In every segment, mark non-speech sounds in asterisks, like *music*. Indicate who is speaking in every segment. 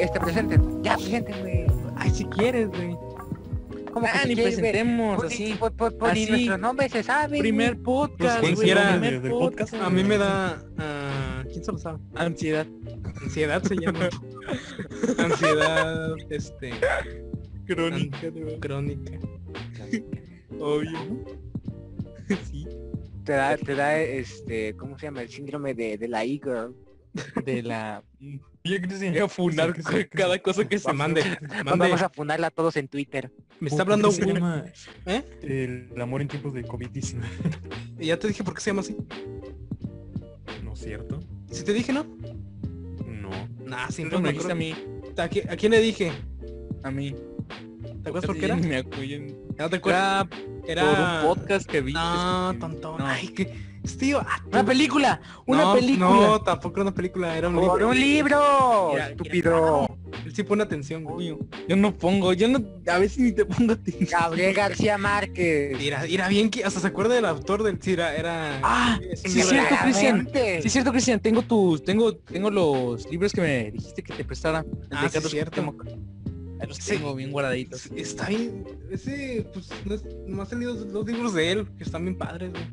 Speaker 1: este, gente, güey. Ay, si quieres, güey. Como
Speaker 2: Ah,
Speaker 1: si
Speaker 2: ni
Speaker 1: quieres, güey.
Speaker 2: presentemos
Speaker 1: Por- y
Speaker 2: así.
Speaker 1: Por, por, por- ni
Speaker 2: Así.
Speaker 1: nuestro nombre se sabe.
Speaker 2: Primer
Speaker 3: Pues,
Speaker 2: podcast,
Speaker 3: ¿quién
Speaker 2: güey,
Speaker 3: será?
Speaker 2: primer
Speaker 3: ¿Del
Speaker 2: podcast.
Speaker 3: podcast?
Speaker 2: A mí me da ah, ¿quién se lo sabe? Ansiedad. Ansiedad se *laughs* llama. Ansiedad *laughs* este
Speaker 3: Crónica, de verdad.
Speaker 2: crónica.
Speaker 3: Obvio.
Speaker 2: Sí.
Speaker 1: güey. Te da, te da, este, ¿cómo se llama? El síndrome de, de la e-girl. *laughs*
Speaker 2: De la
Speaker 3: Yo creo que sí.
Speaker 2: voy a funar
Speaker 3: Sí, sí, sí.
Speaker 2: cada cosa que se mande. Mande.
Speaker 1: Vamos a funarla todos en Twitter.
Speaker 2: Me está hablando
Speaker 3: ¿Cómo se
Speaker 2: Google.
Speaker 3: llama?
Speaker 2: ¿Eh?
Speaker 3: El amor en tiempos de COVID-19.
Speaker 2: Ya te dije por qué se llama así.
Speaker 3: ¿No es cierto?
Speaker 2: Si te dije, ¿no?
Speaker 3: No.
Speaker 2: Nah,
Speaker 4: Siempre
Speaker 2: siempre
Speaker 4: me
Speaker 2: me
Speaker 4: dijiste a
Speaker 2: acuerdo.
Speaker 4: mí,
Speaker 2: ¿A qui- a quién le dije?
Speaker 4: a mí.
Speaker 2: ¿Te acuerdas por qué era?
Speaker 4: Casi Me acuyen
Speaker 2: No te acuerdas. Era,
Speaker 4: por un podcast que vi.
Speaker 2: No,
Speaker 4: que-
Speaker 2: tonto.
Speaker 4: No.
Speaker 2: Ay, que. Tío, ah,
Speaker 1: ¡Una película! ¡Una
Speaker 2: no,
Speaker 1: película!
Speaker 2: No, tampoco era una película, era un
Speaker 1: ¡Por
Speaker 2: libro.
Speaker 1: un libro!
Speaker 2: Mira,
Speaker 1: ¡Estúpido!
Speaker 2: Él sí pone atención, güey.
Speaker 4: Obvio. Yo no pongo, yo no, a veces ni te pongo atención.
Speaker 1: Gabriel García Márquez.
Speaker 2: Mira, mira bien que hasta se acuerda del autor del sí, era, era
Speaker 4: Ah,
Speaker 2: sí,
Speaker 4: sí es cierto, Cristian.
Speaker 1: Claramente.
Speaker 4: Sí es cierto, Cristian, tengo tus, tengo, tengo los libros que me dijiste que te prestara. El
Speaker 2: Ah, sí es cierto.
Speaker 4: Cuauhtémoc. Ahí los
Speaker 2: Sí.
Speaker 4: tengo bien guardaditos.
Speaker 2: Está bien. Ese, pues, no, es- nomás han leído los libros de él, que están bien padres, güey.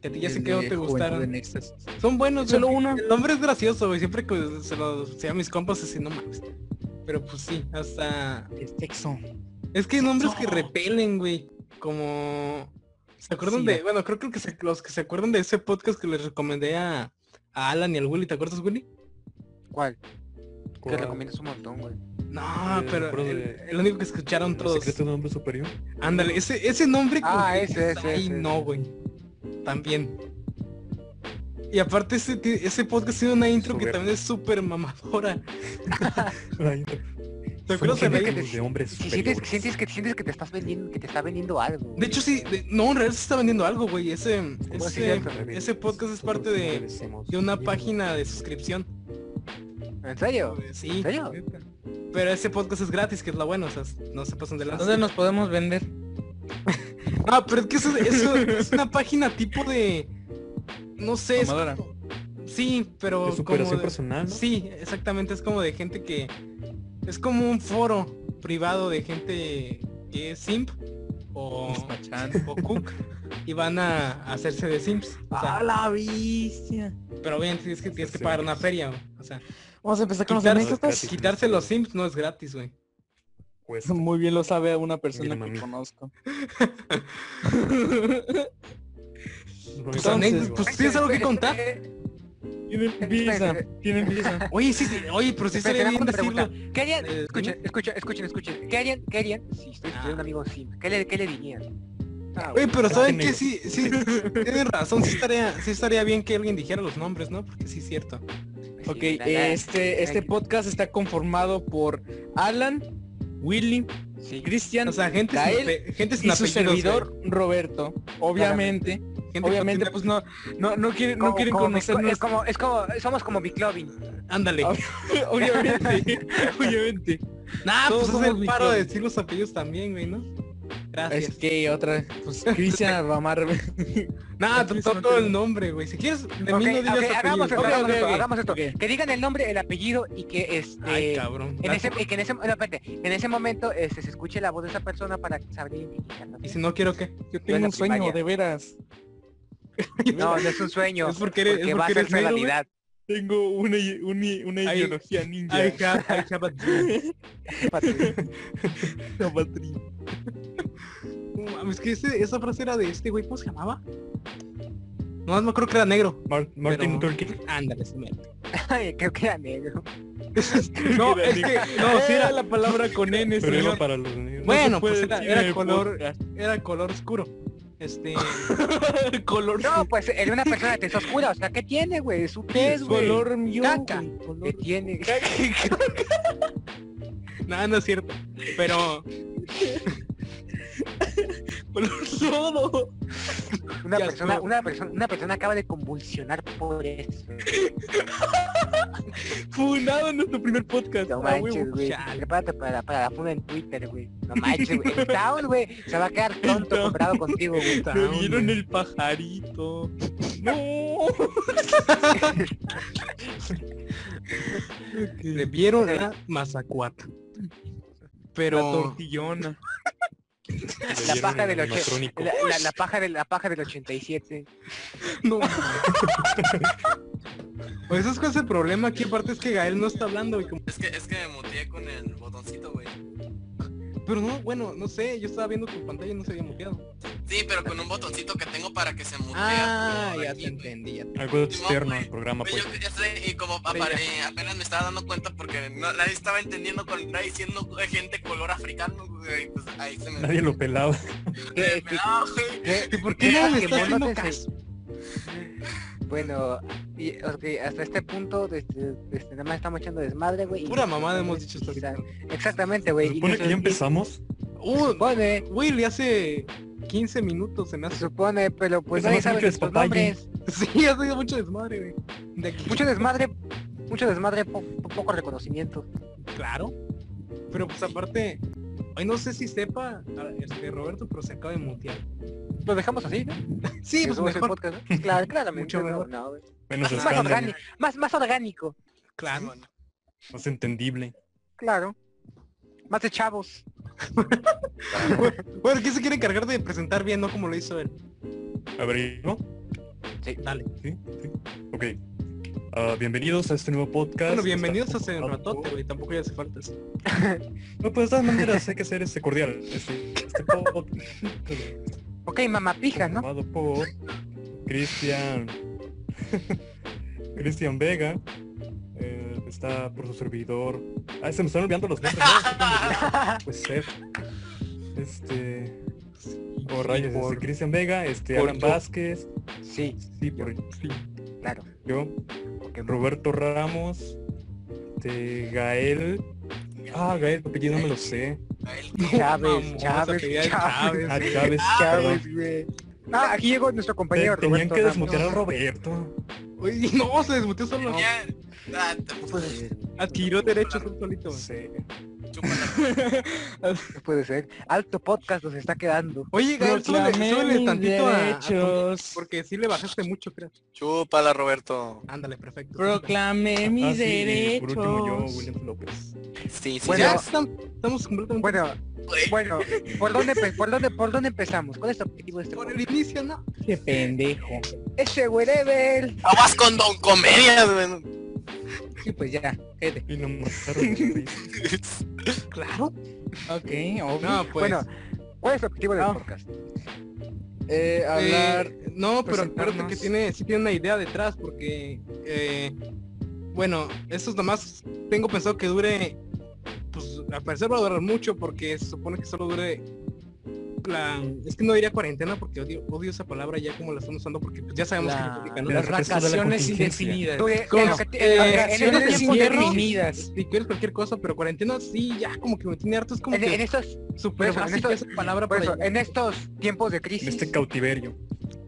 Speaker 2: Que a ti ya sé
Speaker 4: El
Speaker 2: que no
Speaker 4: de
Speaker 2: te
Speaker 4: Juventud en este
Speaker 2: gustaron.
Speaker 4: Éxtasis.
Speaker 2: Son buenos, güey.
Speaker 4: Pues Solo uno.
Speaker 2: El nombre es gracioso, güey. Siempre que se lo se a mis compas así, no mames. Pero pues sí, hasta.
Speaker 4: El sexo.
Speaker 2: Es que hay nombres que
Speaker 4: No.
Speaker 2: repelen, güey. Como. ¿Se acuerdan
Speaker 4: Sí,
Speaker 2: de.? Bueno, creo, creo que se- los que se acuerdan de ese podcast que les recomendé a, a Alan y al Willy, ¿te acuerdas, Willy?
Speaker 1: ¿Cuál? Te
Speaker 3: ¿Cuál?
Speaker 1: recomiendas un montón, güey.
Speaker 2: No,
Speaker 3: Eh,
Speaker 2: pero
Speaker 3: bro,
Speaker 2: el,
Speaker 3: de-
Speaker 2: el único que escucharon
Speaker 3: ¿El
Speaker 2: todos.
Speaker 3: secreto de un hombre superior?
Speaker 2: Ándale, ese, ese nombre
Speaker 1: Ah,
Speaker 2: que
Speaker 1: ese,
Speaker 2: dices,
Speaker 1: ese,
Speaker 2: Ay,
Speaker 1: ese,
Speaker 2: no, güey. También. Y aparte ese, ti- ese podcast tiene una intro que
Speaker 3: Súper.
Speaker 2: también es súper mamadora.
Speaker 3: Ay,
Speaker 2: ¿Te acuerdas de la
Speaker 1: Gente que
Speaker 2: intro?
Speaker 1: te-
Speaker 3: de hombres
Speaker 1: Si sientes,
Speaker 3: superiores.
Speaker 1: sientes que sientes que te estás vendiendo, que te está vendiendo algo.
Speaker 2: De hecho sí, de- no, en realidad se está vendiendo algo, güey. Ese,
Speaker 1: ¿Cómo se
Speaker 2: ese,
Speaker 1: llama?
Speaker 2: ese podcast es parte de, de una página de suscripción.
Speaker 1: ¿En serio?
Speaker 2: Sí.
Speaker 1: ¿En serio?
Speaker 2: neta. Pero ese podcast es gratis, que es la buena, o sea, no se pasan de lanza.
Speaker 4: ¿Dónde nos podemos vender?
Speaker 2: Ah, pero es que eso, eso es una página tipo de... No sé. es
Speaker 4: Mamadora.
Speaker 2: como- Sí, pero...
Speaker 3: De superación
Speaker 2: como de-
Speaker 3: personal, ¿no?
Speaker 2: Sí, exactamente, es como de gente que... Es como un foro privado de gente que es simp o,
Speaker 4: Despachando.
Speaker 2: o cook y van a hacerse de simps. O sea,
Speaker 4: ¡A la bestia!
Speaker 2: pero obviamente es que tienes que pagar una feria, güey. O sea,
Speaker 4: Vamos a empezar con los
Speaker 2: Quitarse-
Speaker 4: anécdotas.
Speaker 3: Sí,
Speaker 2: quitarse
Speaker 3: sí.
Speaker 2: los simps no es gratis, güey.
Speaker 3: Cuesta.
Speaker 4: Muy bien lo sabe una persona
Speaker 3: Mira,
Speaker 4: que
Speaker 3: mami.
Speaker 4: conozco.
Speaker 3: No
Speaker 2: Pues,
Speaker 3: hay
Speaker 2: anécdotas,
Speaker 3: sentido.
Speaker 2: pues, ¿tienes algo que contar?
Speaker 1: Eh,
Speaker 3: Tienen
Speaker 1: visa,
Speaker 3: tienen
Speaker 4: *laughs*
Speaker 3: visa.
Speaker 2: Oye, sí, sí, oye, pero sí sería
Speaker 1: Espera,
Speaker 2: bien
Speaker 1: una pregunta.
Speaker 2: decirlo.
Speaker 1: ¿Qué harían?
Speaker 2: Eh, Ah.
Speaker 1: Escuchen, escuchen, escuchen, escuchen. ¿Qué harían? ¿Qué harían? Si estoy estuviera un amigo sin. ¿Qué le, qué le dirían? Ah,
Speaker 2: Oye, pero
Speaker 3: Ah,
Speaker 2: ¿saben
Speaker 3: tiene-
Speaker 2: qué? Sí, sí, tienen razón, sí estaría, sí estaría bien que alguien dijera los nombres, ¿no? Porque sí es cierto.
Speaker 1: güey,
Speaker 4: Ok,
Speaker 1: pues sí, la- la-
Speaker 4: este, este
Speaker 1: la-
Speaker 4: podcast está conformado por Alan, Willy,
Speaker 1: sí.
Speaker 4: Cristian,
Speaker 2: O sea, gente sin,
Speaker 4: Gael
Speaker 2: ape- gente sin
Speaker 4: y su
Speaker 2: apellidos, güey.
Speaker 4: servidor Roberto. Obviamente,
Speaker 2: Gente que
Speaker 4: obviamente,
Speaker 2: no
Speaker 4: pues no, no, no quieren, no
Speaker 1: Como-
Speaker 4: quieren
Speaker 1: como mi-
Speaker 4: conocernos.
Speaker 1: Es como, es como, somos como Biclovin.
Speaker 2: tiene- Ándale.
Speaker 4: Ah, *laughs* obviamente, obviamente.
Speaker 2: Nah,
Speaker 4: todos
Speaker 2: pues es
Speaker 4: somos
Speaker 2: el paro de
Speaker 4: microbios.
Speaker 2: decir los apellidos también, güey, ¿no? Gracias.
Speaker 4: Es que otra, pues Cristian Alvamar.
Speaker 2: Nah,
Speaker 4: Cristian no
Speaker 2: te todo, todo
Speaker 4: tiene-
Speaker 2: el nombre, güey. Si quieres, de
Speaker 1: Ok,
Speaker 2: mí no digas
Speaker 1: ok, hagamos
Speaker 2: apellidos.
Speaker 1: esto,
Speaker 4: Ok,
Speaker 1: hagamos
Speaker 4: ok,
Speaker 1: esto,
Speaker 4: ok.
Speaker 1: hagamos esto.
Speaker 4: Ok.
Speaker 1: Que digan el nombre, el apellido y que este...
Speaker 2: Ay, cabrón.
Speaker 1: En ese, y que en ese, no, espérate, que en ese momento este, se escuche la voz de esa persona para saber identificarla.
Speaker 2: Y si no quiero que.
Speaker 4: Yo
Speaker 1: Yo en
Speaker 4: tengo
Speaker 1: la
Speaker 4: un *laughs* sueño,
Speaker 1: primaria.
Speaker 4: de veras.
Speaker 1: No, no es un sueño.
Speaker 2: Es porque eres- es
Speaker 1: va
Speaker 2: porque
Speaker 1: a ser
Speaker 2: eres negro, güey.
Speaker 1: realidad.
Speaker 3: Tengo una, i- una i- una
Speaker 2: Ay,
Speaker 3: ideología ninja.
Speaker 2: I have, I have a dream.
Speaker 3: *laughs*
Speaker 2: No mames, Es que ese- esa frase era de este, güey. ¿Cómo se llamaba? No, no creo que era negro.
Speaker 3: Mar-
Speaker 2: Pero-
Speaker 3: Martin Luther King.
Speaker 2: Ándale, sí, mero.
Speaker 1: *laughs* Ay, Creo que era negro.
Speaker 2: No,
Speaker 3: Era
Speaker 2: es que,
Speaker 3: negro.
Speaker 2: no,
Speaker 4: *laughs*
Speaker 2: sí era Eh, la palabra con N,
Speaker 3: Pero
Speaker 2: señor.
Speaker 3: era para los niños.
Speaker 2: Bueno,
Speaker 3: No se puede
Speaker 2: pues, era-
Speaker 3: decir
Speaker 2: era
Speaker 3: en el
Speaker 2: color-
Speaker 3: podcast. *laughs*
Speaker 2: Era color oscuro. Este, *laughs*
Speaker 4: color
Speaker 1: No, pues era una persona de tez oscura, o sea, ¿qué tiene, güey? Es un pez, güey.
Speaker 4: color mío,
Speaker 1: Caca.
Speaker 4: güey, color-
Speaker 1: ¿Qué tiene?
Speaker 2: nada, no es cierto. Pero,
Speaker 4: color lodo.
Speaker 1: Una
Speaker 2: Ya
Speaker 1: persona,
Speaker 2: estuvo.
Speaker 1: una persona, una persona acaba de convulsionar por eso.
Speaker 4: Funado en nuestro primer podcast.
Speaker 1: No
Speaker 4: Ah, huevo.
Speaker 1: manches, güey.
Speaker 2: chale.
Speaker 1: Prepárate para, para la funa en Twitter, güey. No manches, güey. El Town, güey, se va a
Speaker 2: *laughs*
Speaker 1: quedar tonto
Speaker 3: Town.
Speaker 1: comparado contigo, güey.
Speaker 2: Town,
Speaker 3: Me vieron
Speaker 2: güey.
Speaker 3: el pajarito.
Speaker 4: No.
Speaker 2: le vieron a Mazacuata. *laughs*
Speaker 3: La
Speaker 2: Pero
Speaker 3: tortillona.
Speaker 1: La paja del ocho-
Speaker 3: ochenta.
Speaker 1: la, la- la paja del, la paja del 87.
Speaker 2: no. *laughs* Pues eso es con ese problema aquí, aparte es que Gael no está hablando, y como-
Speaker 5: Es que, es que me muteé con el botoncito, güey.
Speaker 2: pero no, bueno, no sé, yo estaba viendo tu pantalla y no se había muteado.
Speaker 5: Sí, pero con un botoncito que tengo para que se mutea.
Speaker 2: Ah,
Speaker 5: por
Speaker 2: ya
Speaker 5: aquí,
Speaker 2: te
Speaker 5: güey.
Speaker 2: entendí, ya te-
Speaker 3: Algo externo al
Speaker 5: güey.
Speaker 3: programa,
Speaker 5: Güey,
Speaker 3: pues.
Speaker 5: yo ya sé, y como apare- eh, apenas me estaba dando cuenta porque no, nadie estaba entendiendo cuando estaba diciendo güey, gente color africano, güey, pues ahí se me...
Speaker 3: Nadie lo pelaba.
Speaker 1: ¿Qué-
Speaker 5: me daba, güey.
Speaker 1: ¿Qué-
Speaker 2: ¿Por qué nadie le está
Speaker 1: Pokémon no
Speaker 2: haciendo
Speaker 1: te
Speaker 2: caso?
Speaker 1: Bueno, y, ok, hasta este punto, este, este, nada más estamos echando desmadre, güey. y-
Speaker 2: Pura mamada hemos dicho hasta
Speaker 1: Exact-
Speaker 2: ahorita.
Speaker 1: Exactamente,
Speaker 3: Se
Speaker 1: güey. y
Speaker 3: supone que
Speaker 1: nosotros-
Speaker 3: ya
Speaker 1: y-
Speaker 3: empezamos.
Speaker 1: Se
Speaker 2: Uh,
Speaker 1: supone,
Speaker 2: güey, le hace 15 minutos se me
Speaker 1: se
Speaker 2: hace. *laughs*
Speaker 1: supone, pero pues
Speaker 3: Eso
Speaker 1: nadie
Speaker 3: más
Speaker 1: sabe
Speaker 3: mucho
Speaker 1: nuestros
Speaker 3: despapalle.
Speaker 1: nombres.
Speaker 2: Sí, ha sido mucho desmadre, güey. De aquí,
Speaker 1: Mucho desmadre, mucho desmadre, po- po- poco reconocimiento.
Speaker 2: claro. Pero pues aparte, hoy no sé si sepa a- este Roberto, pero se acaba de mutear.
Speaker 1: Lo dejamos así, ¿no?
Speaker 2: Sí,
Speaker 1: Que
Speaker 2: pues
Speaker 1: subamos el
Speaker 2: mejor.
Speaker 1: podcast, ¿no? Claro, claramente.
Speaker 2: Mucho
Speaker 1: no,
Speaker 2: mejor.
Speaker 1: no, güey.
Speaker 3: Menos
Speaker 1: más,
Speaker 3: escándalo.
Speaker 1: orgánico, más, más orgánico,
Speaker 5: Sí,
Speaker 2: Claro.
Speaker 5: bueno.
Speaker 3: Más entendible.
Speaker 1: claro. Más de chavos.
Speaker 2: Bueno, ¿quién se quiere encargar de presentar bien, no como lo hizo él?
Speaker 3: A ver, ¿no?
Speaker 2: Dale.
Speaker 3: Sí, sí. Ok. Ah, bienvenidos a este nuevo podcast.
Speaker 2: Bueno, bienvenidos
Speaker 3: Está-
Speaker 2: hace un ratote, güey. Tampoco ya hace falta eso.
Speaker 3: No, pues de todas maneras hay que ser este cordial. Este,
Speaker 2: *laughs*
Speaker 3: este podcast.
Speaker 1: Ok, mamapija, ¿no?
Speaker 3: formado por *laughs* Cristian Cristian Vega eh, está por su servidor ah se me están olvidando los nombres
Speaker 1: *laughs*
Speaker 3: ¿no? pues ser este oh rayos este, Cristian Vega este
Speaker 4: por
Speaker 3: Alan
Speaker 4: yo.
Speaker 3: Vázquez
Speaker 1: Sí,
Speaker 3: sí por sí,
Speaker 1: claro.
Speaker 3: yo
Speaker 1: Pokémon.
Speaker 3: Roberto Ramos este Gael ah Gael porque yo no
Speaker 1: *laughs*
Speaker 3: me lo sé
Speaker 5: Ahí- *laughs*
Speaker 1: Chávez,
Speaker 2: Mamón,
Speaker 1: Chávez,
Speaker 2: apellida de
Speaker 1: Chávez.
Speaker 3: ah Chávez perdón.
Speaker 1: Chávez, güey. Ah, aquí llegó nuestro compañero.
Speaker 3: Te- tenían
Speaker 1: Roberto
Speaker 3: que
Speaker 1: Ramos.
Speaker 3: desmutear a Roberto
Speaker 2: Oye, *laughs* no, se desmuteó solo.
Speaker 5: Ya, ah, te-
Speaker 1: No puede ser, güey.
Speaker 2: Adquirió derechos él solito, güey.
Speaker 3: Sí.
Speaker 5: chúpala.
Speaker 1: No puede ser. Alto podcast nos está quedando.
Speaker 2: Oye, Gael, súbele,
Speaker 4: Proclamé
Speaker 2: súbele
Speaker 4: mis
Speaker 2: tantito a- a, tu-
Speaker 4: derechos.
Speaker 2: Porque sí le bajaste mucho, creo.
Speaker 5: Chúpala, Roberto.
Speaker 2: Ándale, perfecto.
Speaker 4: Proclamé
Speaker 3: Ah,
Speaker 4: mis
Speaker 3: sí, y Por
Speaker 4: derechos.
Speaker 3: último yo, William López.
Speaker 5: Sí, sí,
Speaker 1: Bueno,
Speaker 2: ya
Speaker 5: ya.
Speaker 2: están- estamos completamente
Speaker 1: Bueno,
Speaker 5: Güey,
Speaker 1: bueno, ¿por dónde, empe- por dónde, por dónde empezamos? ¿Cuál es el objetivo de este
Speaker 2: por
Speaker 1: podcast?
Speaker 2: el inicio, ¿no?
Speaker 4: Qué pendejo.
Speaker 1: Ese wherever.
Speaker 5: Aguas Ah, con Don Comedias, güey.
Speaker 4: Sí, pues ya, cállate.
Speaker 3: Y nos mataron de risa.
Speaker 2: Claro.
Speaker 4: Ok, obvio.
Speaker 2: No, pues.
Speaker 1: Bueno, ¿cuál es el objetivo del
Speaker 4: Ah.
Speaker 1: podcast?
Speaker 4: Eh, hablar.
Speaker 2: Eh, no, pero acuérdate que
Speaker 4: presentarnos.
Speaker 2: tiene, sí tiene una idea detrás porque, eh, bueno, esto nomás tengo pensado que dure, pues al parecer va a durar mucho porque se supone que solo dure la, es que no diría cuarentena porque odio, odio esa palabra ya como la están usando porque pues, ya sabemos que
Speaker 4: la-
Speaker 2: implica, ¿no?
Speaker 3: la-
Speaker 4: las
Speaker 3: Pero eso es de la
Speaker 4: vacaciones
Speaker 3: contingencia.
Speaker 4: indefinidas.
Speaker 1: Tú, eh,
Speaker 2: Con-
Speaker 1: en lo que ti-
Speaker 2: eh,
Speaker 1: en lo que- en
Speaker 2: acciones
Speaker 1: estos
Speaker 4: Vacaciones
Speaker 1: tiempos de
Speaker 2: hierro.
Speaker 1: crisis,
Speaker 4: indefinidas.
Speaker 2: Si quieres cualquier cosa, pero cuarentena sí, ya como que me tiene harto, es como
Speaker 1: en, en
Speaker 2: que
Speaker 1: estos,
Speaker 2: súper
Speaker 1: eso, en
Speaker 2: básica
Speaker 1: eso-
Speaker 2: esa palabra
Speaker 1: por eso,
Speaker 2: para
Speaker 1: en estos tiempos de crisis,
Speaker 3: En este cautiverio.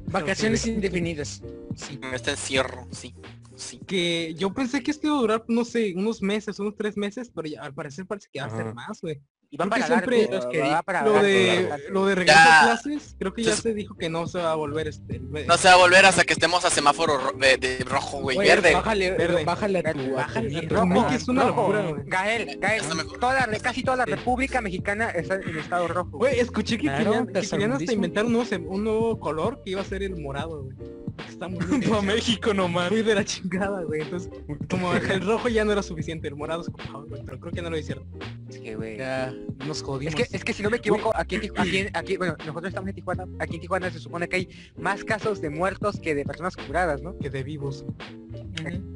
Speaker 4: Vacaciones indefinidas. Sí.
Speaker 5: *laughs* Este encierro, sí. Sí.
Speaker 2: que yo pensé que esto iba a durar, no sé, unos meses, unos tres meses, pero ya, al parecer parece que va a ser
Speaker 3: Ajá.
Speaker 2: más, güey.
Speaker 1: y va
Speaker 2: creo
Speaker 1: para
Speaker 2: que siempre
Speaker 1: largo,
Speaker 4: los que
Speaker 1: va
Speaker 4: di-
Speaker 1: para
Speaker 2: lo
Speaker 1: largo,
Speaker 2: de
Speaker 1: bastante.
Speaker 2: lo de regreso
Speaker 5: Ya.
Speaker 2: a clases creo que ya
Speaker 5: Entonces-
Speaker 2: se dijo que no se va a volver este el ve-
Speaker 5: No se va a volver hasta que estemos a semáforo ro- de, de rojo, güey.
Speaker 4: Oye,
Speaker 5: Verde.
Speaker 4: Bájale,
Speaker 2: Verde.
Speaker 4: bájale a tu.
Speaker 2: Bájale
Speaker 4: a tu
Speaker 2: a tu
Speaker 4: mierda,
Speaker 2: rojo,
Speaker 4: man.
Speaker 2: que es una
Speaker 4: Rojo.
Speaker 2: locura, güey.
Speaker 1: Gael, Gael,
Speaker 5: Está mejor.
Speaker 1: toda la- casi toda la
Speaker 2: Sí.
Speaker 1: República Mexicana está en estado rojo.
Speaker 2: Güey, escuché que,
Speaker 4: Claro,
Speaker 2: querían, que querían hasta
Speaker 4: tercermundismo.
Speaker 2: inventar un nuevo, sem- un nuevo color que iba a ser el morado, güey. Porque Está *laughs* muy, de la
Speaker 3: Pa' México
Speaker 2: chi-
Speaker 3: nomás.
Speaker 2: muy de la chingada, güey. Entonces, como el rojo ya no era suficiente, el morado es como, "Ah, güey, pero creo que no lo hicieron.
Speaker 1: Es que, güey.
Speaker 4: Ya, nos
Speaker 1: Es
Speaker 4: jodimos.
Speaker 1: que, es que si no me equivoco, aquí en, Tiju- aquí, en- aquí- bueno, nosotros estamos en Tijuana, aquí en Tijuana se supone que hay más casos de muertos que de personas curadas, ¿no?
Speaker 2: Que de vivos.
Speaker 4: Ujú.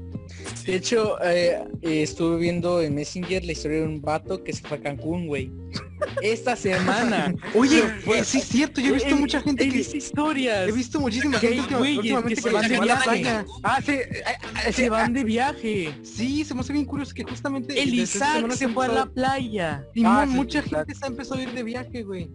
Speaker 4: De hecho, eh, eh, estuve viendo en Messenger la historia de un vato que se fue a Cancún, güey. Esta semana.
Speaker 2: *laughs* Oye,
Speaker 4: Güey,
Speaker 2: eh, sí es cierto, yo he visto
Speaker 4: En-
Speaker 2: mucha gente
Speaker 4: en
Speaker 2: que...
Speaker 4: esas historias.
Speaker 2: He visto muchísima
Speaker 4: que hay
Speaker 2: gente última-
Speaker 4: güeyes que
Speaker 2: últimamente que
Speaker 4: se van
Speaker 2: se
Speaker 4: de
Speaker 2: va a la
Speaker 4: viaje.
Speaker 2: playa.
Speaker 1: Ah, sí, eh, eh, eh, sí,
Speaker 4: Se van de viaje.
Speaker 2: Sí, se me hace bien curioso que justamente...
Speaker 4: El
Speaker 2: desde esta
Speaker 4: Isaac
Speaker 2: semana
Speaker 4: se fue a
Speaker 2: empezó-
Speaker 4: la playa.
Speaker 2: Simón,
Speaker 1: Ah, sí,
Speaker 2: mucha
Speaker 1: sí,
Speaker 2: gente se ha empezado a ir de viaje, güey.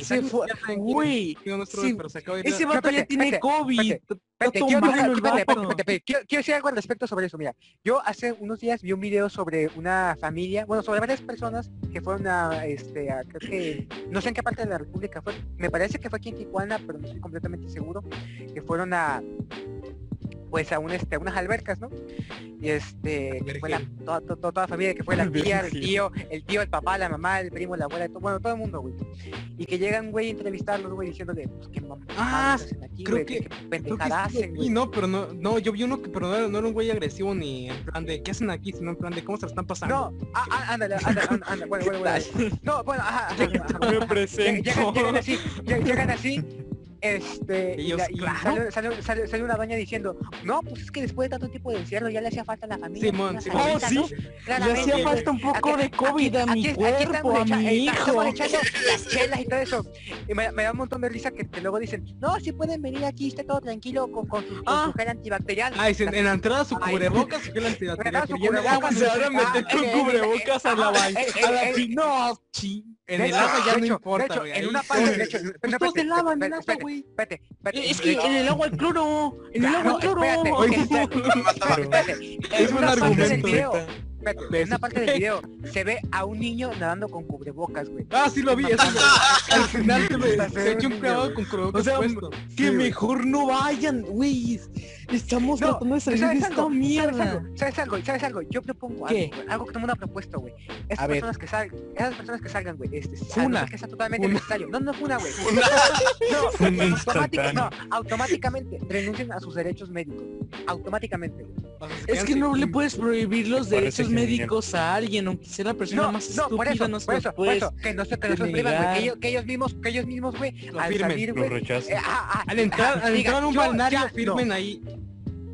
Speaker 4: Se fue, güey.
Speaker 2: Digo, nuestro
Speaker 4: Sí,
Speaker 2: pero se acaba de ir.
Speaker 4: Ese
Speaker 2: a-
Speaker 1: va-
Speaker 4: vato ya
Speaker 1: espérate,
Speaker 4: tiene
Speaker 1: espérate,
Speaker 4: COVID.
Speaker 1: espérate. Espérate,
Speaker 4: Está
Speaker 1: quiero,
Speaker 4: tomado
Speaker 1: espérate,
Speaker 4: el
Speaker 1: espérate,
Speaker 4: vato.
Speaker 1: espérate, espérate, quiero- quiero decir algo al respecto sobre eso. Mira, yo hace unos días vi un video sobre una familia, bueno, sobre varias personas que fueron a, este, a- creo que, no sé en qué parte de la República fue, me parece que fue aquí en Tijuana, pero no estoy completamente seguro, que fueron a, pues a, un, este, a unas albercas, ¿no? Y este, que fue la-
Speaker 2: Virgen.
Speaker 1: toda, toda- toda la familia, que fue la
Speaker 3: El
Speaker 1: tía, el
Speaker 3: virgen.
Speaker 1: tío, el tío, el papá, la mamá, el primo, la abuela, todo, bueno, todo el mundo, güey. Y que llegan, güey, a entrevistarlos, güey, diciéndole, pues qué mamá
Speaker 2: Ah,
Speaker 1: aquí,
Speaker 2: creo
Speaker 1: güey, pues,
Speaker 2: que-
Speaker 1: qué
Speaker 2: Creo que
Speaker 1: pendejada
Speaker 2: sí lo
Speaker 1: hacen,
Speaker 2: vi,
Speaker 1: güey.
Speaker 2: no, pero no, no, yo vi uno que pero no, era- no era un güey agresivo ni en plan de ¿qué hacen aquí? sino en plan de cómo se la están pasando.
Speaker 1: No, ah, ah, ándale, ándale, ándale, ándale, bueno, bueno, bueno. No, bueno, ajá, ajá, ajá, ajá.
Speaker 3: Me
Speaker 1: Lleg-
Speaker 3: presento.
Speaker 1: llegan, llegan así, lleg- llegan así, este, y,
Speaker 2: Ellos,
Speaker 1: la- y
Speaker 2: claro.
Speaker 1: sale, sale- sale- sale una doña diciendo, no, pues es que después de tanto tiempo de encierro ya le hacía falta a la familia.
Speaker 2: Simón,
Speaker 1: una
Speaker 2: Simón.
Speaker 1: salita,
Speaker 2: Oh,
Speaker 1: ¿no?
Speaker 2: sí,
Speaker 1: Claramente,
Speaker 2: hacía
Speaker 1: güey.
Speaker 4: un
Speaker 1: Aquí- aquí- aquí- aquí estamos echa- eh, estamos echando las chelas y todo eso. Y me, me da un montón de risa que, que luego dicen, no, si pueden venir aquí, está todo tranquilo con, con, su, con
Speaker 2: Ah.
Speaker 1: su gel antibacterial.
Speaker 2: Ah, dicen, en la entrada su
Speaker 1: Ay.
Speaker 2: cubrebocas y que la antibatería,
Speaker 1: Regala su
Speaker 2: pero ya en el agua
Speaker 1: cubrebocas.
Speaker 3: Se van a meter
Speaker 1: Ah,
Speaker 3: con
Speaker 1: eh,
Speaker 3: cubrebocas a la baña.
Speaker 1: Eh, eh,
Speaker 3: A la
Speaker 1: eh,
Speaker 3: pi- No, chi.
Speaker 2: En
Speaker 1: De
Speaker 2: el
Speaker 1: hecho,
Speaker 2: agua ya
Speaker 1: de
Speaker 2: no
Speaker 1: hecho, de
Speaker 2: importa,
Speaker 1: hecho,
Speaker 2: güey.
Speaker 1: en
Speaker 2: ahí
Speaker 1: una
Speaker 2: sí.
Speaker 1: parte, de hecho, no,
Speaker 4: Todos se
Speaker 1: espérate,
Speaker 4: lavan en
Speaker 1: espérate,
Speaker 4: agua, güey.
Speaker 1: espérate, espérate,
Speaker 4: Es que en el agua el cloro. En el
Speaker 1: Claro,
Speaker 4: agua el cloro.
Speaker 1: espérate,
Speaker 4: Ay,
Speaker 1: oye, espérate.
Speaker 5: Mataba-
Speaker 1: Espérate,
Speaker 2: Es
Speaker 1: en
Speaker 2: un
Speaker 1: una parte del
Speaker 2: argumento.
Speaker 1: video,
Speaker 3: neta.
Speaker 1: espérate, en una parte del video se ve a un niño nadando con cubrebocas, güey.
Speaker 2: Ah, sí lo vi. eso lo- al final se me- se echó un clavado con cubrebocas
Speaker 3: O sea,
Speaker 2: puesto.
Speaker 3: Sí,
Speaker 4: Que
Speaker 3: güey.
Speaker 4: mejor no vayan, güey. Estamos
Speaker 1: No,
Speaker 4: tratando de salir de
Speaker 1: ¿sabes
Speaker 4: esta
Speaker 1: algo? ¿Sabes
Speaker 4: mierda.
Speaker 1: algo? ¿Sabes algo? ¿Sabes algo? Yo propongo
Speaker 4: ¿Qué?
Speaker 1: algo, güey, algo que todo el mundo ha propuesto, güey. Esas
Speaker 4: A ver.
Speaker 1: personas que salgan, esas personas que salgan, güey, este,
Speaker 4: Funa.
Speaker 1: algo que sea totalmente
Speaker 2: Funa.
Speaker 1: necesario. No, no funa, güey.
Speaker 3: Funa
Speaker 1: *laughs* No, automática-
Speaker 3: instantánea.
Speaker 1: no, automáticamente renuncian a sus derechos médicos. Automáticamente, güey.
Speaker 2: O sea, se
Speaker 4: Es
Speaker 2: quedan
Speaker 4: que
Speaker 2: sin-
Speaker 4: no le
Speaker 2: sin-
Speaker 4: puedes prohibir los
Speaker 3: Parece
Speaker 4: derechos
Speaker 3: genial.
Speaker 4: médicos a alguien, aunque sea la persona
Speaker 1: No,
Speaker 4: más
Speaker 1: no, por
Speaker 4: estúpida,
Speaker 1: eso,
Speaker 4: no
Speaker 1: por
Speaker 4: se
Speaker 1: eso,
Speaker 4: lo
Speaker 1: por
Speaker 4: puedes.
Speaker 1: eso, que no se que no se los privan, güey, que ellos, que ellos mismos, que ellos mismos, güey,
Speaker 2: Lo
Speaker 1: al
Speaker 2: firmen,
Speaker 1: salir,
Speaker 3: Lo
Speaker 1: güey, eh,
Speaker 3: rechazan.
Speaker 1: ah, ah,
Speaker 2: Al entrar,
Speaker 1: ah,
Speaker 2: al
Speaker 1: digan,
Speaker 2: entrar a un
Speaker 1: yo
Speaker 2: balneario
Speaker 1: ya
Speaker 2: firmen ahí.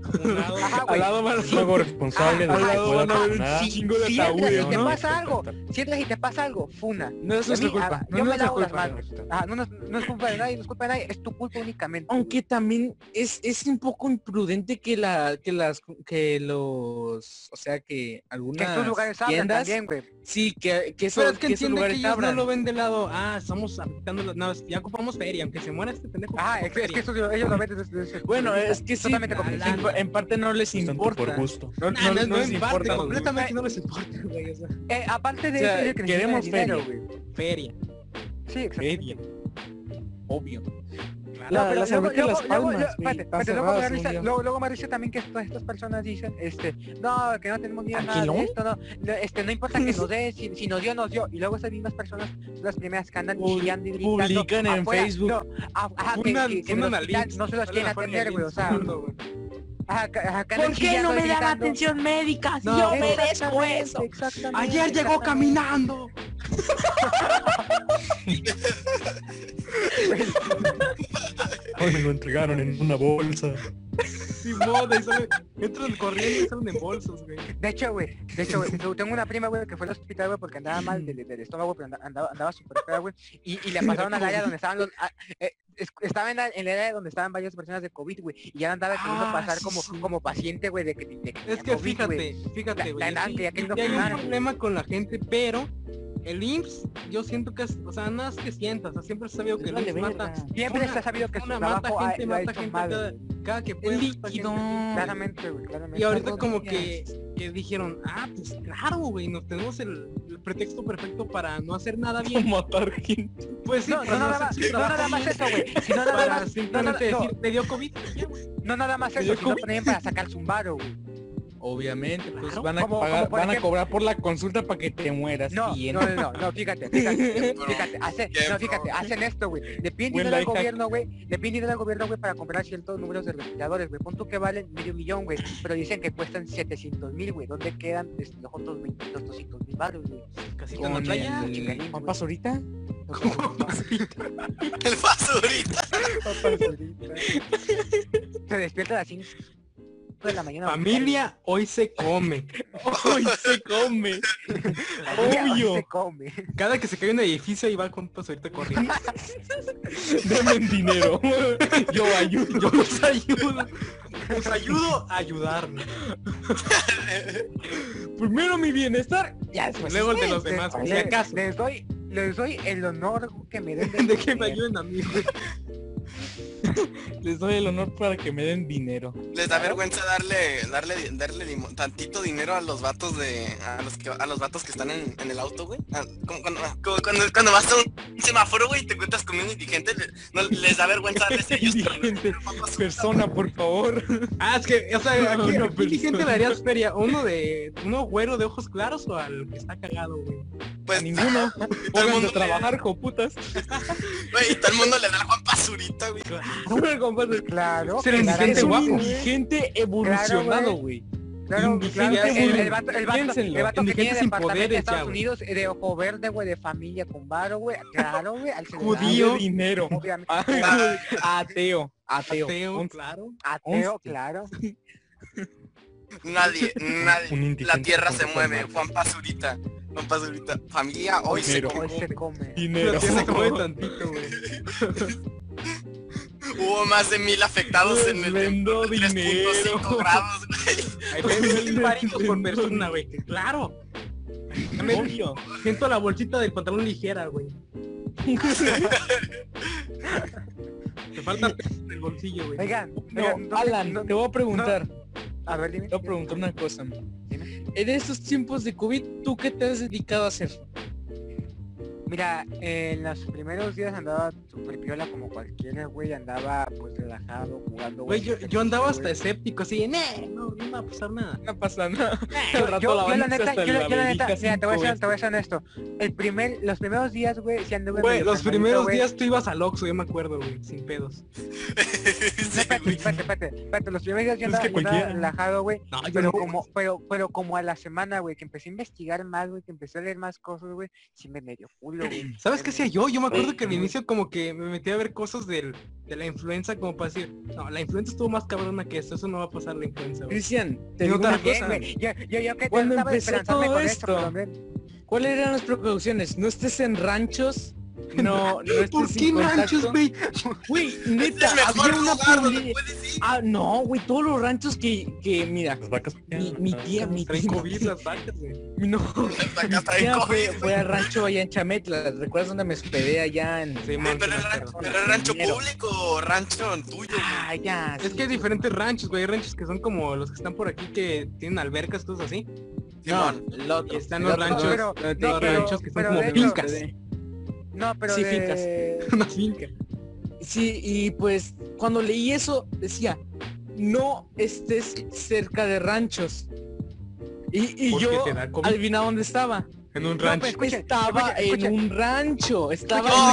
Speaker 1: Ajá,
Speaker 2: Al
Speaker 1: güey.
Speaker 2: lado van a-
Speaker 3: Luego responsable de
Speaker 1: Ajá,
Speaker 3: que
Speaker 1: ajá,
Speaker 3: pueda
Speaker 1: ajá.
Speaker 3: terminar.
Speaker 1: Si-
Speaker 3: Chingo de
Speaker 1: si entras
Speaker 3: ataúdes,
Speaker 1: y te
Speaker 3: ¿no?
Speaker 1: pasa algo, si entras y te pasa algo, funa.
Speaker 2: No
Speaker 1: A
Speaker 2: es
Speaker 1: mí,
Speaker 2: nuestra
Speaker 1: ah, yo
Speaker 2: culpa. No es
Speaker 1: me
Speaker 2: nuestra
Speaker 1: lavo las
Speaker 2: culpa.
Speaker 1: manos. Ajá, no, nos- no es culpa de nadie, no es culpa de nadie, es tu culpa únicamente. güey.
Speaker 4: Aunque también es, es un poco imprudente que la que las que los o sea que
Speaker 1: que en
Speaker 4: algunas
Speaker 1: tus lugares hablan
Speaker 4: tiendas
Speaker 1: también, güey.
Speaker 4: sí que que esos,
Speaker 2: Pero es que
Speaker 4: que esos
Speaker 2: entiende que
Speaker 4: lugares
Speaker 2: ellos
Speaker 4: abran.
Speaker 2: no lo ven de lado. Ah, estamos afectando las naves. Ya ocupamos feria, aunque se muera este pendejo.
Speaker 1: Ajá, Ah, es,
Speaker 2: ocupamos
Speaker 1: que- es que
Speaker 2: feria.
Speaker 1: eso, ellos lo venden desde, desde-
Speaker 4: Bueno,
Speaker 1: desde-
Speaker 4: es que sí,
Speaker 1: totalmente
Speaker 4: en,
Speaker 2: Ah.
Speaker 1: comprensible.
Speaker 4: en parte no les
Speaker 3: Tanto por
Speaker 4: importa.
Speaker 3: gusto.
Speaker 2: No, Ah, no, no,
Speaker 4: les
Speaker 2: en
Speaker 4: importa,
Speaker 2: parte,
Speaker 4: güey.
Speaker 2: completamente no les importa, güey. O sea,
Speaker 1: Eh, aparte de
Speaker 4: O sea,
Speaker 1: eso, yo que queremos
Speaker 4: queremos
Speaker 1: dinero,
Speaker 4: feria.
Speaker 1: güey.
Speaker 2: feria.
Speaker 1: Sí, exacto.
Speaker 3: Feria.
Speaker 4: obvio.
Speaker 1: No,
Speaker 4: La-
Speaker 1: pero
Speaker 4: las
Speaker 1: luego-
Speaker 4: albercas
Speaker 1: luego- luego-
Speaker 4: Las Palmas,
Speaker 1: yo-
Speaker 4: güey,
Speaker 1: espérate,
Speaker 4: están
Speaker 1: espérate, luego me da
Speaker 4: cerradas un
Speaker 1: risa-
Speaker 4: día.
Speaker 1: Luego luego me dice también que todas estas personas dicen, este, no, que no tenemos miedo a nada
Speaker 4: ¿Tranquilo?
Speaker 1: de esto, no, no, este, no importa que nos
Speaker 4: *laughs*
Speaker 1: dé, si, si nos dio, nos dio. Y luego esas mismas personas son las primeras que andan
Speaker 4: Pub-
Speaker 1: chillando y gritando.
Speaker 4: Publican en
Speaker 1: afuera,
Speaker 4: Facebook.
Speaker 1: No, a- ajá, que-
Speaker 2: Funan-
Speaker 1: que, que en el
Speaker 2: funan al
Speaker 1: hospital
Speaker 2: IMSS,
Speaker 1: no se las quieren atender, güey, o sea,
Speaker 2: No,
Speaker 1: ajá, que- ajá, que andan
Speaker 4: ¿Por qué no
Speaker 1: chillando y
Speaker 4: me dan
Speaker 1: gritando.
Speaker 4: atención médica? Si
Speaker 2: No,
Speaker 4: yo
Speaker 2: no.
Speaker 4: merezco
Speaker 1: Exactamente,
Speaker 4: eso.
Speaker 1: exactamente,
Speaker 2: Ayer llegó
Speaker 1: exactamente.
Speaker 2: caminando.
Speaker 3: Hoy me lo entregaron en una bolsa.
Speaker 2: Sin moda. Y salen, entran corriendo y salen en bolsos, güey.
Speaker 1: De hecho, güey, de hecho,
Speaker 2: *laughs*
Speaker 1: güey, yo tengo una prima, güey, que fue al hospital, güey, porque andaba mal del, del estómago, pero anda- andaba, andaba súper fea, güey, y, y la pasaron al área donde estaban los... a- eh, es- estaba en la, en la área donde estaban varias personas de COVID, güey, y ya andaba queriendo
Speaker 2: Ah,
Speaker 1: pasar
Speaker 2: sí,
Speaker 1: como,
Speaker 2: sí.
Speaker 1: como paciente, güey, de que, de que
Speaker 2: Es
Speaker 1: tenía
Speaker 2: que
Speaker 1: COVID, güey.
Speaker 2: fíjate, fíjate,
Speaker 1: La-
Speaker 2: güey.
Speaker 1: la-
Speaker 2: sí,
Speaker 1: que ya que no
Speaker 2: sí hay un
Speaker 1: fumaran.
Speaker 2: problema con la gente, pero el IMSS, yo siento que es, o sea, nada más que sientas, o sea, siempre he sabido que el
Speaker 4: Vale,
Speaker 2: IMSS mata
Speaker 4: verga.
Speaker 1: Pues Siempre
Speaker 2: Una-
Speaker 1: se ha sabido que su
Speaker 2: una mata
Speaker 1: trabajo ha,
Speaker 2: gente,
Speaker 1: lo ha
Speaker 2: mata
Speaker 1: hecho
Speaker 2: gente
Speaker 1: mal,
Speaker 2: cada-
Speaker 1: güey.
Speaker 2: cada que puede.
Speaker 4: El
Speaker 2: mata gente.
Speaker 4: líquido.
Speaker 1: Claramente, güey, claramente.
Speaker 2: Y ahorita
Speaker 4: Todos
Speaker 2: como
Speaker 4: los
Speaker 2: que,
Speaker 4: días.
Speaker 2: que dijeron, ah, pues claro, güey, nos tenemos el, el pretexto perfecto para no hacer nada
Speaker 1: *laughs*
Speaker 4: *laughs*
Speaker 2: bien.
Speaker 3: Matar gente.
Speaker 2: Pues sí,
Speaker 1: No,
Speaker 2: para
Speaker 1: no, nada más,
Speaker 2: hacer su
Speaker 1: no
Speaker 2: trabajo
Speaker 1: nada más
Speaker 2: bien,
Speaker 1: eso, güey. Si no nada
Speaker 2: Para
Speaker 1: más, no, no,
Speaker 2: simplemente
Speaker 1: no,
Speaker 2: decir, te dio COVID. y ya, pues, güey.
Speaker 1: no nada más eso, sino también para sacar su varo, güey.
Speaker 4: Obviamente, pues
Speaker 2: Claro.
Speaker 4: van a
Speaker 1: Como-
Speaker 4: pagar-
Speaker 1: como por
Speaker 4: van a
Speaker 1: ejemplo-
Speaker 4: cobrar por la consulta para que te mueras.
Speaker 1: No,
Speaker 4: bien.
Speaker 1: no, no, no, no, fíjate,
Speaker 2: *laughs*
Speaker 1: fíjate,
Speaker 5: Qué
Speaker 1: fíjate, hace-
Speaker 5: qué
Speaker 1: no, fíjate,
Speaker 5: pro.
Speaker 1: hacen esto, güey. Le piden
Speaker 3: Buen
Speaker 1: dinero al
Speaker 3: lifehack.
Speaker 1: gobierno, güey. Le piden dinero al gobierno, güey, para comprar ciertos números de respiradores, güey. Punto que valen medio millón, güey. Pero dicen que cuestan 700 mil, güey. ¿Dónde quedan este, los otros 20, los 200 mil baros, güey?
Speaker 2: Casita en la
Speaker 4: Con
Speaker 2: playa.
Speaker 4: el-
Speaker 1: chicanito,
Speaker 4: ¿Papas ahorita?
Speaker 1: No sé, güey.
Speaker 5: El basurita.
Speaker 2: *laughs*
Speaker 1: Se despierta a las 5 de la mañana.
Speaker 2: Familia, hoy se come. *laughs*
Speaker 3: Hoy se come.
Speaker 1: Familia, hoy
Speaker 3: obvio.
Speaker 1: Se come.
Speaker 2: Cada que se cae un edificio ahí va con un pasorito corriendo. *laughs*
Speaker 3: Dame dinero. *laughs* Yo ayudo.
Speaker 2: Yo los ayudo. Los ayudo a ayudarme.
Speaker 3: *laughs* Primero mi bienestar.
Speaker 1: Ya pues, después.
Speaker 2: Luego el de
Speaker 1: ustedes,
Speaker 2: los demás, por si
Speaker 1: les-
Speaker 2: acaso.
Speaker 1: Les doy, les doy el honor que me den
Speaker 2: *laughs* *laughs* De que me
Speaker 1: comer.
Speaker 2: ayuden a mí, güey.
Speaker 4: Les doy el honor para que me den dinero.
Speaker 5: *laughs* Les da vergüenza darle, darle, darle limo- tantito dinero a los vatos de, a los que, a los vatos que están en, en el auto, güey. Ah, como cuando, como cuando, cuando vas a un semáforo, güey, y te cuentas con un indigente, le- no, les da vergüenza
Speaker 3: *laughs*
Speaker 5: darles a ellos. pero-
Speaker 4: Indigente,
Speaker 5: pero papás,
Speaker 4: persona, por favor.
Speaker 2: Ah, es que, o sea, aquí,
Speaker 4: Una
Speaker 2: aquí gente le
Speaker 4: persona.
Speaker 2: harías feria, uno de, uno güero de ojos claros o al que está cagado, güey.
Speaker 5: pues,
Speaker 4: Ninguno.
Speaker 5: todo el
Speaker 4: Pónganse
Speaker 5: mundo
Speaker 4: a trabajar, joputas.
Speaker 5: güey, y todo el mundo le da la Juan Pazurita, güey.
Speaker 1: Claro,
Speaker 2: Ser indigente
Speaker 4: Es un
Speaker 2: guapo.
Speaker 4: indigente evolucionado, güey.
Speaker 1: ¿eh? Claro,
Speaker 4: Indigente,
Speaker 1: claro, el, el- el
Speaker 4: güey.
Speaker 1: vato, el vato,
Speaker 4: Piénsenlo.
Speaker 1: el vato que tiene
Speaker 2: Indigente
Speaker 1: departamento
Speaker 2: sin
Speaker 1: en
Speaker 2: poderes,
Speaker 1: Estados
Speaker 2: ya, güey.
Speaker 1: Unidos, eh, de ojo verde, güey, de familia con varo, güey, claro, güey, al que le
Speaker 4: Dale
Speaker 2: Judío.
Speaker 4: dinero.
Speaker 1: dan, obviamente,
Speaker 4: Ay, Ateo. Ateo.
Speaker 2: Ateo,
Speaker 4: Un-
Speaker 2: claro.
Speaker 1: ateo,
Speaker 4: Once.
Speaker 1: claro.
Speaker 5: Nadie,
Speaker 3: Un
Speaker 5: nadie.
Speaker 3: indigente
Speaker 5: La tierra se
Speaker 3: con
Speaker 5: mueve.
Speaker 3: reforma.
Speaker 5: Juan Pazurita. Juan Pazurita. Familia, hoy se
Speaker 3: Dinero.
Speaker 5: come.
Speaker 1: Hoy se come.
Speaker 3: Dinero.
Speaker 2: Pero sí
Speaker 3: *laughs*
Speaker 2: se come tantito, güey.
Speaker 5: Hubo más de mil afectados en el en
Speaker 4: Vendo
Speaker 5: 3.5
Speaker 4: dinero.
Speaker 5: grados, güey.
Speaker 2: Hay
Speaker 3: *laughs*
Speaker 2: mil parillos por persona, güey. Claro. Me
Speaker 4: Obvio.
Speaker 2: siento la bolsita del pantalón ligera, güey. Te falta en el bolsillo, güey.
Speaker 1: Oigan, oigan,
Speaker 4: No,
Speaker 1: no-
Speaker 4: Alan,
Speaker 1: no-
Speaker 4: te voy a preguntar.
Speaker 1: a ver, dime.
Speaker 4: Te voy a preguntar una cosa.
Speaker 1: Dime.
Speaker 4: En estos tiempos de COVID, ¿tú qué te has dedicado a hacer?
Speaker 1: Mira, en los primeros días andaba super piola como cualquiera, güey, andaba pues relajado, jugando,
Speaker 2: Güey, yo, yo andaba hasta
Speaker 1: güey.
Speaker 2: escéptico, así, "Nee, no, no me va a pasar nada.
Speaker 4: No pasa nada.
Speaker 1: Yo,
Speaker 4: Al rato
Speaker 1: yo-
Speaker 4: la
Speaker 1: yo la
Speaker 4: bañas
Speaker 1: neta,
Speaker 4: hasta
Speaker 1: yo la, yo la
Speaker 4: laberija
Speaker 1: neta, mira, te voy a
Speaker 4: cinco
Speaker 1: ser, te voy a ser honesto. El primer, los primeros días, güey, sí anduve
Speaker 2: Güey,
Speaker 1: medio
Speaker 2: los
Speaker 1: calmadito,
Speaker 2: primeros
Speaker 1: güey.
Speaker 2: días tú ibas al Oxxo, yo me acuerdo, güey, sin pedos.
Speaker 1: No, espérate, espérate, espérate, espérate, los primeros días yo
Speaker 3: Es
Speaker 1: andaba,
Speaker 3: que
Speaker 1: yo andaba
Speaker 3: cualquiera.
Speaker 1: relajado, güey,
Speaker 2: No, yo
Speaker 1: pero
Speaker 2: no.
Speaker 1: como, pero, pero como a la semana, güey, que empecé a investigar más, güey, que empecé a leer más cosas, güey, sí me medio culo, güey.
Speaker 2: *clears throat* ¿Sabes qué hacía yo? Yo me acuerdo que al
Speaker 1: Güey.
Speaker 2: inicio como que me metí a ver cosas del, de la influenza como para decir, no, la influenza estuvo más cabrona que esto, eso no va a pasar la influenza, güey.
Speaker 4: Cristian, te
Speaker 2: Yo
Speaker 4: digo una
Speaker 2: también,
Speaker 1: Bien,
Speaker 4: cosa.
Speaker 1: güey, Yo, yo, yo que
Speaker 4: Cuando
Speaker 1: trataba de
Speaker 4: empezó
Speaker 1: esperanzarme
Speaker 4: todo
Speaker 1: con esto,
Speaker 4: esto,
Speaker 1: pero, men,
Speaker 4: ¿Cuáles eran las precauciones? No estés en ranchos. No, no estés
Speaker 2: ¿Por
Speaker 4: sin
Speaker 2: qué
Speaker 4: contacto.
Speaker 2: manchas, güey?
Speaker 4: Güey,
Speaker 5: Es el
Speaker 4: neta,
Speaker 5: mejor
Speaker 4: había una
Speaker 5: lugar donde
Speaker 4: publi-
Speaker 5: puedes ir.
Speaker 4: Ah, no, güey, todos los ranchos que, que mira,
Speaker 3: Las vacas.
Speaker 4: mi, mi tía, mi
Speaker 2: Traen
Speaker 4: tía,
Speaker 2: COVID las vacas, güey.
Speaker 4: *laughs* no,
Speaker 5: Hasta
Speaker 4: mi
Speaker 5: acá está bien
Speaker 4: tía fue,
Speaker 5: COVID,
Speaker 4: fue al rancho allá en Chametla, ¿recuerdas dónde me hospedé allá en...?
Speaker 2: Sí,
Speaker 5: güey,
Speaker 2: man,
Speaker 5: Pero
Speaker 2: sí,
Speaker 5: el
Speaker 2: man,
Speaker 5: rancho,
Speaker 2: pero-
Speaker 5: pero el rancho
Speaker 4: Dinero.
Speaker 5: público o rancho tuyo, güey.
Speaker 4: Ah, ya,
Speaker 2: Es
Speaker 4: sí.
Speaker 2: que hay diferentes ranchos, güey. Hay ranchos que son como los que están por aquí que tienen albercas, cosas así.
Speaker 4: No,
Speaker 5: Simón.
Speaker 4: el otro.
Speaker 2: Y están
Speaker 4: el
Speaker 2: los
Speaker 4: otro,
Speaker 2: ranchos,
Speaker 4: el otro.
Speaker 1: pero-
Speaker 2: eh,
Speaker 1: no,
Speaker 2: los
Speaker 1: pero-
Speaker 2: ranchos que son
Speaker 1: pero
Speaker 2: como
Speaker 1: de hecho-
Speaker 2: fincas.
Speaker 1: no, pero
Speaker 4: Sí,
Speaker 1: *laughs* de...
Speaker 2: *laughs* Una finca.
Speaker 4: Sí, y pues cuando leí eso decía, no estés cerca de ranchos. Y, y
Speaker 2: Porque
Speaker 4: yo
Speaker 2: te da COVID.
Speaker 4: adivina dónde estaba.
Speaker 2: En un
Speaker 1: rancho.
Speaker 2: rancho.
Speaker 1: pues, escuchen,
Speaker 4: estaba
Speaker 1: escuchen, escuchen.
Speaker 4: en un rancho, estaba
Speaker 5: No,
Speaker 4: en
Speaker 5: no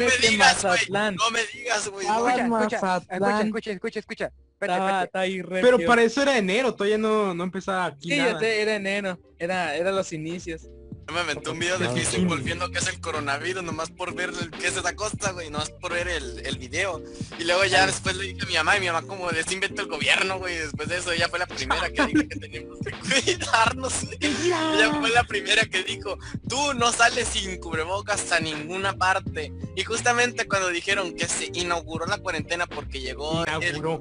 Speaker 5: me
Speaker 4: vacaciones en
Speaker 5: digas, güey.
Speaker 4: Mazatlán.
Speaker 5: No me digas, güey.
Speaker 4: Ah,
Speaker 5: no.
Speaker 4: bueno.
Speaker 1: Escucha, escucha, escucha,
Speaker 4: Mazatlán.
Speaker 1: escucha, escucha, escucha. Espérate,
Speaker 4: Estaba-
Speaker 1: espérate.
Speaker 4: está ahí re
Speaker 2: pero
Speaker 4: feo.
Speaker 2: para eso era enero, todavía no, no empezaba aquí
Speaker 4: Sí, ya
Speaker 2: nada.
Speaker 4: te- era enero, era, era los inicios.
Speaker 5: Yo me aventé un video de
Speaker 3: Ah,
Speaker 5: Facebook
Speaker 3: sí.
Speaker 5: volviendo que es el coronavirus, nomás por ver el- qué es esa cosa, güey, nomás por ver el, el video. Y luego ya después le dije a mi mamá, y mi mamá como, les inventó el gobierno, güey, después de eso ella fue la primera que dijo que teníamos que cuidarnos. *laughs* Ella fue la primera que dijo, tú no sales sin cubrebocas a ninguna parte. Y justamente cuando dijeron que se inauguró la cuarentena porque llegó el-
Speaker 2: Inauguró.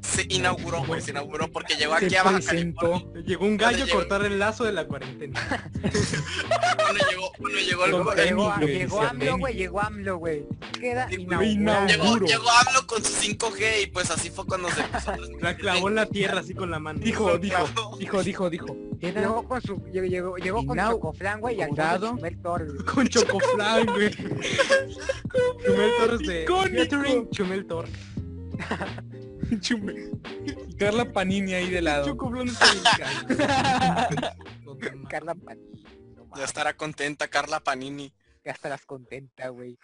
Speaker 5: se inauguró, güey, se inauguró porque llegó aquí
Speaker 4: Se
Speaker 5: abajo.
Speaker 4: presentó.
Speaker 2: Llegó un gallo a
Speaker 5: Llegó.
Speaker 2: cortar el lazo de la cuarentena.
Speaker 5: Cuando llegó, cuando llegó el
Speaker 4: Llegó-
Speaker 1: Llegó,
Speaker 5: gobierno.
Speaker 4: Denny, güey,
Speaker 1: llegó
Speaker 4: decía
Speaker 1: AMLO, güey, llegó AMLO, güey. Queda
Speaker 5: Güey,
Speaker 1: inaugurado.
Speaker 5: Llegó,
Speaker 4: Duro.
Speaker 5: llegó AMLO con su 5G y pues así fue cuando se empezó
Speaker 4: *laughs*
Speaker 5: a
Speaker 2: La clavó en la tierra así con la mano.
Speaker 4: Dijo, dijo, dijo, dijo, dijo. Era
Speaker 1: Llegó con su, llegó, llegó, llegó con
Speaker 4: Inau-
Speaker 1: su cofrán, güey, y al lado
Speaker 4: curado.
Speaker 1: de Chumel Torres, güey.
Speaker 2: Con chocoflan, güey. Chumel Torres de
Speaker 4: Icónico.
Speaker 2: featuring Chumel Torres.
Speaker 4: chumbe. Y Carla Panini ahí de lado.
Speaker 2: Chocoflan es
Speaker 1: *laughs*
Speaker 2: el gallo. No te mames.
Speaker 1: Carla Panini, no
Speaker 5: Ya
Speaker 1: mames,
Speaker 5: estará contenta Carla Panini.
Speaker 1: ya estarás contenta, güey.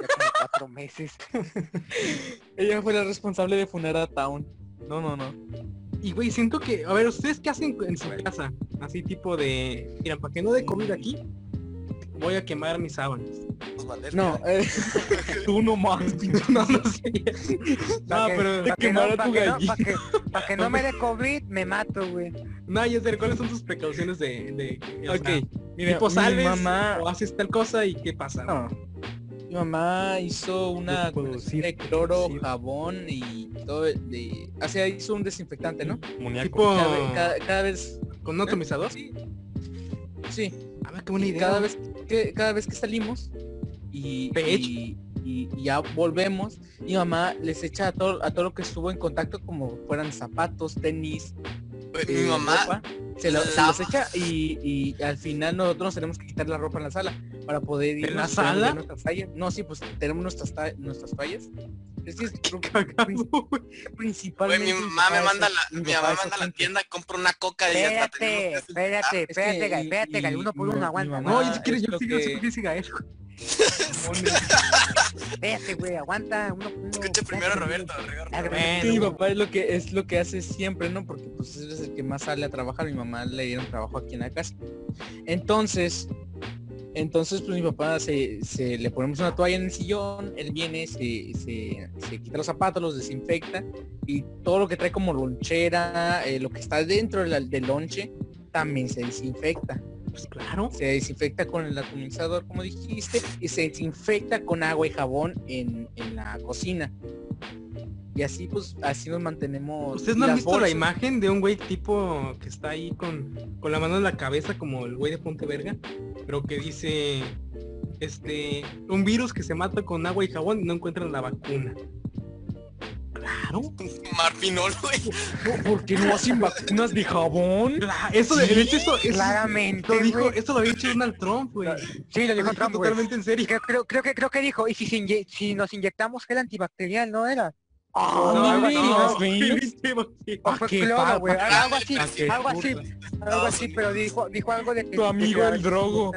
Speaker 1: Ya como cuatro meses.
Speaker 4: *laughs* Ella fue la responsable de Funera Town. No, no, no.
Speaker 2: Y güey, siento que, a ver, ¿ustedes qué hacen en su casa? Así tipo de, mira, para que no dé comida aquí, voy a quemar mis sábanas.
Speaker 5: Pues, Valeria.
Speaker 4: No, eh, tú nomás,
Speaker 2: *laughs*
Speaker 4: pinche.
Speaker 2: No, no
Speaker 4: *laughs*
Speaker 2: sé. No,
Speaker 1: Pa' que-
Speaker 2: pero,
Speaker 1: pa' que
Speaker 4: quemar
Speaker 1: no-
Speaker 4: a
Speaker 1: pa'
Speaker 4: tu
Speaker 1: que no- pa' que- pa' que no me dé COVID, me mato, güey.
Speaker 2: no, ya sé, ¿cuáles son tus precauciones de, de, o sea,
Speaker 4: Ok, mira,
Speaker 2: tipo
Speaker 4: mi
Speaker 2: sales
Speaker 4: mamá...
Speaker 2: o haces tal cosa y qué pasa?
Speaker 4: No. Mi mamá hizo una
Speaker 3: Yo puedo
Speaker 4: combinación de
Speaker 3: decir, yo puedo
Speaker 4: cloro,
Speaker 3: decir.
Speaker 4: jabón y todo de... O sea, hizo un desinfectante, ¿no?
Speaker 2: Tipo,
Speaker 3: Muñeco.
Speaker 4: Cada, vez, cada- cada vez,
Speaker 2: con un atomizador.
Speaker 4: sí,
Speaker 2: A ver, qué buena idea.
Speaker 4: cada vez que cada vez que salimos y,
Speaker 2: Pech.
Speaker 4: y- y, y ya volvemos. Y mamá les echa a todo, a todo lo que estuvo en contacto, como fueran zapatos, tenis,
Speaker 5: Güey,
Speaker 4: eh,
Speaker 5: Mi mamá,
Speaker 4: ropa, se, lo- se
Speaker 5: la-
Speaker 4: los echa y, y al final nosotros nos tenemos que quitar la ropa en la sala para poder ir
Speaker 2: la
Speaker 4: nos tenemos que
Speaker 2: sala?
Speaker 4: ir nuestras tallas. No, sí, pues tenemos nuestras, ta- nuestras tallas. Es
Speaker 2: *laughs*
Speaker 4: que es- creo que
Speaker 2: Cagado, güey.
Speaker 5: güey,
Speaker 4: principalmente
Speaker 5: mi mamá me
Speaker 4: papá
Speaker 5: manda a
Speaker 4: es-
Speaker 5: la, mi
Speaker 4: papá
Speaker 5: mamá
Speaker 4: es
Speaker 5: manda a la
Speaker 4: ausente.
Speaker 5: tienda, compra una coca y ya la tenemos
Speaker 1: Espérate,
Speaker 5: que
Speaker 1: espérate,
Speaker 5: hacer.
Speaker 4: Es que
Speaker 1: espérate, Gael,
Speaker 4: y-
Speaker 1: espérate, Gael,
Speaker 4: y-
Speaker 1: uno por
Speaker 4: y-
Speaker 1: uno
Speaker 4: y
Speaker 1: aguanta.
Speaker 4: mamá-
Speaker 2: *laughs* No,
Speaker 4: Ah,
Speaker 2: yo si quieres,
Speaker 4: es
Speaker 2: yo
Speaker 4: lo
Speaker 2: sí quiero
Speaker 4: que-
Speaker 2: yo sí quiero decir a él.
Speaker 5: *laughs*
Speaker 1: Espérate, güey, aguanta, uno por uno.
Speaker 5: Escucha primero a Roberto, Roberto.
Speaker 1: Ah,
Speaker 4: Es
Speaker 1: Roberto.
Speaker 4: que mi papá es lo que es lo que hace siempre, ¿no? Porque pues él es el que más sale a trabajar. Mi mamá le dieron trabajo aquí en la casa. Entonces, entonces pues mi papá se, se- le ponemos una toalla en el sillón, él viene, se, se- se quita los zapatos, los desinfecta y todo lo que trae como lonchera, eh, lo que está dentro de la- del lonche, también se desinfecta.
Speaker 2: *laughs* Pues claro.
Speaker 4: Se desinfecta con el atomizador, como dijiste, y se desinfecta con agua y jabón en, en la cocina. Y así pues, así nos mantenemos.
Speaker 2: ¿Ustedes
Speaker 4: y
Speaker 2: no han
Speaker 4: las
Speaker 2: visto la
Speaker 4: bolsas-
Speaker 2: imagen de un güey tipo que está ahí con, con la mano en la cabeza como el güey de Ponte Verga? Pero que dice este un virus que se mata con agua y jabón y no encuentran la vacuna. Claro.
Speaker 5: Marfinol,
Speaker 4: *laughs*
Speaker 5: güey.
Speaker 4: No, ¿Por qué no hacen vacunas de jabón?
Speaker 2: Cla- eso de, de hecho eso, eso-
Speaker 1: Claramente,
Speaker 2: lo dijo,
Speaker 1: güey.
Speaker 2: esto lo había dicho Donald Trump, güey.
Speaker 1: Sí, lo
Speaker 2: Lo
Speaker 1: dijo
Speaker 2: dijo
Speaker 1: Trump, güey.
Speaker 2: totalmente en
Speaker 1: Y
Speaker 2: serio.
Speaker 1: creo, creo, creo que creo que dijo, y si, se inye- si nos inyectamos gel antibacterial, ¿no era?
Speaker 4: Ah,
Speaker 2: No,
Speaker 4: no,
Speaker 2: güey,
Speaker 4: no,
Speaker 2: no,
Speaker 4: güey.
Speaker 2: pinche vacío.
Speaker 1: O fue
Speaker 4: qué
Speaker 1: cloro,
Speaker 4: pa-
Speaker 1: güey.
Speaker 5: pa-
Speaker 1: Algo así,
Speaker 5: pa-
Speaker 2: qué
Speaker 1: algo así,
Speaker 2: putas.
Speaker 1: algo así, pero dijo, dijo algo de que.
Speaker 4: Tu amigo
Speaker 1: que-
Speaker 4: el drogo.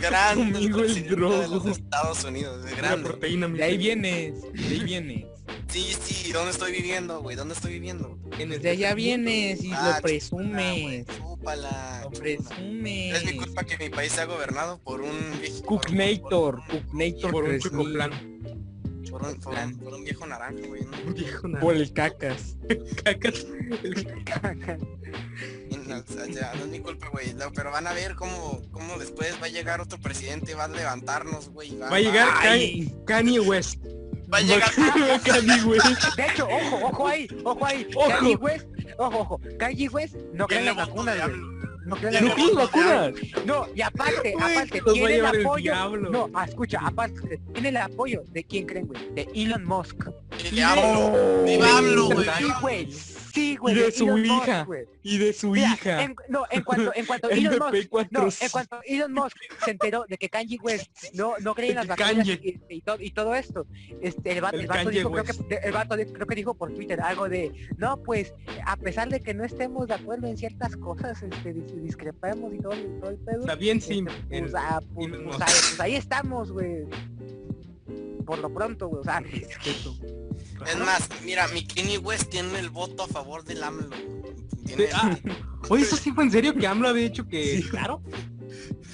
Speaker 5: Gran
Speaker 4: Conmigo el
Speaker 5: presidente de los
Speaker 4: drogo.
Speaker 5: Estados Unidos, es
Speaker 2: La
Speaker 5: grande.
Speaker 2: proteína, mi
Speaker 4: De ahí
Speaker 2: güey.
Speaker 4: vienes, de ahí vienes.
Speaker 5: Sí, sí, ¿dónde estoy viviendo, güey? ¿Dónde estoy viviendo?
Speaker 2: En el
Speaker 4: De allá
Speaker 2: tercer mundo.
Speaker 4: vienes y
Speaker 5: Ah,
Speaker 4: lo presumes.
Speaker 5: Chúpala,
Speaker 4: Lo
Speaker 5: güey, chúpala.
Speaker 4: presumes.
Speaker 5: Es mi culpa que mi país sea gobernado por un viejo.
Speaker 4: Cooknator,
Speaker 5: por un-
Speaker 4: Cooknator
Speaker 2: Por un
Speaker 1: Pues,
Speaker 4: Tres
Speaker 2: chico
Speaker 4: mil.
Speaker 2: plan.
Speaker 5: Por un, por un- por un viejo naranja, güey. ¿no?
Speaker 2: *laughs* Dijo una
Speaker 4: Por el cacas.
Speaker 2: caca.
Speaker 5: En- o sea, ya, no es mi culpa, güey. No, pero van a ver cómo, cómo después va a llegar otro presidente y va a levantarnos, güey.
Speaker 2: Va a llegar
Speaker 4: Ay.
Speaker 2: Kanye- Kanye West.
Speaker 5: Va a llegar.
Speaker 2: *laughs*
Speaker 5: *laughs*
Speaker 2: Kanye West.
Speaker 1: De hecho, ojo, ojo ahí, ojo ahí.
Speaker 4: Ojo.
Speaker 1: Kanye West, ojo, ojo. Kanye West no cree en las vacunas, güey. No cree en las
Speaker 4: ¿No quieres
Speaker 1: vacunas.
Speaker 4: vacunas?
Speaker 1: No, y aparte,
Speaker 2: Güey,
Speaker 1: aparte,
Speaker 2: los va a
Speaker 1: tiene el
Speaker 2: llevar el
Speaker 1: apoyo.
Speaker 2: diablo.
Speaker 1: No, ah, escucha, aparte, tiene el apoyo de quién creen, güey. De Elon Musk.
Speaker 5: Y le hablo. Y le hablo, güey.
Speaker 1: Sí, güey. Sí, güey.
Speaker 4: Y de
Speaker 1: de
Speaker 4: su
Speaker 1: Elon Musk,
Speaker 4: hija.
Speaker 1: güey.
Speaker 4: Y de su
Speaker 1: Mira,
Speaker 4: hija.
Speaker 1: en- no, en cuanto, en
Speaker 2: *laughs*
Speaker 1: cuanto Elon Musk No, en
Speaker 4: MP4.
Speaker 1: cuanto Elon Musk se enteró de que Kanye West no, no creía en las
Speaker 2: Que
Speaker 1: vacunas
Speaker 2: Kanye.
Speaker 1: y, y to- y todo esto, este, el, vato,
Speaker 2: El
Speaker 1: el vato
Speaker 2: Kanye
Speaker 1: dijo, creo
Speaker 2: West.
Speaker 1: que, el vato di- creo que dijo por Twitter algo de, no, pues a pesar de que no estemos de acuerdo en ciertas cosas, este, dis- discrepamos y todo, y todo el pedo,
Speaker 2: Está bien
Speaker 1: este,
Speaker 2: sim.
Speaker 1: pues,
Speaker 2: el-
Speaker 1: ah, pues,
Speaker 2: Elon
Speaker 1: pues,
Speaker 2: Musk.
Speaker 1: ahí, pues, ahí estamos, güey. Por lo pronto, güey, o sea,
Speaker 5: Es más, mira, mi Kenny West tiene el voto a favor del AMLO. Tiene-
Speaker 2: De- ah, Oye, eso sí fue en serio que AMLO había dicho que. claro.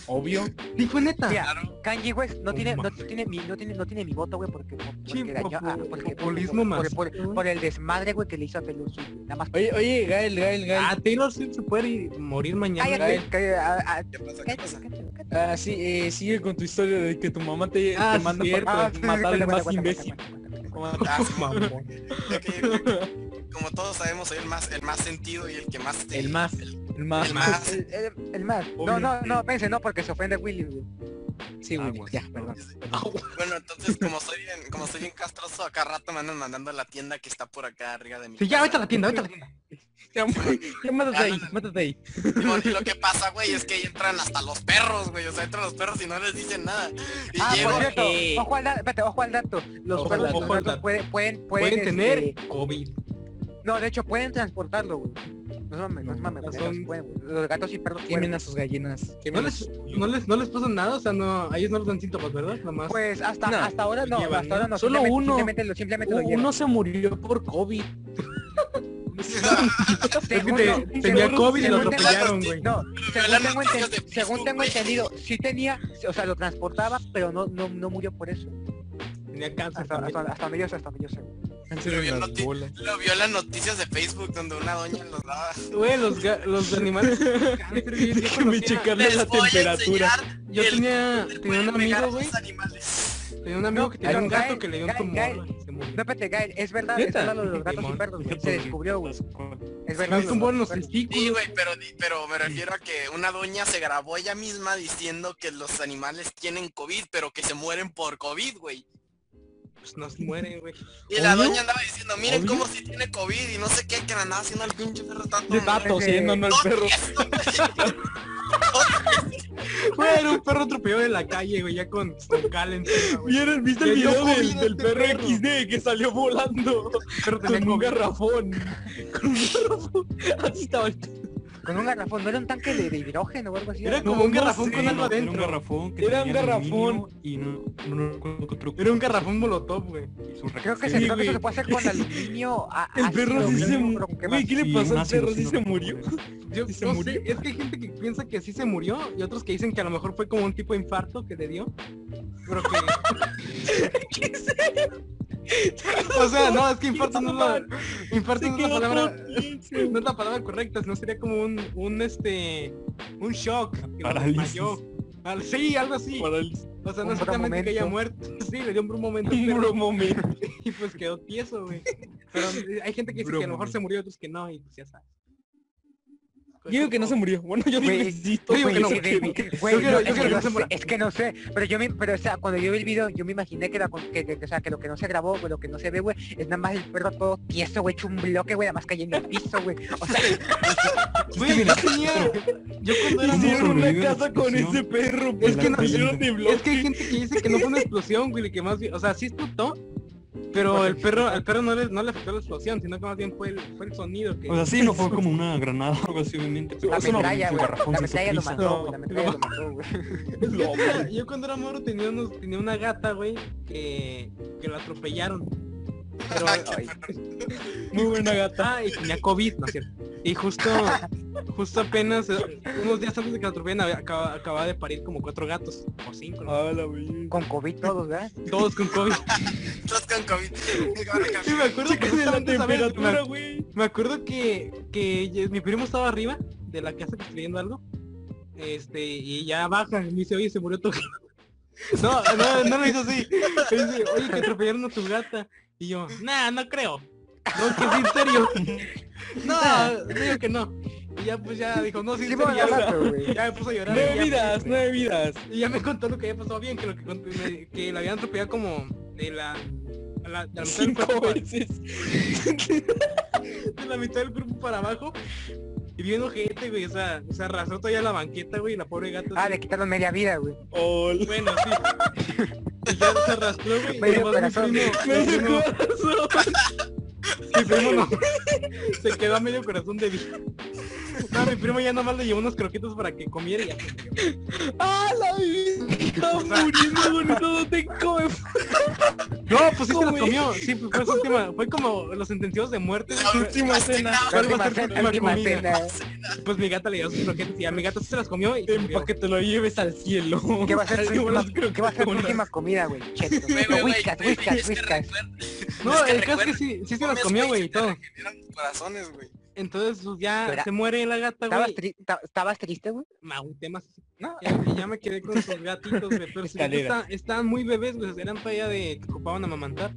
Speaker 4: Obvio.
Speaker 2: Sí, fue neta.
Speaker 1: Mira, Kanye West no
Speaker 2: Oh,
Speaker 1: tiene, no
Speaker 2: ma-
Speaker 1: tiene mi, no tiene, no tiene mi voto, güey, porque, por-
Speaker 2: Sí,
Speaker 1: porque dañó a-
Speaker 2: popu-
Speaker 1: porque-
Speaker 2: populismo
Speaker 1: por-
Speaker 2: más.
Speaker 1: por- por- por el desmadre, güey, que le hizo a Taylor Swift, güey, nada más.
Speaker 4: Oye, oye, Gael, Gael, Gael.
Speaker 2: ah, Taylor Swift se puede ir- morir mañana.
Speaker 1: Cállate,
Speaker 4: Gael.
Speaker 1: que- a- a-
Speaker 5: ¿Qué pasa?
Speaker 2: *laughs*
Speaker 5: ¿Qué
Speaker 1: cállate,
Speaker 5: pasa?
Speaker 1: cállate, cállate.
Speaker 4: Ah, sí, eh, sigue con tu historia de que tu mamá te,
Speaker 2: Ah,
Speaker 4: te manda
Speaker 2: cierto.
Speaker 4: para
Speaker 1: Ah, sí,
Speaker 4: matar al
Speaker 1: cuenta,
Speaker 4: más
Speaker 1: cuenta, cuenta,
Speaker 4: imbécil.
Speaker 1: cuenta, cuenta, cuenta, cuenta.
Speaker 4: Mamá,
Speaker 5: Ah, sí.
Speaker 4: mamón.
Speaker 5: Ya que- Como todos sabemos, soy el más, el más sentido y el que más... te-
Speaker 4: El más, el más.
Speaker 5: El más.
Speaker 1: El, el- el más.
Speaker 2: Obvio.
Speaker 1: No, no, no, pense, no, porque se ofende Willy, güey.
Speaker 4: Sí, güey,
Speaker 3: Aguas.
Speaker 4: ya, perdón.
Speaker 5: Bueno, entonces como soy bien, como soy bien castroso, acá rato me andan mandando a la tienda que está por acá arriba de mi.
Speaker 2: Sí, ya,
Speaker 5: casa.
Speaker 2: vete a la tienda, vete a la tienda.
Speaker 4: *laughs* Ya, Ah, güey, ya mátate ahí, mátate ahí.
Speaker 5: Simón, Y lo que pasa, güey, es que ahí entran hasta los perros, güey. O sea, entran los perros y no les dicen nada. Y
Speaker 1: Ah,
Speaker 5: llego
Speaker 1: por cierto,
Speaker 4: eh.
Speaker 1: ojo al dato, espérate, ojo al dato. Los
Speaker 4: Ojo
Speaker 1: perros-
Speaker 4: al
Speaker 1: los
Speaker 2: dato.
Speaker 1: perros pueden, pueden, pueden,
Speaker 2: Pueden tener
Speaker 1: este,
Speaker 2: COVID.
Speaker 1: No, de hecho, pueden transportarlo, güey. No mames, no
Speaker 2: No,
Speaker 1: mames,
Speaker 2: no
Speaker 1: los
Speaker 2: son-
Speaker 1: gatos pueden, güey. los gatos y perros
Speaker 4: Quemen
Speaker 1: pueden.
Speaker 4: a sus gallinas.
Speaker 2: No
Speaker 4: quemen a
Speaker 2: les,
Speaker 4: sus-
Speaker 2: no les, no les pasa nada, o sea, no, a ellos no les dan síntomas, ¿verdad? Nada más.
Speaker 1: Pues hasta,
Speaker 4: No,
Speaker 1: hasta ahora
Speaker 2: lo
Speaker 1: no,
Speaker 2: llevan,
Speaker 1: hasta ahora no.
Speaker 4: Solo
Speaker 1: simplemente-
Speaker 4: uno.
Speaker 1: Simplemente lo, simplemente lo
Speaker 4: U-
Speaker 1: llevan.
Speaker 4: Uno Uh, se murió por COVID.
Speaker 2: es que
Speaker 1: Según-
Speaker 2: te-
Speaker 1: no,
Speaker 2: tenía
Speaker 1: según-
Speaker 2: COVID y lo
Speaker 1: según tengo-
Speaker 2: atropellaron, güey.
Speaker 1: No, según
Speaker 5: las
Speaker 1: tengo,
Speaker 5: noticias
Speaker 1: enten-
Speaker 5: de Facebook,
Speaker 1: según tengo
Speaker 5: güey.
Speaker 1: entendido, sí tenía, o sea, lo transportaba, pero no, no, no murió por eso.
Speaker 2: Tenía cáncer.
Speaker 1: Hasta,
Speaker 2: también.
Speaker 1: hasta, hasta donde yo sé, hasta donde yo sé. güey.
Speaker 4: Cáncer
Speaker 5: Pero yo
Speaker 4: en
Speaker 5: no
Speaker 4: las
Speaker 5: te-
Speaker 4: bolas.
Speaker 5: lo vio en las noticias de Facebook donde una doña los daba.
Speaker 2: Güey, los, ga-
Speaker 1: *laughs*
Speaker 2: los animales. tenían cáncer, güey, yo
Speaker 4: Déjame
Speaker 2: conocía-
Speaker 4: checarle la temperatura.
Speaker 2: Yo
Speaker 5: el-
Speaker 2: tenía, tenía un amigo, güey.
Speaker 5: los animales.
Speaker 2: Tenía un amigo que tenía
Speaker 1: pero
Speaker 2: un gato
Speaker 1: Gael,
Speaker 2: que le dio un
Speaker 1: Gael,
Speaker 2: tumor.
Speaker 1: Gael.
Speaker 2: güey, y Se murió.
Speaker 1: No, espérate, Gael, es verdad, es
Speaker 4: ¿Neta?
Speaker 1: verdad lo de los gatos y
Speaker 2: Simón.
Speaker 1: perros, güey. Se descubrió, güey. Es
Speaker 2: Le dio
Speaker 1: verdad.
Speaker 2: un
Speaker 1: lo de
Speaker 2: tumor en
Speaker 1: los
Speaker 2: los
Speaker 1: perros.
Speaker 5: Sí,
Speaker 2: testículos.
Speaker 5: güey, pero, di- pero me refiero a que una doña se grabó ella misma diciendo que los animales tienen COVID, pero que se mueren por COVID, güey.
Speaker 2: pues nos mueren, güey.
Speaker 5: Y la
Speaker 4: ¿Obvio?
Speaker 5: doña andaba diciendo, miren
Speaker 4: ¿Obvio?
Speaker 5: cómo si tiene COVID y no sé qué, que la andaba haciendo el pinche perro tanto.
Speaker 4: De vato,
Speaker 1: Ese-
Speaker 4: siendo no el *laughs* perro.
Speaker 5: *laughs*
Speaker 2: Güey, era un perro atropellado en la calle, güey, ya con cal encima, güey.
Speaker 4: ¿Vieron? ¿Viste
Speaker 2: Que
Speaker 4: el video
Speaker 2: yo
Speaker 4: del,
Speaker 2: comí
Speaker 4: del
Speaker 2: este
Speaker 4: perro
Speaker 2: perro.
Speaker 4: XD que salió volando
Speaker 2: Pero tenía
Speaker 4: con un
Speaker 2: COVID.
Speaker 4: garrafón? Con un garrafón. Así estaba el perro.
Speaker 1: Con un garrafón, no era un tanque de, de hidrógeno o algo así.
Speaker 2: Era
Speaker 1: ¿no?
Speaker 2: como un
Speaker 4: no
Speaker 2: garrafón
Speaker 4: sé,
Speaker 2: con algo
Speaker 3: Era un
Speaker 2: adentro.
Speaker 3: garrafón que
Speaker 4: Era un
Speaker 3: tenía
Speaker 4: garrafón.
Speaker 3: aluminio Y no, no, no recuerdo qué otro.
Speaker 2: Era un garrafón molotov, güey.
Speaker 3: su
Speaker 1: Creo que,
Speaker 3: reacción.
Speaker 1: se, creo
Speaker 4: Sí,
Speaker 1: que eso
Speaker 4: güey.
Speaker 1: se puede hacer
Speaker 4: *laughs*
Speaker 1: con aluminio. a-
Speaker 3: Ah,
Speaker 4: El perro
Speaker 1: ácido,
Speaker 4: sí se
Speaker 1: creo,
Speaker 4: murió.
Speaker 1: creo que
Speaker 4: Güey,
Speaker 1: más.
Speaker 4: ¿qué le
Speaker 3: Sí,
Speaker 4: pasó
Speaker 3: un
Speaker 4: al
Speaker 3: ácido,
Speaker 4: perro?
Speaker 3: sí,
Speaker 4: Sí
Speaker 3: no
Speaker 4: se
Speaker 3: recuerdo
Speaker 4: murió. *laughs*
Speaker 3: cuál
Speaker 2: Yo
Speaker 4: ¿Y se
Speaker 2: no
Speaker 4: murió?
Speaker 2: sé, es que hay gente que piensa que sí se murió y otros que dicen que a lo mejor fue como un tipo de infarto que le dio. Pero que.
Speaker 4: *laughs*
Speaker 2: o sea, no, es que infarto no es la. Infarto
Speaker 4: Se
Speaker 2: no es la
Speaker 4: quedó
Speaker 2: palabra.
Speaker 4: todo *laughs*
Speaker 2: No es la palabra correcta, sino sería como un, un este. un shock. que lo
Speaker 3: Parálisis.
Speaker 2: desmayó. Al- sí, algo así.
Speaker 4: Para el
Speaker 2: O sea, no
Speaker 1: Un
Speaker 2: exactamente que haya
Speaker 1: bromomento.
Speaker 2: muerto. *laughs* Sí, le dio un buen momento. pero-
Speaker 4: un momento.
Speaker 2: *laughs* y pues quedó tieso, güey. Pero eh, hay gente que dice que a lo mejor se murió, otros que no, y pues ya sabes.
Speaker 4: Digo que no se murió. Bueno, yo digo
Speaker 1: Güey,
Speaker 4: que sí, todo
Speaker 2: digo que
Speaker 1: Güey,
Speaker 2: no,
Speaker 1: sí,
Speaker 4: eso
Speaker 1: de-
Speaker 4: que-
Speaker 1: güey,
Speaker 2: Yo creo-
Speaker 1: no,
Speaker 2: yo
Speaker 1: es
Speaker 2: creo
Speaker 1: que
Speaker 2: que
Speaker 1: no
Speaker 2: se
Speaker 1: sé,
Speaker 2: mora.
Speaker 1: es que no sé, pero yo me, pero o sea, cuando yo vi el video, yo me imaginé que, la con- que, que- que, o sea, que lo que no se grabó, güey, lo que no se ve, güey, es nada más el perro todo tieso, güey, hecho un bloque, güey, además cayendo al piso,
Speaker 2: *laughs*
Speaker 1: güey. O sea,
Speaker 4: *laughs*
Speaker 2: Güey, yo tenía... Yo cuando era
Speaker 3: Hicieron
Speaker 2: morro...
Speaker 3: una
Speaker 4: una
Speaker 3: sobrevivió a la
Speaker 4: casa con
Speaker 3: explosión.
Speaker 4: ese perro.
Speaker 2: Es
Speaker 4: pues,
Speaker 2: que
Speaker 4: la
Speaker 2: no-
Speaker 4: pusieron de bloque.
Speaker 2: Es que hay gente que dice que no fue una explosión, güey, y que más bien... O sea, sí explotó, pero el perro, al perro no le, no le afectó la explosión, sino que más bien fue el, fue el sonido que...
Speaker 3: O sea, sí, no fue como una granada o algo así, obviamente. Pero
Speaker 1: la
Speaker 3: eso no,
Speaker 1: metralla,
Speaker 3: su
Speaker 1: güey,
Speaker 3: garrafón
Speaker 1: la
Speaker 3: se
Speaker 1: metralla lo
Speaker 3: hizo prisa.
Speaker 1: mató, güey, la metralla lo mató, güey.
Speaker 2: *laughs* yo, tenía- yo cuando era morro tenía, unos- tenía una gata, güey, que, que la atropellaron. Pero,
Speaker 1: Ay,
Speaker 2: *laughs*
Speaker 4: Muy buena gata.
Speaker 2: Ah, y tenía COVID, ¿no es cierto? Y justo, justo apenas, eh, unos días antes de que la atropellen, había- acaba- acababa de parir como cuatro gatos, o cinco, ¿no?
Speaker 4: Ah, la belleza.
Speaker 1: Con COVID todos,
Speaker 2: *laughs*
Speaker 1: ¿verdad?
Speaker 2: todos con COVID.
Speaker 5: Estás con COVID. *laughs*
Speaker 2: Y me acuerdo que
Speaker 4: Casi la
Speaker 2: justamente esa vez, me,
Speaker 4: temperatura, güey.
Speaker 2: me acuerdo que, que ye- mi primo estaba arriba de la casa construyendo algo. Este, y ya baja, y me dice, oye, se murió tu gata. *laughs* No, no, no lo hizo así. Me dice, oye, que atropellaron a tu gata. Y yo, nah, no creo. No, que sí, en serio. No, digo que no. Y ya pues ya dijo, no, sí, en
Speaker 1: Sí, bueno,
Speaker 2: serio.
Speaker 1: rato, güey.
Speaker 2: Ya me puso a llorar. y
Speaker 4: Nueve
Speaker 2: ya- pues,
Speaker 4: vidas, nueve vidas.
Speaker 2: Y ya me contó lo que había pasado bien, que lo que cont- me- que la habían atropellado como de la, a la, de la mitad del
Speaker 4: Cinco
Speaker 2: cuerpo,
Speaker 4: veces.
Speaker 2: *laughs* de la mitad del cuerpo para abajo. Y bien ojete, güey. O sea, se arrasó todavía la banqueta, güey, y la pobre gata.
Speaker 1: Ah,
Speaker 2: así,
Speaker 1: le quitaron media vida, güey.
Speaker 4: Ol.
Speaker 2: Bueno, sí. Y ya se arrastró, güey. y
Speaker 1: Medio
Speaker 2: nomás
Speaker 1: corazón.
Speaker 2: Mi
Speaker 4: Me
Speaker 2: primo, mi
Speaker 4: dio
Speaker 2: primo,
Speaker 4: corazón.
Speaker 2: mi primo no- se quedó a medio corazón de vida. No, mi primo ya nomás le llevó unos croquetos para que comiera y ya. se murió.
Speaker 4: Ah, la belleza. Está muriendo bonito. No te come.
Speaker 2: No, pues sí se la
Speaker 4: Come.
Speaker 2: comió. Sí, pues fue su última. Fue como los sentenciados de muerte.
Speaker 5: La
Speaker 2: güey.
Speaker 5: última cena.
Speaker 1: La
Speaker 2: ¿Cuál va a
Speaker 1: última
Speaker 2: ser tu
Speaker 1: cena, la
Speaker 2: última
Speaker 1: última
Speaker 2: comida?
Speaker 1: cena.
Speaker 2: Pues mi gata le dio sus croquetas y a mi gata sí se las comió y se
Speaker 4: Ten
Speaker 2: murió.
Speaker 4: pa' que te lo lleves al cielo.
Speaker 1: ¿Qué va a
Speaker 2: *laughs*
Speaker 1: ser tu
Speaker 4: Algo
Speaker 1: última,
Speaker 4: más creo
Speaker 1: qué va a ser tu
Speaker 4: que no.
Speaker 1: última comida, güey? Cheto.
Speaker 5: Güey, güey, güey,
Speaker 1: Whiskas,
Speaker 5: güey, es
Speaker 1: whiskas,
Speaker 5: que
Speaker 1: whiskas.
Speaker 5: recuerda-
Speaker 2: No,
Speaker 5: Es que
Speaker 2: el caso es
Speaker 5: recuerda-
Speaker 2: que sí, sí se las
Speaker 5: comes,
Speaker 2: comió, güey, y
Speaker 5: se te
Speaker 2: todo.
Speaker 5: regeneran los corazones, güey.
Speaker 2: Entonces pues, ya
Speaker 1: Pero-
Speaker 2: se muere la gata,
Speaker 1: ¿Estabas,
Speaker 2: güey.
Speaker 1: tri- ta- estabas triste, güey?
Speaker 2: Me agüité más. No, ya, ya me quedé con sus gatitos, güey. Pero sus gatitos
Speaker 4: Escaleras.
Speaker 2: estaban, estaban muy bebés, güey. Eran todavía de que ocupaban amamantar.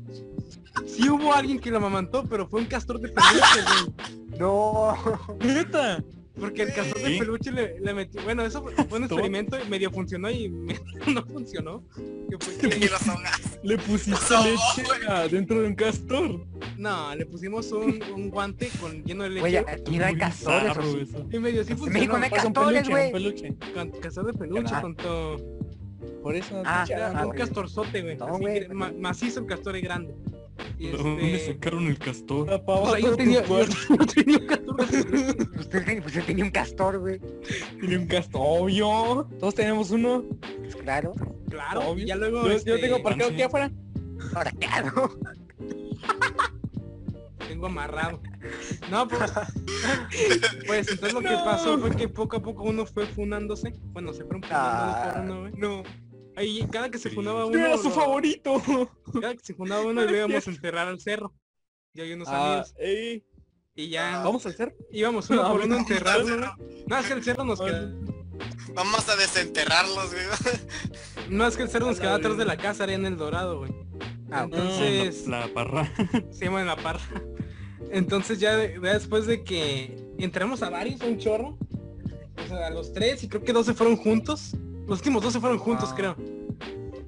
Speaker 2: Sí hubo alguien que la amamantó, pero fue un castor de peluche, güey.
Speaker 1: No.
Speaker 4: Neta.
Speaker 2: Porque el castor de
Speaker 3: Sí.
Speaker 2: peluche le, le metió. Bueno, eso fue, fue un experimento y medio funcionó y *laughs* me- no funcionó. Que fue que-
Speaker 5: Y los ahogaste.
Speaker 4: Le pusiste
Speaker 5: No,
Speaker 4: leche adentro de un castor.
Speaker 2: No, le pusimos un, un guante con lleno de leche.
Speaker 1: Güey, aquí no hay castores. o
Speaker 3: Bizarro
Speaker 1: sí.
Speaker 3: eso.
Speaker 2: Y medio sí
Speaker 1: En México
Speaker 2: funcionó.
Speaker 1: no hay
Speaker 4: Pasa un
Speaker 1: castores,
Speaker 4: peluche, un
Speaker 1: güey.
Speaker 4: peluche.
Speaker 2: Con cazador de peluche,
Speaker 1: Ah.
Speaker 2: tonto.
Speaker 4: Por eso no te
Speaker 1: Ah,
Speaker 4: echaron,
Speaker 1: ah,
Speaker 2: un
Speaker 1: ok.
Speaker 4: güey.
Speaker 2: castorzote, güey.
Speaker 1: No,
Speaker 2: así
Speaker 1: güey,
Speaker 2: que
Speaker 1: pero-
Speaker 2: ma- macizo el castor es grande. Y
Speaker 3: ¿Dónde
Speaker 2: este...
Speaker 3: sacaron el castor?
Speaker 4: Tapaba
Speaker 2: pues ahí
Speaker 4: todo
Speaker 2: yo
Speaker 4: tu
Speaker 2: tenía, yo,
Speaker 4: cuerpo.
Speaker 2: yo tenía un castor de peluche.
Speaker 1: Usted Pues, *laughs* tenía- usted tenía un castor, güey.
Speaker 4: Tiene un castor. Obvio. Todos tenemos uno.
Speaker 1: Pues claro.
Speaker 2: Claro,
Speaker 4: Obvio.
Speaker 2: y ya luego...
Speaker 4: Yo, yo
Speaker 2: este,
Speaker 4: tengo parqueado
Speaker 3: sí.
Speaker 4: aquí afuera.
Speaker 1: Ahora, claro.
Speaker 2: tengo amarrado. No, pues...
Speaker 4: *laughs*
Speaker 2: pues entonces lo que
Speaker 4: No.
Speaker 2: pasó fue que poco a poco uno fue funándose. Bueno, se fueron funando uno
Speaker 1: Ah.
Speaker 2: por uno, güey. No. Ahí, cada que se
Speaker 3: Sí.
Speaker 2: fundaba
Speaker 4: Yo
Speaker 2: uno...
Speaker 4: era su
Speaker 2: lo-
Speaker 4: favorito.
Speaker 2: Cada que
Speaker 4: *laughs*
Speaker 2: se fundaba uno, lo íbamos a enterrar al cerro. Yo y unos
Speaker 4: Ah,
Speaker 2: amigos.
Speaker 4: ey,
Speaker 2: Y ya
Speaker 4: Vamos a hacer.
Speaker 2: íbamos uno
Speaker 1: Ah,
Speaker 4: No,
Speaker 2: por uno a
Speaker 4: no.
Speaker 2: enterrarlo,
Speaker 4: *laughs*
Speaker 2: güey. No, es que el cerro nos quedó...
Speaker 5: Vamos a desenterrarlos, güey. *laughs*
Speaker 2: No, es que el cerro nos
Speaker 4: A la
Speaker 2: quedaba atrás de
Speaker 4: verga.
Speaker 2: la casa, era en el dorado, güey.
Speaker 1: Ah, ok.
Speaker 2: Entonces,
Speaker 3: La parra. *laughs*
Speaker 2: se llama en la parra. *laughs* Entonces ya, de- ya después de que entramos a varios, un chorro. O sea, a los tres y creo que dos se fueron juntos. Los últimos dos se fueron juntos,
Speaker 1: Ah.
Speaker 2: creo.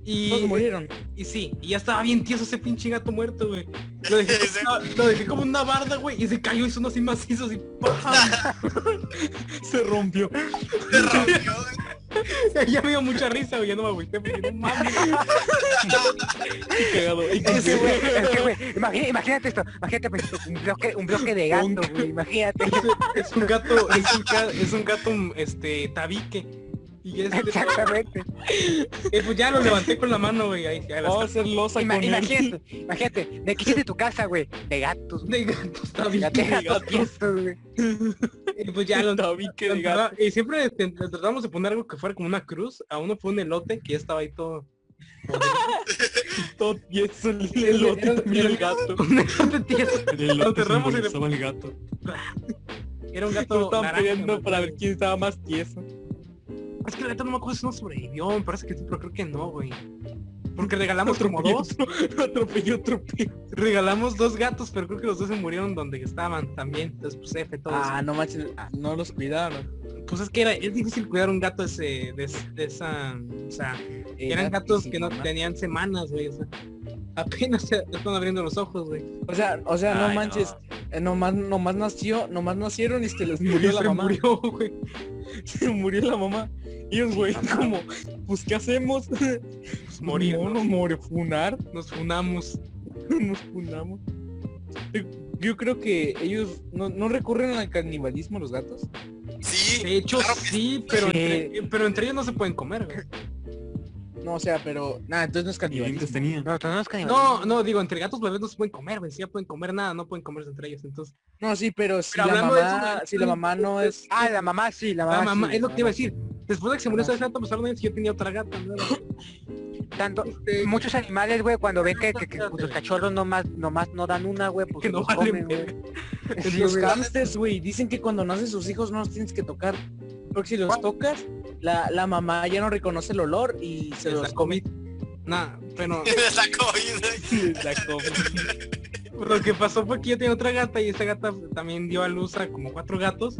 Speaker 2: Y,
Speaker 4: Todos murieron.
Speaker 2: y sí, y ya estaba bien tieso ese pinche gato muerto, güey. Lo dejé,
Speaker 5: Sí.
Speaker 2: como una, lo dejé como una barda, güey, y se cayó y sonó así macizos y ¡pam! *laughs*
Speaker 3: Se rompió.
Speaker 5: Se rompió, güey.
Speaker 2: ya me dio mucha risa, güey, ya no me agüité porque no mames. *laughs*
Speaker 3: Cagado. Y
Speaker 1: Es que, güey,
Speaker 2: *laughs*
Speaker 1: es que, güey, imagina- imagínate, esto, imagínate pues, un, bloque, un bloque de gato, güey,
Speaker 2: *laughs*
Speaker 1: imagínate.
Speaker 2: Es un gato, es un, ga- es un gato, este, tabique. Y este,
Speaker 1: Exactamente.
Speaker 2: eh, pues ya lo levanté con la mano, güey, ahí, ya las
Speaker 3: Vamos a hacer losa
Speaker 1: Ima-
Speaker 3: con él. *laughs*
Speaker 1: imagínate, imagínate, ¿de qué hiciste tu casa, güey? De gatos, güey.
Speaker 2: de gatos
Speaker 1: Ya
Speaker 2: tabique.
Speaker 1: te gatos tiesos, güey.
Speaker 2: Y pues ya
Speaker 3: *laughs*
Speaker 2: lo
Speaker 3: Tabique de
Speaker 2: Lo
Speaker 3: gato.
Speaker 2: enterra- Y siempre este, le tratamos de poner algo que fuera como una cruz. A uno fue un elote que ya estaba ahí todo. *laughs*
Speaker 3: Tot- Y es el elote
Speaker 2: Era-
Speaker 3: también
Speaker 2: era-
Speaker 3: el gato.
Speaker 2: Un elote tieso.
Speaker 3: *laughs* El elote
Speaker 2: enterramos y le-
Speaker 3: simbolizaba al gato.
Speaker 2: Era un
Speaker 3: *laughs* Lo
Speaker 2: gato.
Speaker 3: estaban
Speaker 2: naranja,
Speaker 3: peleando
Speaker 2: güey.
Speaker 3: para ver quién estaba más tieso. *laughs*
Speaker 2: Es que la neta no me acuerdo si no sobrevivió. Me parece que sí, pero creo que no, güey. Porque regalamos como
Speaker 3: Atropelló
Speaker 2: dos.
Speaker 3: otro, atropelló otro pie.
Speaker 2: Regalamos dos gatos, pero creo que los dos se murieron donde estaban también. Entonces, pues F todo
Speaker 4: Ah, no manches, ah, no los cuidaron.
Speaker 2: eso. Pues es que era, es difícil cuidar un gato ese, de, es- de esa. O sea,
Speaker 4: Eh,
Speaker 2: eran gatos que no
Speaker 4: tenían
Speaker 2: tenían semanas, güey. o sea, apenas se- están abriendo los ojos, güey.
Speaker 4: O sea, o sea, no
Speaker 5: Ay,
Speaker 4: manches, eh, nomás, nomás nació, nomás nacieron y se les
Speaker 2: Y
Speaker 4: murió la
Speaker 2: se
Speaker 4: mamá.
Speaker 2: murió, güey.
Speaker 3: Se murió la mamá. Y el güey como, pues ¿qué hacemos?
Speaker 2: Pues morir.
Speaker 3: Morir. No,
Speaker 2: ¿no?
Speaker 3: no, morir, funar.
Speaker 2: Nos funamos.
Speaker 3: Nos fundamos.
Speaker 4: Yo creo que ellos no, no recurren al canibalismo los gatos.
Speaker 5: Sí,
Speaker 2: De hecho,
Speaker 5: claro que
Speaker 2: sí, pero,
Speaker 1: Sí.
Speaker 2: Entre, pero entre ellos no se pueden comer, güey.
Speaker 4: No, o sea, pero nada, entonces no es
Speaker 3: Y dientes
Speaker 4: canibalismo.
Speaker 3: tenía.
Speaker 1: No, todos nos canibalizamos.
Speaker 2: No, no, digo, entre gatos bebés no se pueden comer, güey. Si ya pueden comer nada, no pueden comerse entre ellos. Entonces,
Speaker 4: No, sí, pero si
Speaker 2: Pero
Speaker 4: la
Speaker 2: hablando de
Speaker 4: mamá,
Speaker 2: eso,
Speaker 4: si la mamá no
Speaker 2: *laughs*
Speaker 4: es
Speaker 1: Ah, la mamá sí, la mamá.
Speaker 2: la mamá,
Speaker 1: sí,
Speaker 2: es lo que te iba a decir. Después de que se murió
Speaker 4: Ajá.
Speaker 2: esa gata, pasaron años y yo tenía otra gata,
Speaker 4: *laughs*
Speaker 2: ¿no?
Speaker 1: Tanto,
Speaker 2: Este,
Speaker 1: muchos animales, güey, cuando ven que, que, que sus cachorros nomás, nomás no dan una, güey, pues
Speaker 2: que no
Speaker 1: los
Speaker 2: valen
Speaker 1: comen, güey.
Speaker 2: verga.
Speaker 1: *laughs* Sí,
Speaker 4: los
Speaker 1: güey.
Speaker 4: hamsters, güey, dicen que cuando nacen sus hijos no los tienes que tocar, porque si los tocas, la, la mamá ya no reconoce el olor y se los
Speaker 2: Está
Speaker 4: come.
Speaker 2: COVID. Nah, pero
Speaker 5: Le sacó bien, güey.
Speaker 3: La comida.
Speaker 2: lo que pasó fue que yo tenía otra gata y esa gata también dio a luz a como cuatro gatos.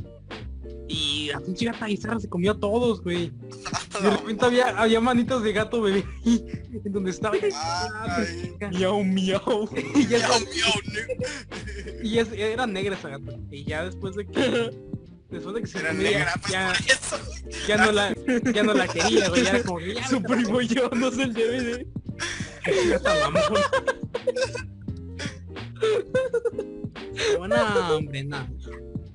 Speaker 2: Y la pinche gata Izarra se comió a todos, güey. Y de repente había, había manitos de gato bebé ahí, en donde estaba.
Speaker 5: Ay.
Speaker 3: Miau, miau.
Speaker 2: *laughs* Y ya
Speaker 5: Miau, miau, ne-
Speaker 2: Y es- era negra esa gata. Y ya después de que... Después de que se
Speaker 5: Era
Speaker 2: comió,
Speaker 5: negra, pues
Speaker 2: ya,
Speaker 5: por eso.
Speaker 1: pues.
Speaker 2: ya no la, ya no la quería, güey. Ya era como
Speaker 1: *laughs*
Speaker 2: que ya
Speaker 3: Su
Speaker 2: vete a la
Speaker 3: primo llevándose el DVD.
Speaker 2: gata, mamón. Pero no, hombre, no.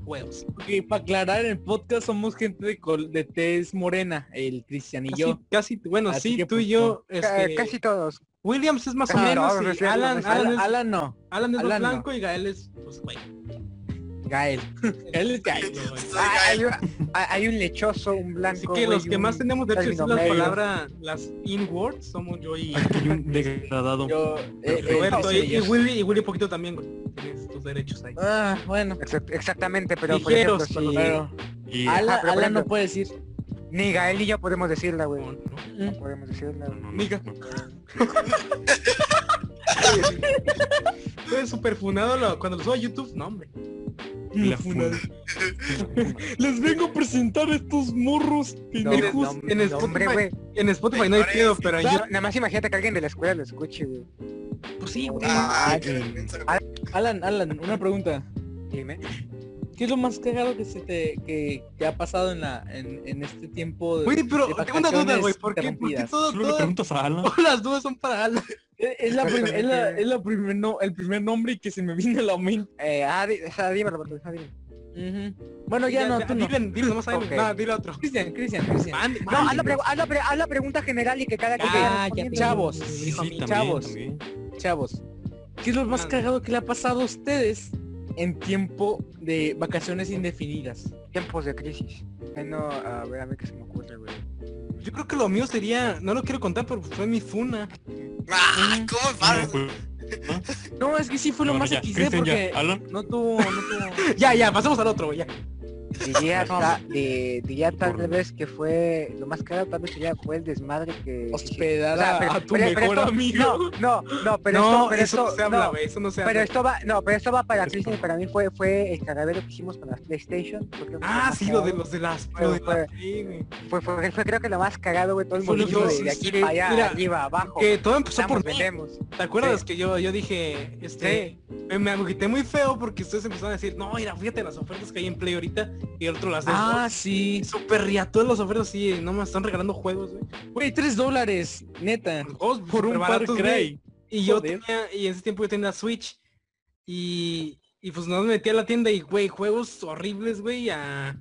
Speaker 2: Juegos.
Speaker 4: Porque para aclarar el podcast somos gente de, col de tez morena, el Cristian y
Speaker 2: Casi,
Speaker 4: yo.
Speaker 2: casi, bueno,
Speaker 4: Así
Speaker 2: ¿Ah, sí,
Speaker 4: que,
Speaker 2: tú
Speaker 4: pues,
Speaker 2: y yo,
Speaker 1: Ca-
Speaker 2: este,
Speaker 1: Casi todos.
Speaker 2: Williams es más o
Speaker 1: Ah,
Speaker 2: menos,
Speaker 1: no, no es
Speaker 2: y
Speaker 1: cierto, no
Speaker 2: Alan,
Speaker 1: es cierto.
Speaker 2: Alan,
Speaker 4: Alan,
Speaker 2: es-
Speaker 4: Alan no,
Speaker 2: Alan es más
Speaker 4: Alan no.
Speaker 2: blanco y Gael es, pues, güey.
Speaker 4: Gael. Él es Gael.
Speaker 5: Soy
Speaker 1: Ah,
Speaker 5: Gael.
Speaker 1: hay, un- ah, hay un lechoso, un
Speaker 2: Así
Speaker 1: blanco.
Speaker 2: que
Speaker 1: güey,
Speaker 2: los
Speaker 1: y
Speaker 2: que
Speaker 1: un-
Speaker 2: más tenemos derecho a decir las
Speaker 1: término medio.
Speaker 2: palabras, las in words, somos yo y
Speaker 3: Y un degradado.
Speaker 4: Yo, eh, eh,
Speaker 2: Roberto
Speaker 4: sí,
Speaker 2: y, y
Speaker 4: yo-
Speaker 2: Willy, y Willy poquito también, güey. Tienes tus derechos ahí.
Speaker 4: Ah, bueno.
Speaker 1: Exact- Exactamente, pero por
Speaker 2: Ligeros
Speaker 1: ejemplo,
Speaker 2: y-
Speaker 1: sí,
Speaker 4: Pero
Speaker 3: Y
Speaker 1: pero
Speaker 4: Ala,
Speaker 1: por
Speaker 4: Ala
Speaker 1: ejemplo-
Speaker 4: no puede decir.
Speaker 1: ni Gael ni yo podemos decirla, güey.
Speaker 2: No, no.
Speaker 1: No podemos decirla, güey.
Speaker 3: Miga.
Speaker 2: Fue súper funado lo- cuando lo subo a YouTube, no hombre.
Speaker 3: La funa. Les vengo a presentar a estos morros
Speaker 1: No,
Speaker 3: pendejos.
Speaker 1: no,
Speaker 2: en
Speaker 1: no,
Speaker 2: Spotify.
Speaker 1: hombre, güey.
Speaker 2: En Spotify no hay
Speaker 5: Señores,
Speaker 2: pedo, pero en
Speaker 1: Yo-
Speaker 2: YouTube,
Speaker 1: Nada más imagínate que alguien de la escuela lo escuche, güey.
Speaker 2: pues sí, güey.
Speaker 5: Ah,
Speaker 4: Ay,
Speaker 5: qué vergüenza, güey.
Speaker 4: Alan, Alan, una pregunta.
Speaker 1: Dime.
Speaker 4: ¿Qué es lo más cagado que se te, que te ha pasado en la en, en este tiempo de,
Speaker 2: Güey, pero
Speaker 4: de
Speaker 2: tengo una duda,
Speaker 4: vacaciones
Speaker 2: güey. ¿Por qué? ¿Por qué
Speaker 4: interrumpidas?
Speaker 2: todo-
Speaker 3: Solo le
Speaker 2: todas,
Speaker 3: preguntas a Alan.
Speaker 2: *laughs* todas las dudas son para Alan?
Speaker 4: Es, Eh, es la prim- es la- es la primer no- el primer nombre que se me vino a la mente.
Speaker 1: Eh, ah, di- o sea, dímelo, Roberto, ah, dime.
Speaker 4: Ujú. Bueno, ya, no, tú no.
Speaker 2: Dile, dile nomás a él.
Speaker 1: Ok.
Speaker 2: No, dile otro.
Speaker 4: Cristian, Cristian, Cristian.
Speaker 2: Mande,
Speaker 1: No, haz la,
Speaker 2: mande,
Speaker 1: pregu- haz la pre- haz la pregunta general y que cada quien vaya
Speaker 4: Cállate,
Speaker 1: respondiendo.
Speaker 4: chavos.
Speaker 3: Sí, sí,
Speaker 4: hijo mío.
Speaker 3: también,
Speaker 4: Chavos.
Speaker 3: también.
Speaker 4: Chavos, ¿qué es lo más
Speaker 2: Mande.
Speaker 4: cagado que le ha pasado a ustedes en tiempo de vacaciones indefinidas?
Speaker 1: Tiempos de crisis. Bueno, a ver, a ver qué se me ocurre, güey.
Speaker 2: Yo creo que lo mío sería, no lo quiero contar, pero fue mi funa. *laughs*
Speaker 5: Ah, ¿Cómo
Speaker 3: Ah,
Speaker 5: paras?
Speaker 3: güey.
Speaker 4: No, es que sí fue lo
Speaker 3: Bueno,
Speaker 4: más
Speaker 3: ya,
Speaker 4: XD
Speaker 3: Cristian, ya.
Speaker 4: porque
Speaker 3: Alan,
Speaker 4: no tuvo, no tuvo.
Speaker 2: Ya, ya, pasemos al otro, güey, ya.
Speaker 1: Diría, ta- de- diría tal vez que fue lo más caro, tal vez sería fue el desmadre que...
Speaker 4: Hospedar
Speaker 1: O sea,
Speaker 4: a-
Speaker 1: pero-
Speaker 4: a tu
Speaker 1: pero- pero
Speaker 4: mejor
Speaker 1: esto-
Speaker 4: amigo.
Speaker 1: No, no, no, pero esto,
Speaker 2: no,
Speaker 1: pero
Speaker 2: eso no
Speaker 1: esto-
Speaker 2: se
Speaker 1: no,
Speaker 2: habla, güey. Eso no se
Speaker 1: Pero
Speaker 2: habla.
Speaker 1: esto va, no, pero esto va para Cristian y para mí fue, fue el cagadero que hicimos con las PlayStation. porque fue
Speaker 2: Ah,
Speaker 1: más
Speaker 2: sí, lo de
Speaker 1: cagado.
Speaker 2: los de las.
Speaker 1: Pero
Speaker 2: Lo de
Speaker 1: fue-
Speaker 2: las sí, güey.
Speaker 1: Fue, fue- fue creo que lo más cagado, güey, todo el
Speaker 2: Fue
Speaker 1: mundo
Speaker 2: los
Speaker 1: de,
Speaker 2: dos,
Speaker 1: de aquí
Speaker 2: este,
Speaker 1: para allá,
Speaker 2: mira,
Speaker 1: arriba, abajo.
Speaker 2: Que todo empezó
Speaker 1: Estamos,
Speaker 2: por mí.
Speaker 1: vendemos.
Speaker 2: ¿Te acuerdas que yo, yo dije, este, me- me agüité muy feo porque ustedes empezaron a decir, no, mira, fíjate las ofertas que hay en Play ahorita y el otro las de
Speaker 4: Ah,
Speaker 2: Xbox".
Speaker 4: sí.
Speaker 2: Y Super riatón las ofertas, sí, no me están regalando juegos, güey.
Speaker 4: Güey, tres dólares, neta.
Speaker 2: Juegos
Speaker 4: Por un
Speaker 2: super
Speaker 4: par
Speaker 2: baratos, güey.
Speaker 4: Cry.
Speaker 2: Y yo
Speaker 4: Joder.
Speaker 2: tenía, y en ese tiempo yo tenía Switch y, y pues nos metí a la tienda y, güey, juegos horribles, güey, a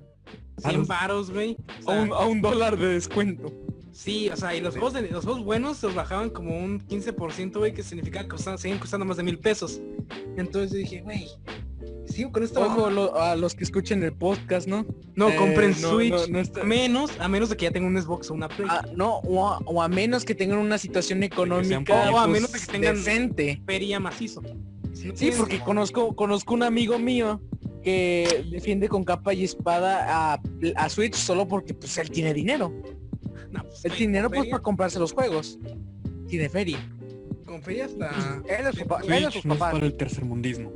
Speaker 2: 100
Speaker 3: los-
Speaker 2: varos, güey. O
Speaker 4: A
Speaker 2: sea,
Speaker 4: un, a un dólar de descuento.
Speaker 2: Sí, o sea, y los juegos, de- los juegos buenos se los bajaban como un 15%, güey, que significa que costaban- seguían costando más de mil pesos. Entonces yo dije, güey, sigo con esto.
Speaker 4: Ojo lo- a los que escuchen el podcast, ¿no?
Speaker 2: no,
Speaker 4: Eh,
Speaker 2: compren
Speaker 4: no,
Speaker 2: Switch.
Speaker 4: no, no está-
Speaker 2: a menos, a menos de que ya tenga un Xbox o una Play.
Speaker 4: Ah, no, o a, o a menos que tengan una situación económica
Speaker 2: pobres. O a
Speaker 4: pues,
Speaker 2: menos de que tengan-
Speaker 4: decente.
Speaker 2: Feria macizo. Si
Speaker 4: Sí,
Speaker 2: no tienes-
Speaker 4: porque conozco conozco un amigo mío que defiende con capa y espada a, a Switch solo porque pues él tiene dinero.
Speaker 2: no, pues,
Speaker 4: El
Speaker 2: güey,
Speaker 4: dinero
Speaker 2: con
Speaker 4: pues
Speaker 2: feria-
Speaker 4: para comprarse los juegos. Tiene feria.
Speaker 2: Con feria hasta...
Speaker 1: Él o su papá, él o sus
Speaker 3: Switch no es
Speaker 1: papás.
Speaker 3: para el tercermundismo.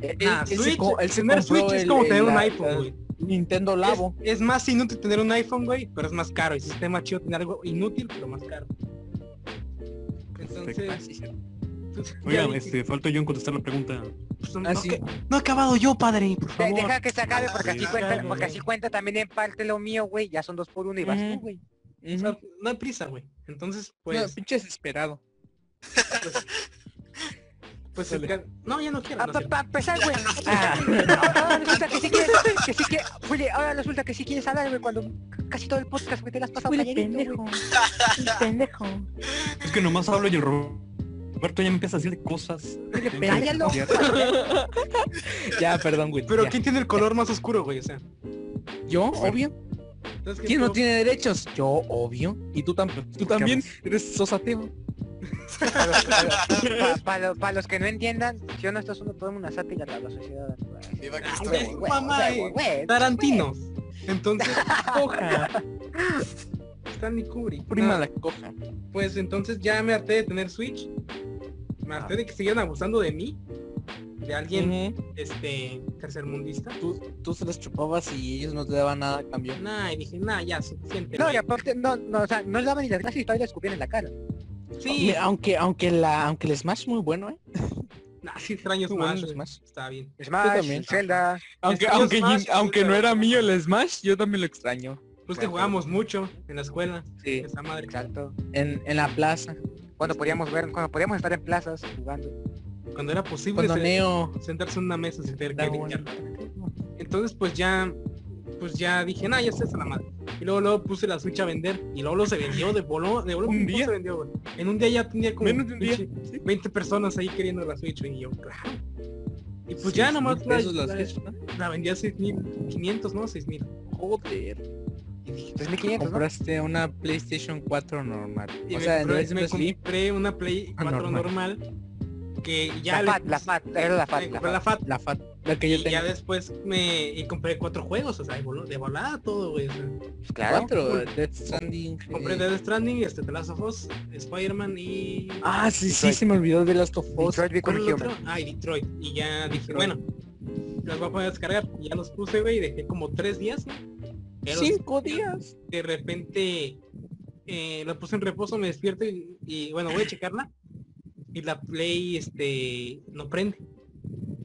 Speaker 4: Él-
Speaker 2: Ah,
Speaker 4: él se
Speaker 2: Switch,
Speaker 4: co- él se
Speaker 2: tener
Speaker 4: compró
Speaker 2: Switch es
Speaker 4: el-
Speaker 2: como
Speaker 4: el-
Speaker 2: tener un
Speaker 4: la-
Speaker 2: iPhone,
Speaker 4: la
Speaker 2: güey.
Speaker 4: Nintendo Labo.
Speaker 2: Es, es más inútil tener un iPhone, güey, pero es más caro. El sistema chido tener algo inútil, pero más caro. Entonces...
Speaker 3: Oigan,
Speaker 2: pues, *laughs* ya-
Speaker 3: este, falto yo en contestar la pregunta.
Speaker 2: Pues, no,
Speaker 4: Ah,
Speaker 2: no
Speaker 4: sí.
Speaker 2: que- no he acabado yo, padre, por
Speaker 1: De-
Speaker 2: favor.
Speaker 1: Deja que se acabe porque así
Speaker 3: Sí,
Speaker 1: cuenta,
Speaker 2: claro,
Speaker 1: porque
Speaker 2: güey.
Speaker 1: así cuenta también en parte lo mío, güey. Ya son dos por uno y vas tú,
Speaker 4: Ujú.
Speaker 1: güey.
Speaker 2: O
Speaker 4: Ujú.
Speaker 2: sea, no hay prisa, güey. Entonces,
Speaker 4: No,
Speaker 2: pues,
Speaker 4: pinche desesperado.
Speaker 2: pues el
Speaker 4: dale.
Speaker 2: ca- no, ya no quiero. no quiero.
Speaker 1: Para empezar, güey.
Speaker 4: Ah.
Speaker 1: Ahora resulta que sí quieres, que sí que, oye, ahora resulta que sí quieres hablar, güey, cuando casi todo el podcast, güey, te las pasas *laughs*
Speaker 6: pendejo.
Speaker 3: Es que nomás hablo y el Ro- Roberto ya me empieza a decir cosas.
Speaker 1: Cállalo.
Speaker 4: *laughs* ya, perdón, güey.
Speaker 2: Pero
Speaker 4: ya.
Speaker 2: ¿quién tiene el color más oscuro, güey? O sea,
Speaker 4: Yo, obvio.
Speaker 2: ¿sabes qué?
Speaker 4: ¿Quién no
Speaker 2: Yo-
Speaker 4: tiene derechos? Yo, obvio. Y tú, tam- tú también eres sos ateo.
Speaker 1: Para los que no entiendan, yo no estoy haciendo todo una sátira a la sociedad actual.
Speaker 5: Viva
Speaker 1: Ah,
Speaker 5: Cristo.
Speaker 1: güey,
Speaker 2: Ay,
Speaker 1: güey,
Speaker 2: mamá,
Speaker 1: güey,
Speaker 2: eh,
Speaker 1: güey,
Speaker 2: Tarantino.
Speaker 4: Pues.
Speaker 2: Entonces,
Speaker 4: *laughs* Coja.
Speaker 2: Stanley Kubrick.
Speaker 4: Prima
Speaker 2: No,
Speaker 4: la coja.
Speaker 2: pues entonces ya me harté de tener Switch. Me harté de que siguieran abusando de mí. De alguien,
Speaker 4: Ujú.
Speaker 2: este, tercermundista.
Speaker 4: tú, tú se las chupabas y ellos no te daban nada a cambio.
Speaker 2: Nah, y dije, nah, ya, suficiente.
Speaker 1: No,
Speaker 2: güey.
Speaker 1: y aparte, no, no, o sea, no le daban ni las gracias y todavía le escupían en la cara.
Speaker 2: Sí,
Speaker 4: Aunque- Aunque, aunque la, aunque el Smash muy bueno, eh.
Speaker 2: nah, sí extraño
Speaker 4: Muy bueno
Speaker 2: Smash,
Speaker 4: el
Speaker 2: güey.
Speaker 4: Smash.
Speaker 2: Está bien.
Speaker 1: Smash,
Speaker 4: también.
Speaker 1: Zelda.
Speaker 4: Aunque,
Speaker 2: Extraño
Speaker 4: aunque,
Speaker 2: Smash,
Speaker 4: Jin- aunque
Speaker 2: pero-
Speaker 4: no era mío el Smash, yo también lo extraño.
Speaker 2: Pues que jugábamos mucho en la escuela.
Speaker 4: Sí.
Speaker 2: Esa madre.
Speaker 1: Exacto.
Speaker 4: En, en la plaza.
Speaker 1: Cuando podíamos ver, cuando podíamos estar en plazas jugando.
Speaker 2: Cuando era posible
Speaker 4: Cuando
Speaker 2: se-
Speaker 4: Neo.
Speaker 2: sentarse en una mesa sin tener que
Speaker 4: Da un-
Speaker 2: limpiarla. Entonces pues ya pues ya dije, nah, ya está esa la madre. Y luego luego puse la Switch a vender y luego, luego se vendió de voló, de voló
Speaker 3: Un
Speaker 2: pum, pum,
Speaker 3: día.
Speaker 2: se vendió, güey. En un día ya tenía como
Speaker 3: Menos de un día.
Speaker 2: 20 personas ahí queriendo la Switch güey, y yo, claro. Y pues ya nomás la,
Speaker 4: Esos las
Speaker 2: la-
Speaker 4: Switch, ¿no?
Speaker 2: la vendí a 6500, ¿no? 6000.
Speaker 4: Joder.
Speaker 2: Y dije,
Speaker 1: 3500, ¿no?
Speaker 4: Compraste una PlayStation 4 normal.
Speaker 2: y
Speaker 4: o
Speaker 2: me,
Speaker 4: sea, en
Speaker 2: compré,
Speaker 4: vez de
Speaker 2: me
Speaker 4: una Slim.
Speaker 2: compré una Play
Speaker 4: Ah,
Speaker 2: 4
Speaker 4: normal.
Speaker 2: normal. que
Speaker 1: La
Speaker 2: ya le
Speaker 1: FAT, la
Speaker 2: puse-
Speaker 1: FAT, era la FAT.
Speaker 2: me
Speaker 1: la
Speaker 2: compré la
Speaker 1: FAT.
Speaker 2: FAT.
Speaker 4: La fat, la que
Speaker 2: Y
Speaker 4: yo tengo.
Speaker 2: ya después me y compré cuatro juegos, o sea, de vol- de volada todo, güey. o sea.
Speaker 1: Pues, Claro.
Speaker 4: Cuatro, Death Stranding.
Speaker 2: Compré
Speaker 4: eh,
Speaker 2: Dead Stranding, este, The Last of Us, Spider-Man y...
Speaker 4: Ah, sí, sí,
Speaker 1: Detroit.
Speaker 4: se me olvidó de Last of
Speaker 1: Detroit
Speaker 4: Us.
Speaker 2: ¿cuál
Speaker 1: Become
Speaker 2: era el
Speaker 1: Human.
Speaker 2: otro? Ah, y Detroit. Y ya dije,
Speaker 4: Detroit.
Speaker 2: bueno, los voy a poder descargar. Y ya los puse, güey, y dejé como tres días, ¿no? Ya los-
Speaker 4: Cinco días.
Speaker 2: De repente, eh, la puse en reposo, me despierto y, y, bueno, voy a checarla. Y la Play, este, no prende.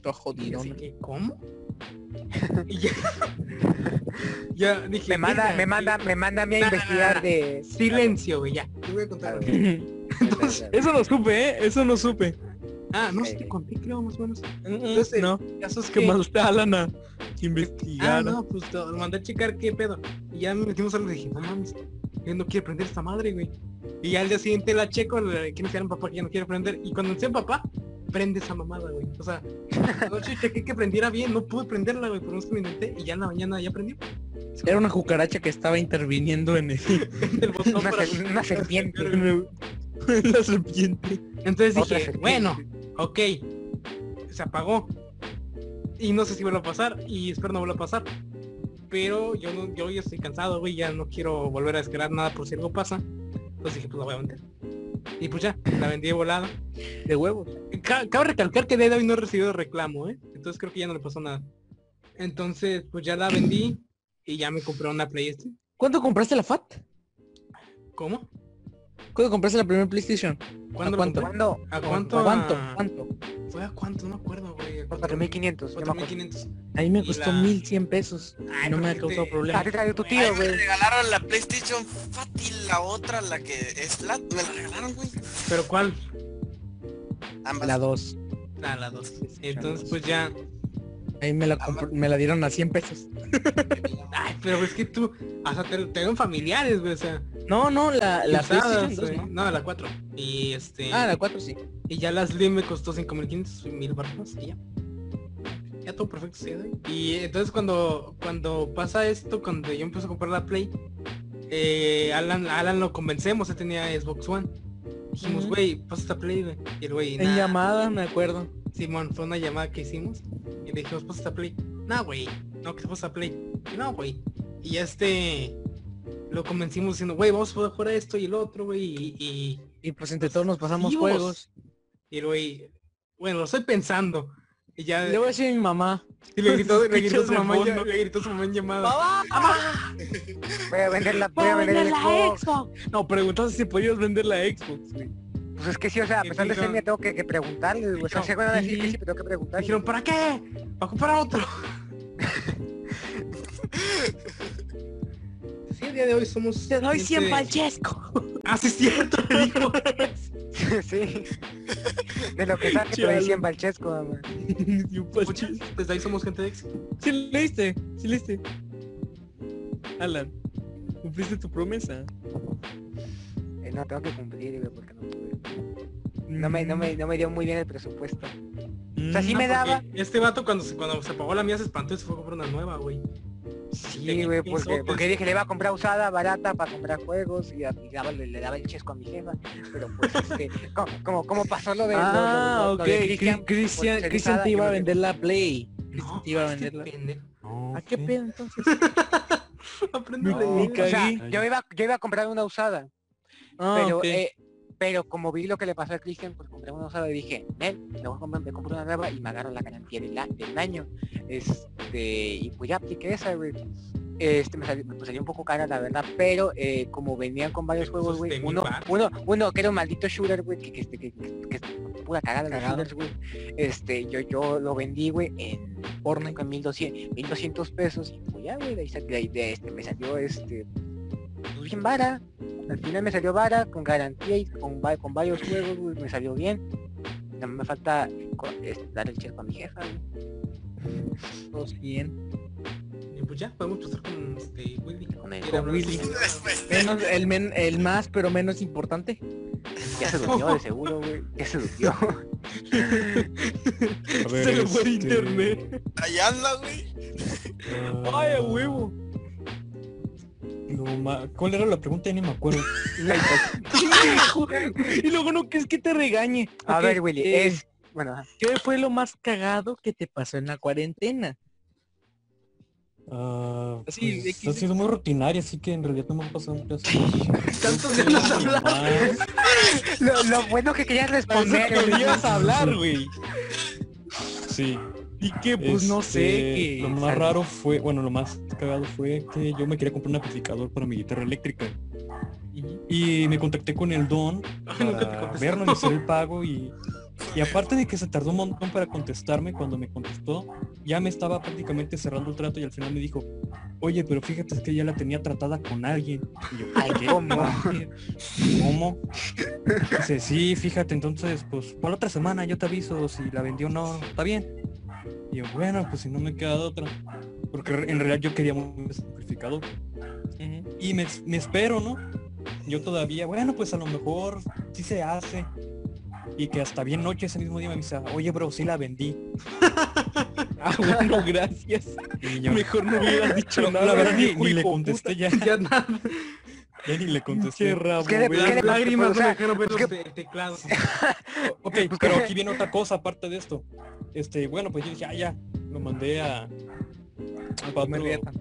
Speaker 4: Todo
Speaker 2: Y
Speaker 4: jodido.
Speaker 2: así
Speaker 4: ¿no?
Speaker 2: que, ¿cómo? Y ya, *laughs* ya dije...
Speaker 1: Me manda,
Speaker 2: "Verga".
Speaker 1: me manda, me manda a mí a
Speaker 2: Nah,
Speaker 1: investigar
Speaker 2: nah, nah.
Speaker 1: de...
Speaker 2: Silencio, güey, ya. Te
Speaker 1: A
Speaker 2: voy a
Speaker 1: *laughs*
Speaker 4: Ah,
Speaker 2: contar.
Speaker 1: ver.
Speaker 4: Entonces, Pues, eso no supe, ¿eh? Eso no supe.
Speaker 2: Ah, no,
Speaker 1: Ok,
Speaker 2: sí te
Speaker 1: ok.
Speaker 2: conté, creo, más o menos.
Speaker 4: Entonces, no,
Speaker 2: El caso es
Speaker 4: que
Speaker 2: que...
Speaker 4: mal está Alana que
Speaker 2: Ah,
Speaker 3: *laughs*
Speaker 4: investigara.
Speaker 2: no, pues lo lo mandé a checar qué pedo. Y ya me metimos a lo dije, no mames, él no quiere prender esta madre, güey. Y ya al día siguiente la checo, le- que me dijeron papá que ya no quiere prender. Y cuando decían papá, prende esa mamada, güey. O sea, anoche chequé que prendiera bien, no pude prenderla, güey, por más que lo intenté. Y ya en la mañana ya prendió.
Speaker 4: Era una cucaracha que estaba interviniendo en, el,
Speaker 2: El
Speaker 4: Pues,
Speaker 2: botón
Speaker 1: *laughs* Una
Speaker 2: para-
Speaker 1: ser-
Speaker 2: *laughs*
Speaker 1: una serpiente.
Speaker 4: en el- en la serpiente.
Speaker 2: Entonces
Speaker 1: Otra
Speaker 2: dije,
Speaker 1: serpiente.
Speaker 2: bueno, ok. Se apagó. Y no sé si vuelve a pasar. Y espero no vuelva a pasar. pero yo no, yo ya estoy cansado, güey, ya no quiero volver a descargar nada por si algo pasa. Entonces dije, pues la voy a vender. Y pues ya, la vendí de volada.
Speaker 4: De huevo.
Speaker 2: Ca- cabe recalcar que Dead hoy no he recibido reclamo, ¿eh? Entonces creo que ya no le pasó nada. Entonces, pues ya la vendí y ya me compré una PlayStation.
Speaker 4: ¿Cuánto compraste la FAT?
Speaker 2: ¿Cómo?
Speaker 4: ¿Cuánto compraste la primera PlayStation?
Speaker 2: ¿Cuándo
Speaker 4: ¿A
Speaker 2: lo
Speaker 4: cuánto?
Speaker 2: compré?
Speaker 1: ¿Cuándo?
Speaker 2: ¿A cuánto?
Speaker 4: ¿Cuánto? ¿Cuánto?
Speaker 2: Fue a cuánto, no me acuerdo, güey.
Speaker 1: Por
Speaker 2: a cuánto-
Speaker 1: 4500, yo me acuerdo.
Speaker 2: 4500.
Speaker 4: A mí me
Speaker 2: Y
Speaker 4: costó
Speaker 2: la-
Speaker 4: 1100 pesos. Ay, no me ha causado
Speaker 2: perfecto.
Speaker 1: Ah,
Speaker 4: problema.
Speaker 1: te trae tu
Speaker 5: Ay,
Speaker 1: tío,
Speaker 5: me
Speaker 1: güey.
Speaker 5: regalaron la PlayStation Fácil, la otra, la que es flat, me la regalaron, güey.
Speaker 2: ¿Pero cuál?
Speaker 5: Ambas.
Speaker 4: La 2.
Speaker 2: Ah, la dos. Entonces, pues ya.
Speaker 4: Ahí me la, compr- me la dieron a 100 pesos.
Speaker 2: Ay, pero es que tú, hasta te, te dieron familiares, güey, o sea.
Speaker 4: No, no, la, la
Speaker 2: usadas,
Speaker 4: PlayStation 2,
Speaker 2: güey.
Speaker 4: ¿no?
Speaker 2: No, la 4. Y este.
Speaker 4: Ah, la 4 sí.
Speaker 2: Y ya la Slim me costó 5.500 y 1.000 barras y ya. Ya todo perfecto se da. Y entonces cuando cuando pasa esto, cuando yo empiezo a comprar la Play, eh, Alan, Alan lo convencemos, él tenía Xbox One. Dijimos,
Speaker 4: Ujú.
Speaker 2: güey, pasa esta Play, güey. Y el güey,
Speaker 4: En
Speaker 2: "Nah".
Speaker 4: llamada, me acuerdo.
Speaker 2: Simón, fue una llamada que hicimos y le dijimos, pasa esta Play. No, güey, no, que se pasa Play. Y, no, güey. Y ya este lo convencimos diciendo, güey, vamos a poder jugar a esto y el otro, güey. y- y
Speaker 4: Y pues entre todos nos pasamos
Speaker 2: Dios.
Speaker 4: juegos.
Speaker 2: Y el güey, bueno, lo estoy pensando. Y ya
Speaker 4: Y Le voy a decir a mi mamá.
Speaker 2: y le
Speaker 4: *laughs*
Speaker 2: gritó, le gritó
Speaker 4: Escuchas
Speaker 2: su mamá,
Speaker 4: mamón,
Speaker 2: en ll-
Speaker 4: ¿no?
Speaker 2: le gritó su mamá en llamada.
Speaker 4: ¡Mamá!
Speaker 1: Voy a vender la, voy a vender el Xbox.
Speaker 4: No, preguntaste si podías vender la Xbox, güey.
Speaker 1: Pues es que sí, o sea, a pesar de ser mía, tengo que, que preguntarle, güey. O sea, seguro van a decir que sí, pero tengo que
Speaker 2: Me
Speaker 1: preguntarle.
Speaker 2: dijeron, ¿para qué? ¿Para
Speaker 4: *laughs*
Speaker 2: comprar otro? sí, el día de hoy somos.
Speaker 4: Te doy 100
Speaker 2: gente-
Speaker 4: pa'l Chesco.
Speaker 2: Ah, sí es cierto, le dijo.
Speaker 1: *laughs*
Speaker 4: *laughs*
Speaker 1: sí. De lo que sabe, te
Speaker 4: Chale.
Speaker 1: doy 100 balchesco, mamá.
Speaker 4: *laughs* Y un pa'l
Speaker 2: Muchas-
Speaker 4: Chesco.
Speaker 2: Pues Desde ahí somos gente de éxito.
Speaker 4: Sí leíste, sí leíste. Alan, cumpliste tu promesa.
Speaker 1: Eh, no, tengo que cumplir, güey, porque no pude. No me, no, me, no me dio muy bien el presupuesto.
Speaker 4: Mm,
Speaker 1: sea, sí me daba.
Speaker 2: Porque Este vato cuando se, cuando se apagó la mía se espantó y se fue a comprar una nueva, güey.
Speaker 1: Sí,
Speaker 2: Tenía
Speaker 1: güey,
Speaker 2: pinzotes.
Speaker 1: porque, porque dije, le iba a comprar usada, barata, para comprar juegos, y, a- y daba- le, le daba el chesco a mi jefa. Pero pues,
Speaker 4: *laughs*
Speaker 1: este, co- como, como pasó lo de... lo- lo-
Speaker 4: Ah,
Speaker 1: lo-
Speaker 4: ok.
Speaker 1: lo de Cristian,
Speaker 4: Cri- Cristian,
Speaker 1: por
Speaker 4: Cristian
Speaker 1: utilizada,
Speaker 4: te
Speaker 1: yo
Speaker 4: iba a
Speaker 1: me-
Speaker 4: vender la Play. Cristian
Speaker 2: No,
Speaker 4: te iba a
Speaker 2: este
Speaker 4: venderla.
Speaker 2: pendejo.
Speaker 3: No,
Speaker 4: ¿A qué
Speaker 3: sí.
Speaker 4: pedo entonces? *laughs*
Speaker 2: Aprende
Speaker 3: No,
Speaker 2: a leer.
Speaker 4: me
Speaker 1: o sea,
Speaker 4: cagué.
Speaker 1: yo iba, yo iba a comprar una usada,
Speaker 4: Ah,
Speaker 1: pero,
Speaker 4: ok.
Speaker 1: eh, pero como vi lo que le pasó a Cristian, pues compré una usada y dije, Nel, me voy a comprar, me compro una nueva y me agarro la garantía del, a- del año. Este, y pues ya apliqué esa, güey. Este, me salió, me salió un poco cara, la verdad, pero eh, como venían con varios
Speaker 2: Te
Speaker 1: juegos,
Speaker 2: costó
Speaker 1: güey,
Speaker 2: 7,000
Speaker 1: uno,
Speaker 2: baros.
Speaker 1: uno, uno que era un maldito shooter, güey, que, este, que, que- que- que- pura cagada los
Speaker 4: Cagada.
Speaker 1: shooters, güey. Este, yo, yo lo vendí, güey, en
Speaker 4: Fortnite.
Speaker 1: con 1200, 1200 pesos y pues ya, güey, de ahí, sa- de ahí- de este, me salió este pues, bien vara. Al final me salió vara, con garantía y con, va- con varios juegos, güey, me salió bien. Nada más me falta co- es, dar el check a mi jefa, güey.
Speaker 4: Todos bien.
Speaker 2: Y pues ya, podemos pasar con este Willy.
Speaker 1: Con el-
Speaker 2: ¿Quiere
Speaker 1: con
Speaker 2: hablar
Speaker 4: Willy.
Speaker 2: sobre-
Speaker 5: Después de-
Speaker 4: Menos- el, men- el más, pero menos importante.
Speaker 1: Ya se durmió de seguro, güey. Ya se
Speaker 4: *laughs*
Speaker 1: durmió.
Speaker 3: A ver,
Speaker 4: Se me fue el
Speaker 3: este,
Speaker 4: internet.
Speaker 5: Ahí anda, güey.
Speaker 3: ah,
Speaker 4: ¡Ay, a huevo!
Speaker 3: no ma- ¿Cuál era la pregunta? Ya ni me acuerdo.
Speaker 4: y luego no, que es que te regañe.
Speaker 1: A
Speaker 4: Ok,
Speaker 1: ver, Willy,
Speaker 4: eh,
Speaker 1: es. Bueno, ajá.
Speaker 4: ¿Qué fue lo más cagado que te pasó en la *laughs* cuarentena?
Speaker 3: Ah,
Speaker 4: Así,
Speaker 3: pues,
Speaker 4: X,
Speaker 3: ha sido muy rutinaria, así que en realidad no me han pasado
Speaker 4: *laughs*
Speaker 3: muchas
Speaker 2: Tantos ya nos hablaste.
Speaker 3: hablar.
Speaker 1: lo, lo bueno que querías responder,
Speaker 4: Pensé que
Speaker 1: güey.
Speaker 4: me ibas a hablar, güey.
Speaker 3: Sí.
Speaker 4: Y que pues no sé
Speaker 3: este,
Speaker 4: que.
Speaker 3: Lo más raro fue, bueno, lo más cagado fue que yo me quería comprar un amplificador para mi guitarra eléctrica. Y me contacté con el
Speaker 4: *laughs*
Speaker 3: don
Speaker 2: Ay, nunca te
Speaker 3: para
Speaker 2: contestó.
Speaker 3: verlo y hacer el pago y, y aparte de que se tardó un montón para contestarme, cuando me contestó ya me estaba prácticamente cerrando el trato y al final me dijo, oye, pero fíjate es que ya la tenía tratada con alguien. Y yo,
Speaker 1: Ay,
Speaker 3: "¿Qué?
Speaker 1: ¿cómo?
Speaker 4: *laughs*
Speaker 3: ¿Cómo? Dice, sí, fíjate, entonces, pues, por la otra semana yo te aviso si la vendió o no, está bien. Y yo, bueno, pues si no me queda de otra. Porque en realidad yo quería un simplificador.
Speaker 4: Ujú.
Speaker 3: Y me, me espero, ¿no? Yo todavía, bueno, pues a lo mejor sí se hace. Y que hasta bien noche ese mismo día me avisa, oye, bro, sí la vendí.
Speaker 4: Ah, bueno, gracias.
Speaker 3: Y yo,
Speaker 4: Mejor no hubieras
Speaker 3: *laughs*
Speaker 4: dicho nada.
Speaker 3: la verdad ni,
Speaker 4: viejo
Speaker 3: ni le
Speaker 4: hijo
Speaker 3: contesté ya,
Speaker 2: *laughs* Ya nada.
Speaker 3: ya ni le
Speaker 4: Qué
Speaker 3: contesté.
Speaker 4: rabo,
Speaker 1: ¿Qué le-
Speaker 4: güey.
Speaker 1: qué le-
Speaker 2: Las lágrimas no
Speaker 1: o sea,
Speaker 2: me dejaron ver
Speaker 1: pues,
Speaker 2: los te- teclados.
Speaker 3: Ok, pero aquí viene otra cosa aparte de esto. Este, bueno, pues yo dije, ah, ya, lo mandé a... a
Speaker 4: Comer
Speaker 3: otro-
Speaker 4: dieta.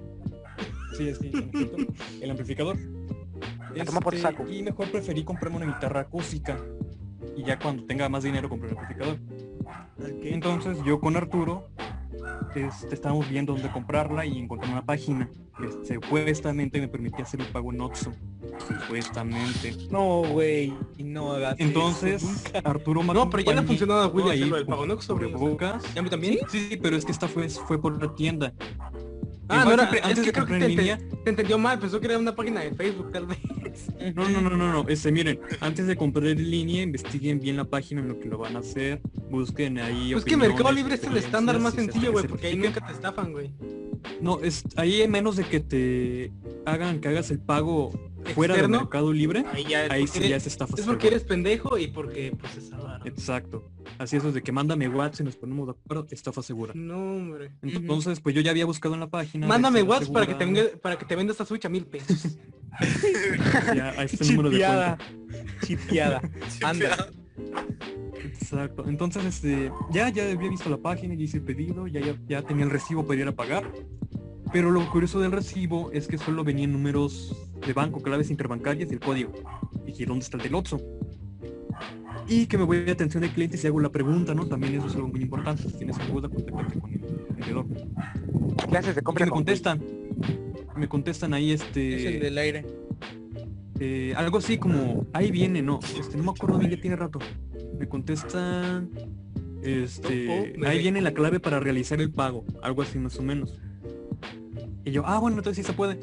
Speaker 3: Sí, es que en efecto, el amplificador. Este,
Speaker 1: La toma por saco.
Speaker 3: Y mejor preferí comprarme una guitarra acústica. Y ya cuando tenga más dinero compré el amplificador. Entonces yo con Arturo este, estábamos viendo dónde comprarla y encontré una página que supuestamente me permitía hacer el pago en Oxxo. Supuestamente.
Speaker 4: No, güey. y No hagas eso
Speaker 3: Entonces,
Speaker 4: nunca.
Speaker 3: Arturo
Speaker 2: No, pero ya le ha
Speaker 3: Macumpani-
Speaker 2: funcionado a Willy
Speaker 3: ahí
Speaker 2: hacerlo del pago, ¿no?
Speaker 3: con
Speaker 2: Sobre-
Speaker 3: cubrebocas.
Speaker 2: ¿Y a mí también?
Speaker 3: Sí, sí, pero es que esta fue, fue por la tienda.
Speaker 2: Ah,
Speaker 3: Igual
Speaker 2: no, era,
Speaker 3: siempre-
Speaker 2: es que creo que
Speaker 3: comprar
Speaker 2: te,
Speaker 3: en línea-
Speaker 2: te- te entendió mal, pensó que era una página de Facebook tal vez.
Speaker 3: No, no, no, no, no. Este, miren, antes de comprar en línea, investiguen bien la página en lo que lo van a hacer. Busquen ahí.
Speaker 2: Pues que
Speaker 3: opiniones, este,
Speaker 2: Mercado Libre es el estándar más
Speaker 3: experiencias,
Speaker 2: sencillo, güey,
Speaker 3: etcétera,
Speaker 2: porque ahí
Speaker 3: etcétera.
Speaker 2: nunca te estafan, güey.
Speaker 3: No, es, ahí menos de que te hagan que hagas el pago fuera
Speaker 2: ¿Externo?
Speaker 3: de Mercado Libre,
Speaker 2: Ahí ya es
Speaker 3: ahí
Speaker 2: porque
Speaker 3: sí ya
Speaker 2: eres-
Speaker 3: es estafa.
Speaker 2: Es porque
Speaker 3: segura.
Speaker 2: eres pendejo y porque pues esa vara.
Speaker 3: Exacto. Así es, de que mándame WhatsApp y nos ponemos de acuerdo, estafa segura.
Speaker 2: No, hombre.
Speaker 3: Entonces, pues yo ya había buscado en la página. de
Speaker 2: Mándame
Speaker 3: estafa
Speaker 2: WhatsApp para que te
Speaker 3: segura,
Speaker 2: venga- para que te venda esta Switch a mil pesos.
Speaker 3: ya,
Speaker 4: *laughs*
Speaker 3: a este número de
Speaker 4: Chipeada.
Speaker 3: cuenta.
Speaker 4: *laughs* Chipeada. Anda.
Speaker 3: Exacto. Entonces, este, ya, ya había visto la página, ya hice el pedido, ya, ya, ya tenía el recibo para ir a pagar. Pero lo curioso del recibo es que solo venían números de banco, claves interbancarias y el código. Y dije, ¿dónde está el del Oxxo? Y que me voy a atención de clientes y hago la pregunta, ¿no? También eso es algo muy importante. Si tienes alguna duda, contáctate con el vendedor.
Speaker 1: Clases de
Speaker 3: Y que
Speaker 1: compra
Speaker 3: me
Speaker 1: con
Speaker 3: contestan. Me contestan ahí este...
Speaker 4: Es el del aire.
Speaker 3: Eh, algo así como, ahí viene, no, este, no me acuerdo bien, ya tiene rato. Me contestan, este,
Speaker 2: Oh, me
Speaker 3: ahí
Speaker 2: ve.
Speaker 3: viene la clave para realizar el pago, algo así más o menos. Y yo, ah, bueno, entonces sí se puede.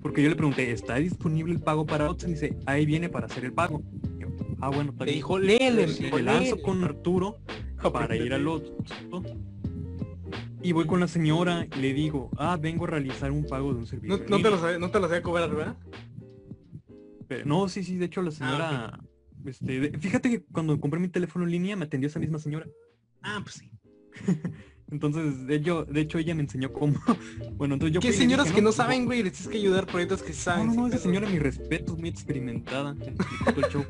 Speaker 3: Porque yo le pregunté, ¿está disponible el pago para otros? Y dice, ahí viene para hacer el pago. Y yo, ah, bueno,
Speaker 2: Te
Speaker 3: también.
Speaker 2: dijo, "Pues, léele,
Speaker 3: me
Speaker 2: mijo,
Speaker 3: lanzo
Speaker 2: léele.
Speaker 3: con Arturo para ir al otro. Y voy con la señora y le digo, ah, vengo a realizar un pago de un
Speaker 2: No,
Speaker 3: servicio. en
Speaker 2: no te
Speaker 3: línea".
Speaker 2: lo sabía, no te lo sabía cobrar, ¿verdad?
Speaker 3: Pero- no, sí, sí, de hecho la señora... este, de- fíjate que cuando compré mi teléfono en línea me atendió esa misma señora.
Speaker 2: Ah, pues sí.
Speaker 3: Entonces, de hecho, de hecho ella me enseñó cómo... *laughs* Bueno, entonces yo...
Speaker 2: Que
Speaker 3: fui
Speaker 2: hay
Speaker 3: y le
Speaker 2: señoras
Speaker 3: dije,
Speaker 2: que no
Speaker 3: pues,
Speaker 2: saben, güey, les tienes que ayudar proyectos que sí
Speaker 3: No,
Speaker 2: saben.
Speaker 3: no,
Speaker 2: sí,
Speaker 3: no, esa
Speaker 2: pero-
Speaker 3: señora, mi respeto, es muy experimentada. me explicó todo el
Speaker 2: *laughs*
Speaker 3: show.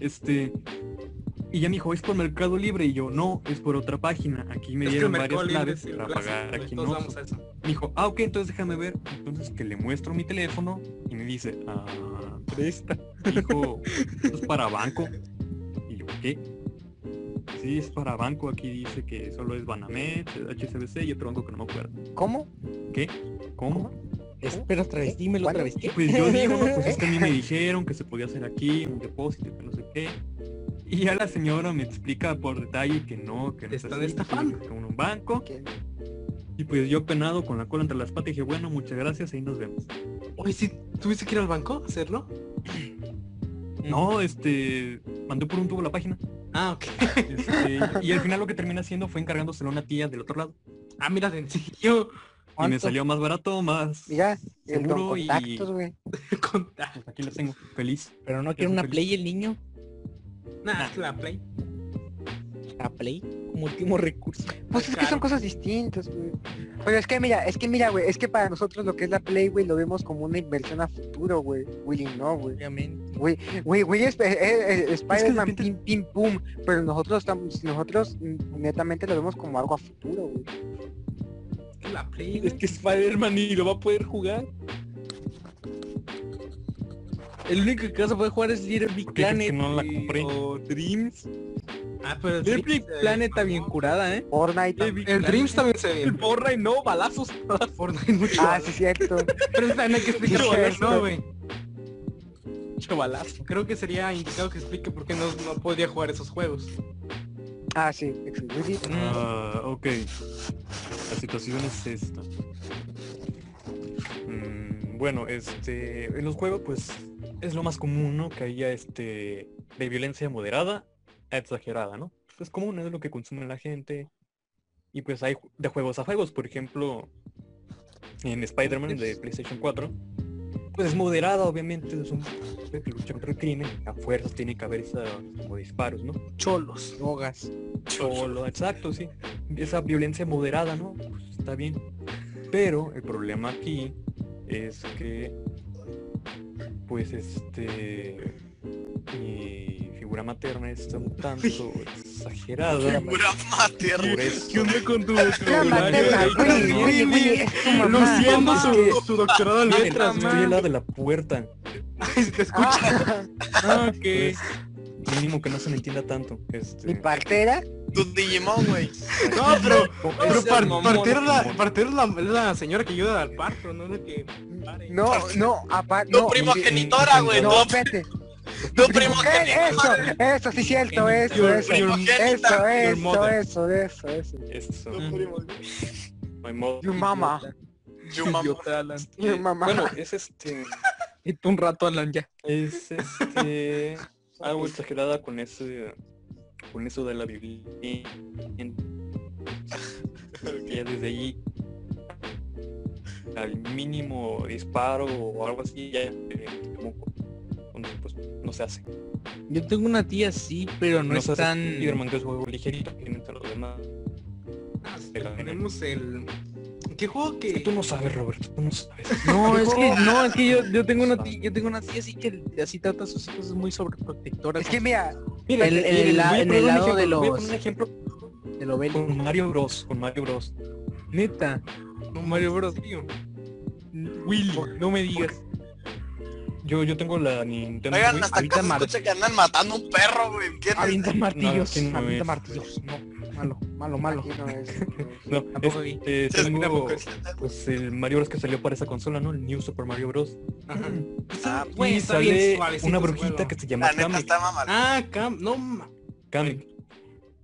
Speaker 3: Este... Y ya me dijo, es por Mercado Libre. Y yo, no, es por otra página. Aquí me
Speaker 2: Es que el
Speaker 3: dieron
Speaker 2: mercado
Speaker 3: varias
Speaker 2: libre
Speaker 3: claves
Speaker 2: es el
Speaker 3: para
Speaker 2: clásico,
Speaker 3: pagar
Speaker 2: güey,
Speaker 3: aquí en
Speaker 2: todos
Speaker 3: Oxxo".
Speaker 2: vamos a eso.
Speaker 3: Me dijo, ah, ok, entonces déjame ver. Entonces que le muestro mi teléfono y me dice, ah, presta. Me Dijo, esto es para banco. Y yo, ¿qué? Sí, es para banco. Aquí dice que solo es Banamet, HSBC y otro banco que no me acuerdo.
Speaker 1: ¿Cómo? ¿Eh?
Speaker 3: ¿Qué? ¿Cómo?
Speaker 4: Espera otra vez, dímelo otra vez. ¿Qué?
Speaker 3: Pues yo digo, no, pues es que a mí me dijeron que se podía hacer aquí un depósito, que no sé qué. Y ya la señora me explica por detalle que no, que no
Speaker 2: Te
Speaker 3: es
Speaker 2: están
Speaker 3: así, que tiene que
Speaker 2: estafando.
Speaker 3: ir Con un banco.
Speaker 1: Que-
Speaker 3: Y pues yo penado con la cola entre las patas dije, bueno, muchas gracias, ahí nos vemos.
Speaker 2: Oye, sí, ¿tuviste que ir al banco a hacerlo?
Speaker 3: No, este, mandó por un tubo la página.
Speaker 2: Ah, ok. *laughs*
Speaker 3: Este, y al final lo que termina haciendo fue encargándoselo a una tía del otro lado.
Speaker 2: Ah, mira, *laughs* sencillo.
Speaker 3: Y me
Speaker 1: ¿Cuánto?
Speaker 3: salió más barato, más...
Speaker 1: Mira, el don
Speaker 3: Seguro y-
Speaker 1: contactos, güey.
Speaker 2: Contar.
Speaker 3: Pues aquí la tengo, feliz.
Speaker 4: Pero no quiere una play el niño.
Speaker 2: Nada, es que la play.
Speaker 4: La play como último *laughs* recurso.
Speaker 1: Pues es que
Speaker 2: Claro.
Speaker 1: son cosas distintas, güey. Pero es que mira, es que mira, güey, es que para nosotros lo que es la Play, güey, lo vemos como una inversión a futuro, güey. Willy no, güey.
Speaker 4: Obviamente.
Speaker 1: Güey, Willy es, eh, eh, eh, Spider-Man,
Speaker 3: repente-
Speaker 1: pim, pim, pum. Pero nosotros estamos, nosotros mm, netamente lo vemos como algo a futuro, güey.
Speaker 2: Es que la play.
Speaker 4: Es
Speaker 2: güey.
Speaker 4: que Spider-Man ni lo va a poder jugar. El único que vas a poder jugar es Little Big
Speaker 3: ¿Por qué crees
Speaker 4: Planet
Speaker 3: que no la
Speaker 4: y-
Speaker 3: compré?
Speaker 4: o Dreams.
Speaker 2: Ah, pero el
Speaker 4: Little
Speaker 2: Dreams,
Speaker 4: Big
Speaker 2: eh,
Speaker 4: Planet está
Speaker 2: mamó.
Speaker 4: bien curada, ¿eh?
Speaker 1: Fortnite.
Speaker 4: Little Big
Speaker 2: El
Speaker 4: Planet.
Speaker 2: Dreams también se ve.
Speaker 4: El porra y no, balazos.
Speaker 2: Fortnite mucho.
Speaker 1: Ah, sí, cierto.
Speaker 2: Pero esta no *laughs* hay que explicar
Speaker 1: Sí,
Speaker 2: por qué
Speaker 1: cierto.
Speaker 2: no, güey.
Speaker 4: Chavalazo.
Speaker 2: Creo que sería indicado que explique por qué no, no podría jugar esos juegos.
Speaker 1: Ah, sí, ex- Willy.
Speaker 3: Ah, ok. La situación es esta. Mm, bueno, este, en los juegos pues es lo más común, ¿no? Que haya este de violencia moderada a exagerada, ¿no? Pues, es común, es lo que consume la gente. Y pues hay ju- de juegos a juegos, por ejemplo, en Spider-Man de PlayStation 4, pues es moderada, obviamente, es un juego que lucha contra el crimen, a fuerzas tiene que haber esa, como disparos, ¿no?
Speaker 4: Cholos. Drogas.
Speaker 3: Cholo, exacto, sí. Esa violencia moderada, ¿no? Pues está bien. Pero el problema aquí es que, pues, este, mi figura figura materna es
Speaker 2: *laughs*
Speaker 3: un tanto exagerada.
Speaker 5: Pura materna.
Speaker 3: Por eso.
Speaker 2: ¿Qué onda con tu
Speaker 1: La materna,
Speaker 2: vocabulario?
Speaker 1: güey, güey, güey, es tu mamá.
Speaker 2: Luciendo
Speaker 1: No,
Speaker 3: es
Speaker 2: su,
Speaker 3: que-
Speaker 2: su doctorado en
Speaker 3: Miren,
Speaker 2: letras,
Speaker 3: estoy al
Speaker 2: man.
Speaker 3: lado de la puerta.
Speaker 2: *laughs* Ay, se te escucha.
Speaker 1: Ah,
Speaker 2: Ah, ok.
Speaker 3: Pues, mínimo que no se me entienda tanto. Este,
Speaker 1: Mi partera.
Speaker 5: Tu Digimon, güey.
Speaker 2: No, pero,
Speaker 3: ¿cómo-
Speaker 2: pero
Speaker 4: seas
Speaker 2: par-
Speaker 4: mamón,
Speaker 2: partera la,
Speaker 3: mamón.
Speaker 2: partera la, es la señora que ayuda al parto, no la que pare.
Speaker 1: No, no, aparte.
Speaker 5: Tu
Speaker 1: No,
Speaker 5: primogenitora, güey.
Speaker 1: no,
Speaker 5: No,
Speaker 1: espérate.
Speaker 5: tu
Speaker 1: ¿Qué? Eso,
Speaker 5: primogenitora.
Speaker 1: eso, sí cierto, eso,
Speaker 2: Your-
Speaker 1: eso.
Speaker 2: your-
Speaker 1: Eso,
Speaker 2: your
Speaker 1: eso,
Speaker 2: mother.
Speaker 1: eso, eso, eso.
Speaker 3: Eso.
Speaker 5: Tu primogenitora.
Speaker 3: My mother.
Speaker 1: Your mama.
Speaker 5: Yo, mamá.
Speaker 4: Idiota, Alan.
Speaker 1: Your
Speaker 3: Eh,
Speaker 1: mama.
Speaker 3: Bueno, es este.
Speaker 4: Vete un rato, Alan, ya.
Speaker 3: Es este. algo exagerada con ese. Con eso de la violencia. Que ya desde allí. Al mínimo disparo o algo así, ya. eh, como, con- pues, no se hace.
Speaker 4: Yo tengo una tía sí, pero no,
Speaker 3: No
Speaker 4: es
Speaker 3: se hace
Speaker 4: tan...
Speaker 3: Spider-Man, que es juego ligerito. Que entre los demás.
Speaker 2: Ah, sí, Tenemos el... ¿Qué juego
Speaker 3: Es que
Speaker 2: que...?
Speaker 3: tú no sabes, Roberto. Tú no sabes.
Speaker 4: *laughs* No, es que,
Speaker 1: Dijo-
Speaker 4: no, es que yo, yo tengo una tía, yo tengo una tía así que así trata a sus hijos, es muy sobreprotectora.
Speaker 1: Es que mira,
Speaker 3: Mira,
Speaker 4: El-
Speaker 3: mira,
Speaker 4: el-
Speaker 3: voy
Speaker 4: la-
Speaker 3: a
Speaker 4: en
Speaker 3: poner
Speaker 4: el
Speaker 3: un
Speaker 4: lado de
Speaker 3: ejemplo, voy
Speaker 4: los-
Speaker 3: a poner un ejemplo
Speaker 4: de lo bélico. *laughs*
Speaker 3: con Mario Bros. Con Mario Bros.
Speaker 4: Neta.
Speaker 2: No, Mario Bros. tío.
Speaker 4: Willy, no me digas.
Speaker 3: Yo, yo tengo la Nintendo.
Speaker 5: Oigan,
Speaker 3: Wii.
Speaker 5: hasta
Speaker 4: ahorita Ah,
Speaker 5: acá se
Speaker 4: mar-
Speaker 5: escucha que andan matando a un perro, güey. ¿Qué te-
Speaker 4: Avienta martillos,
Speaker 3: que no
Speaker 4: avienta
Speaker 3: es.
Speaker 4: martillos. No, malo, malo, malo.
Speaker 1: aquí no es-
Speaker 3: No,
Speaker 4: Tampoco vi.
Speaker 3: este,
Speaker 5: se escucha
Speaker 3: tengo,
Speaker 5: poco excelente?
Speaker 3: pues el Mario Bros que salió para esa consola, ¿no? El New Super Mario Bros.
Speaker 2: Ajá.
Speaker 5: Ah,
Speaker 3: y sale una brujita que se llama
Speaker 5: La neta
Speaker 3: Kami.
Speaker 5: está mamada.
Speaker 2: Ah, Cam, no, ma-
Speaker 3: Kami.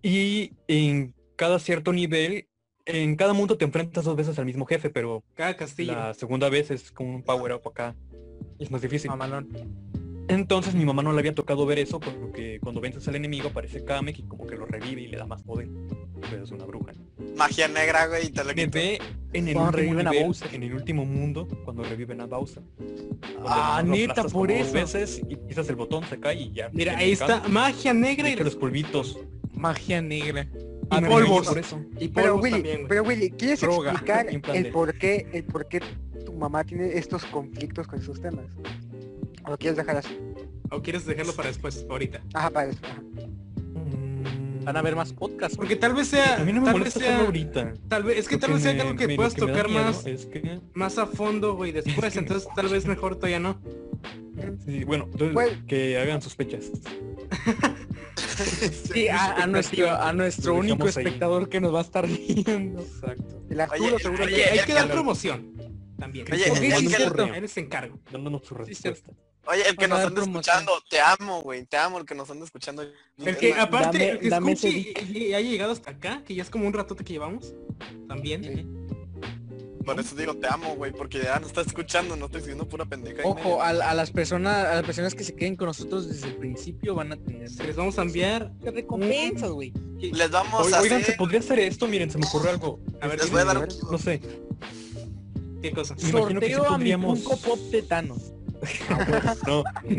Speaker 3: Y en cada cierto nivel, en cada mundo te enfrentas dos veces al mismo jefe, pero
Speaker 2: cada castillo.
Speaker 3: la segunda vez es con un power up acá. Es más difícil.
Speaker 4: Mamalón.
Speaker 3: Entonces mi mamá no le había tocado ver eso porque cuando vences al enemigo aparece Kamek y como que lo revive y le da más poder. Pero es una bruja.
Speaker 5: Magia negra, güey, y te lo
Speaker 3: Me
Speaker 5: quito.
Speaker 3: ve en el,
Speaker 4: Cuando
Speaker 3: último
Speaker 4: reviven a
Speaker 3: nivel,
Speaker 4: Bowser.
Speaker 3: en el último mundo cuando reviven a Bowser. Donde
Speaker 4: Ah,
Speaker 3: nomás lo
Speaker 4: neta,
Speaker 3: aplastas
Speaker 4: por
Speaker 3: como dos
Speaker 4: eso.
Speaker 3: veces y pisas el botón, se cae y ya.
Speaker 2: Mira,
Speaker 3: en
Speaker 2: ahí
Speaker 3: el campo.
Speaker 2: está. Magia negra
Speaker 3: Y
Speaker 2: y
Speaker 3: los polvitos.
Speaker 4: Magia negra.
Speaker 3: Ah,
Speaker 2: y
Speaker 3: me regañé
Speaker 2: polvos.
Speaker 3: Por eso.
Speaker 2: Y
Speaker 1: Pero
Speaker 2: polvos
Speaker 1: Willy,
Speaker 2: también, güey.
Speaker 1: pero Willy, ¿quieres
Speaker 2: Droga,
Speaker 4: *laughs*
Speaker 1: explicar
Speaker 3: implante.
Speaker 1: el por qué, el por qué tu mamá tiene estos conflictos con esos temas? ¿O lo quieres dejar así?
Speaker 2: ¿O quieres dejarlo para después, ahorita?
Speaker 1: Ajá, para eso. ajá.
Speaker 3: Mm,
Speaker 4: Van a ver más podcasts.
Speaker 2: Porque tal vez sea...
Speaker 3: A mí no me
Speaker 2: tal vez
Speaker 3: molesta
Speaker 2: sea...
Speaker 3: hacerlo ahorita.
Speaker 2: Tal vez, es que
Speaker 3: Lo
Speaker 2: tal vez sea
Speaker 3: me-
Speaker 2: algo que
Speaker 3: me- lo
Speaker 2: puedas
Speaker 3: me da
Speaker 2: tocar
Speaker 3: miedo
Speaker 2: más,
Speaker 3: Es que...
Speaker 2: más a fondo, güey, después.
Speaker 3: que me
Speaker 2: Entonces tal vez
Speaker 3: cuesta.
Speaker 2: mejor todavía no.
Speaker 3: Sí, bueno,
Speaker 2: Pues,
Speaker 3: entonces,
Speaker 1: Bueno.
Speaker 3: que hagan sospechas.
Speaker 4: Sí, a, *laughs* a nuestro, a nuestro
Speaker 3: Lo
Speaker 4: único
Speaker 3: dejamos ahí.
Speaker 4: espectador que nos va a estar viendo.
Speaker 3: Exacto.
Speaker 1: El Arturo
Speaker 5: Oye,
Speaker 1: seguro
Speaker 5: oye,
Speaker 1: que-
Speaker 2: Hay
Speaker 5: el
Speaker 2: que
Speaker 5: que
Speaker 2: dar
Speaker 5: lo-
Speaker 2: promoción también.
Speaker 5: Oye,
Speaker 2: Ok,
Speaker 5: el
Speaker 2: sí,
Speaker 5: que-
Speaker 2: cierto,
Speaker 3: correo.
Speaker 2: Él se encarga.
Speaker 3: Dándonos su
Speaker 4: Sí, cierto.
Speaker 3: respuesta.
Speaker 5: Oye, el que
Speaker 4: Vamos a
Speaker 5: nos
Speaker 4: dar
Speaker 5: anda
Speaker 4: promoción.
Speaker 5: escuchando, te amo, güey, te amo el que nos anda escuchando.
Speaker 2: El que
Speaker 5: Es
Speaker 2: aparte,
Speaker 4: dame-
Speaker 2: el que
Speaker 4: dame
Speaker 2: escuche
Speaker 4: ese
Speaker 2: y, y haya llegado hasta acá, que ya es como un ratote que llevamos, también.
Speaker 5: más, Por eso digo te amo, güey, porque ya no estás escuchando, no estoy diciendo pura pendeja. y
Speaker 4: Ojo,
Speaker 5: media.
Speaker 4: a, a las personas, a las personas que se queden con nosotros desde el principio van a tener
Speaker 2: Se este, les vamos a enviar.
Speaker 4: recompensas, güey.
Speaker 5: les vamos
Speaker 3: Oi-
Speaker 5: a
Speaker 3: Oigan, ¿se
Speaker 5: hacer.
Speaker 3: podría hacer esto? Miren, se me ocurre algo.
Speaker 2: A ver,
Speaker 5: Les voy a dar
Speaker 3: No sé.
Speaker 2: qué cosa.
Speaker 3: Me imagino que sí
Speaker 4: Sorteo a mi
Speaker 3: podríamos-
Speaker 4: Funko Pop de Thanos.
Speaker 3: No,
Speaker 2: *laughs*
Speaker 3: este,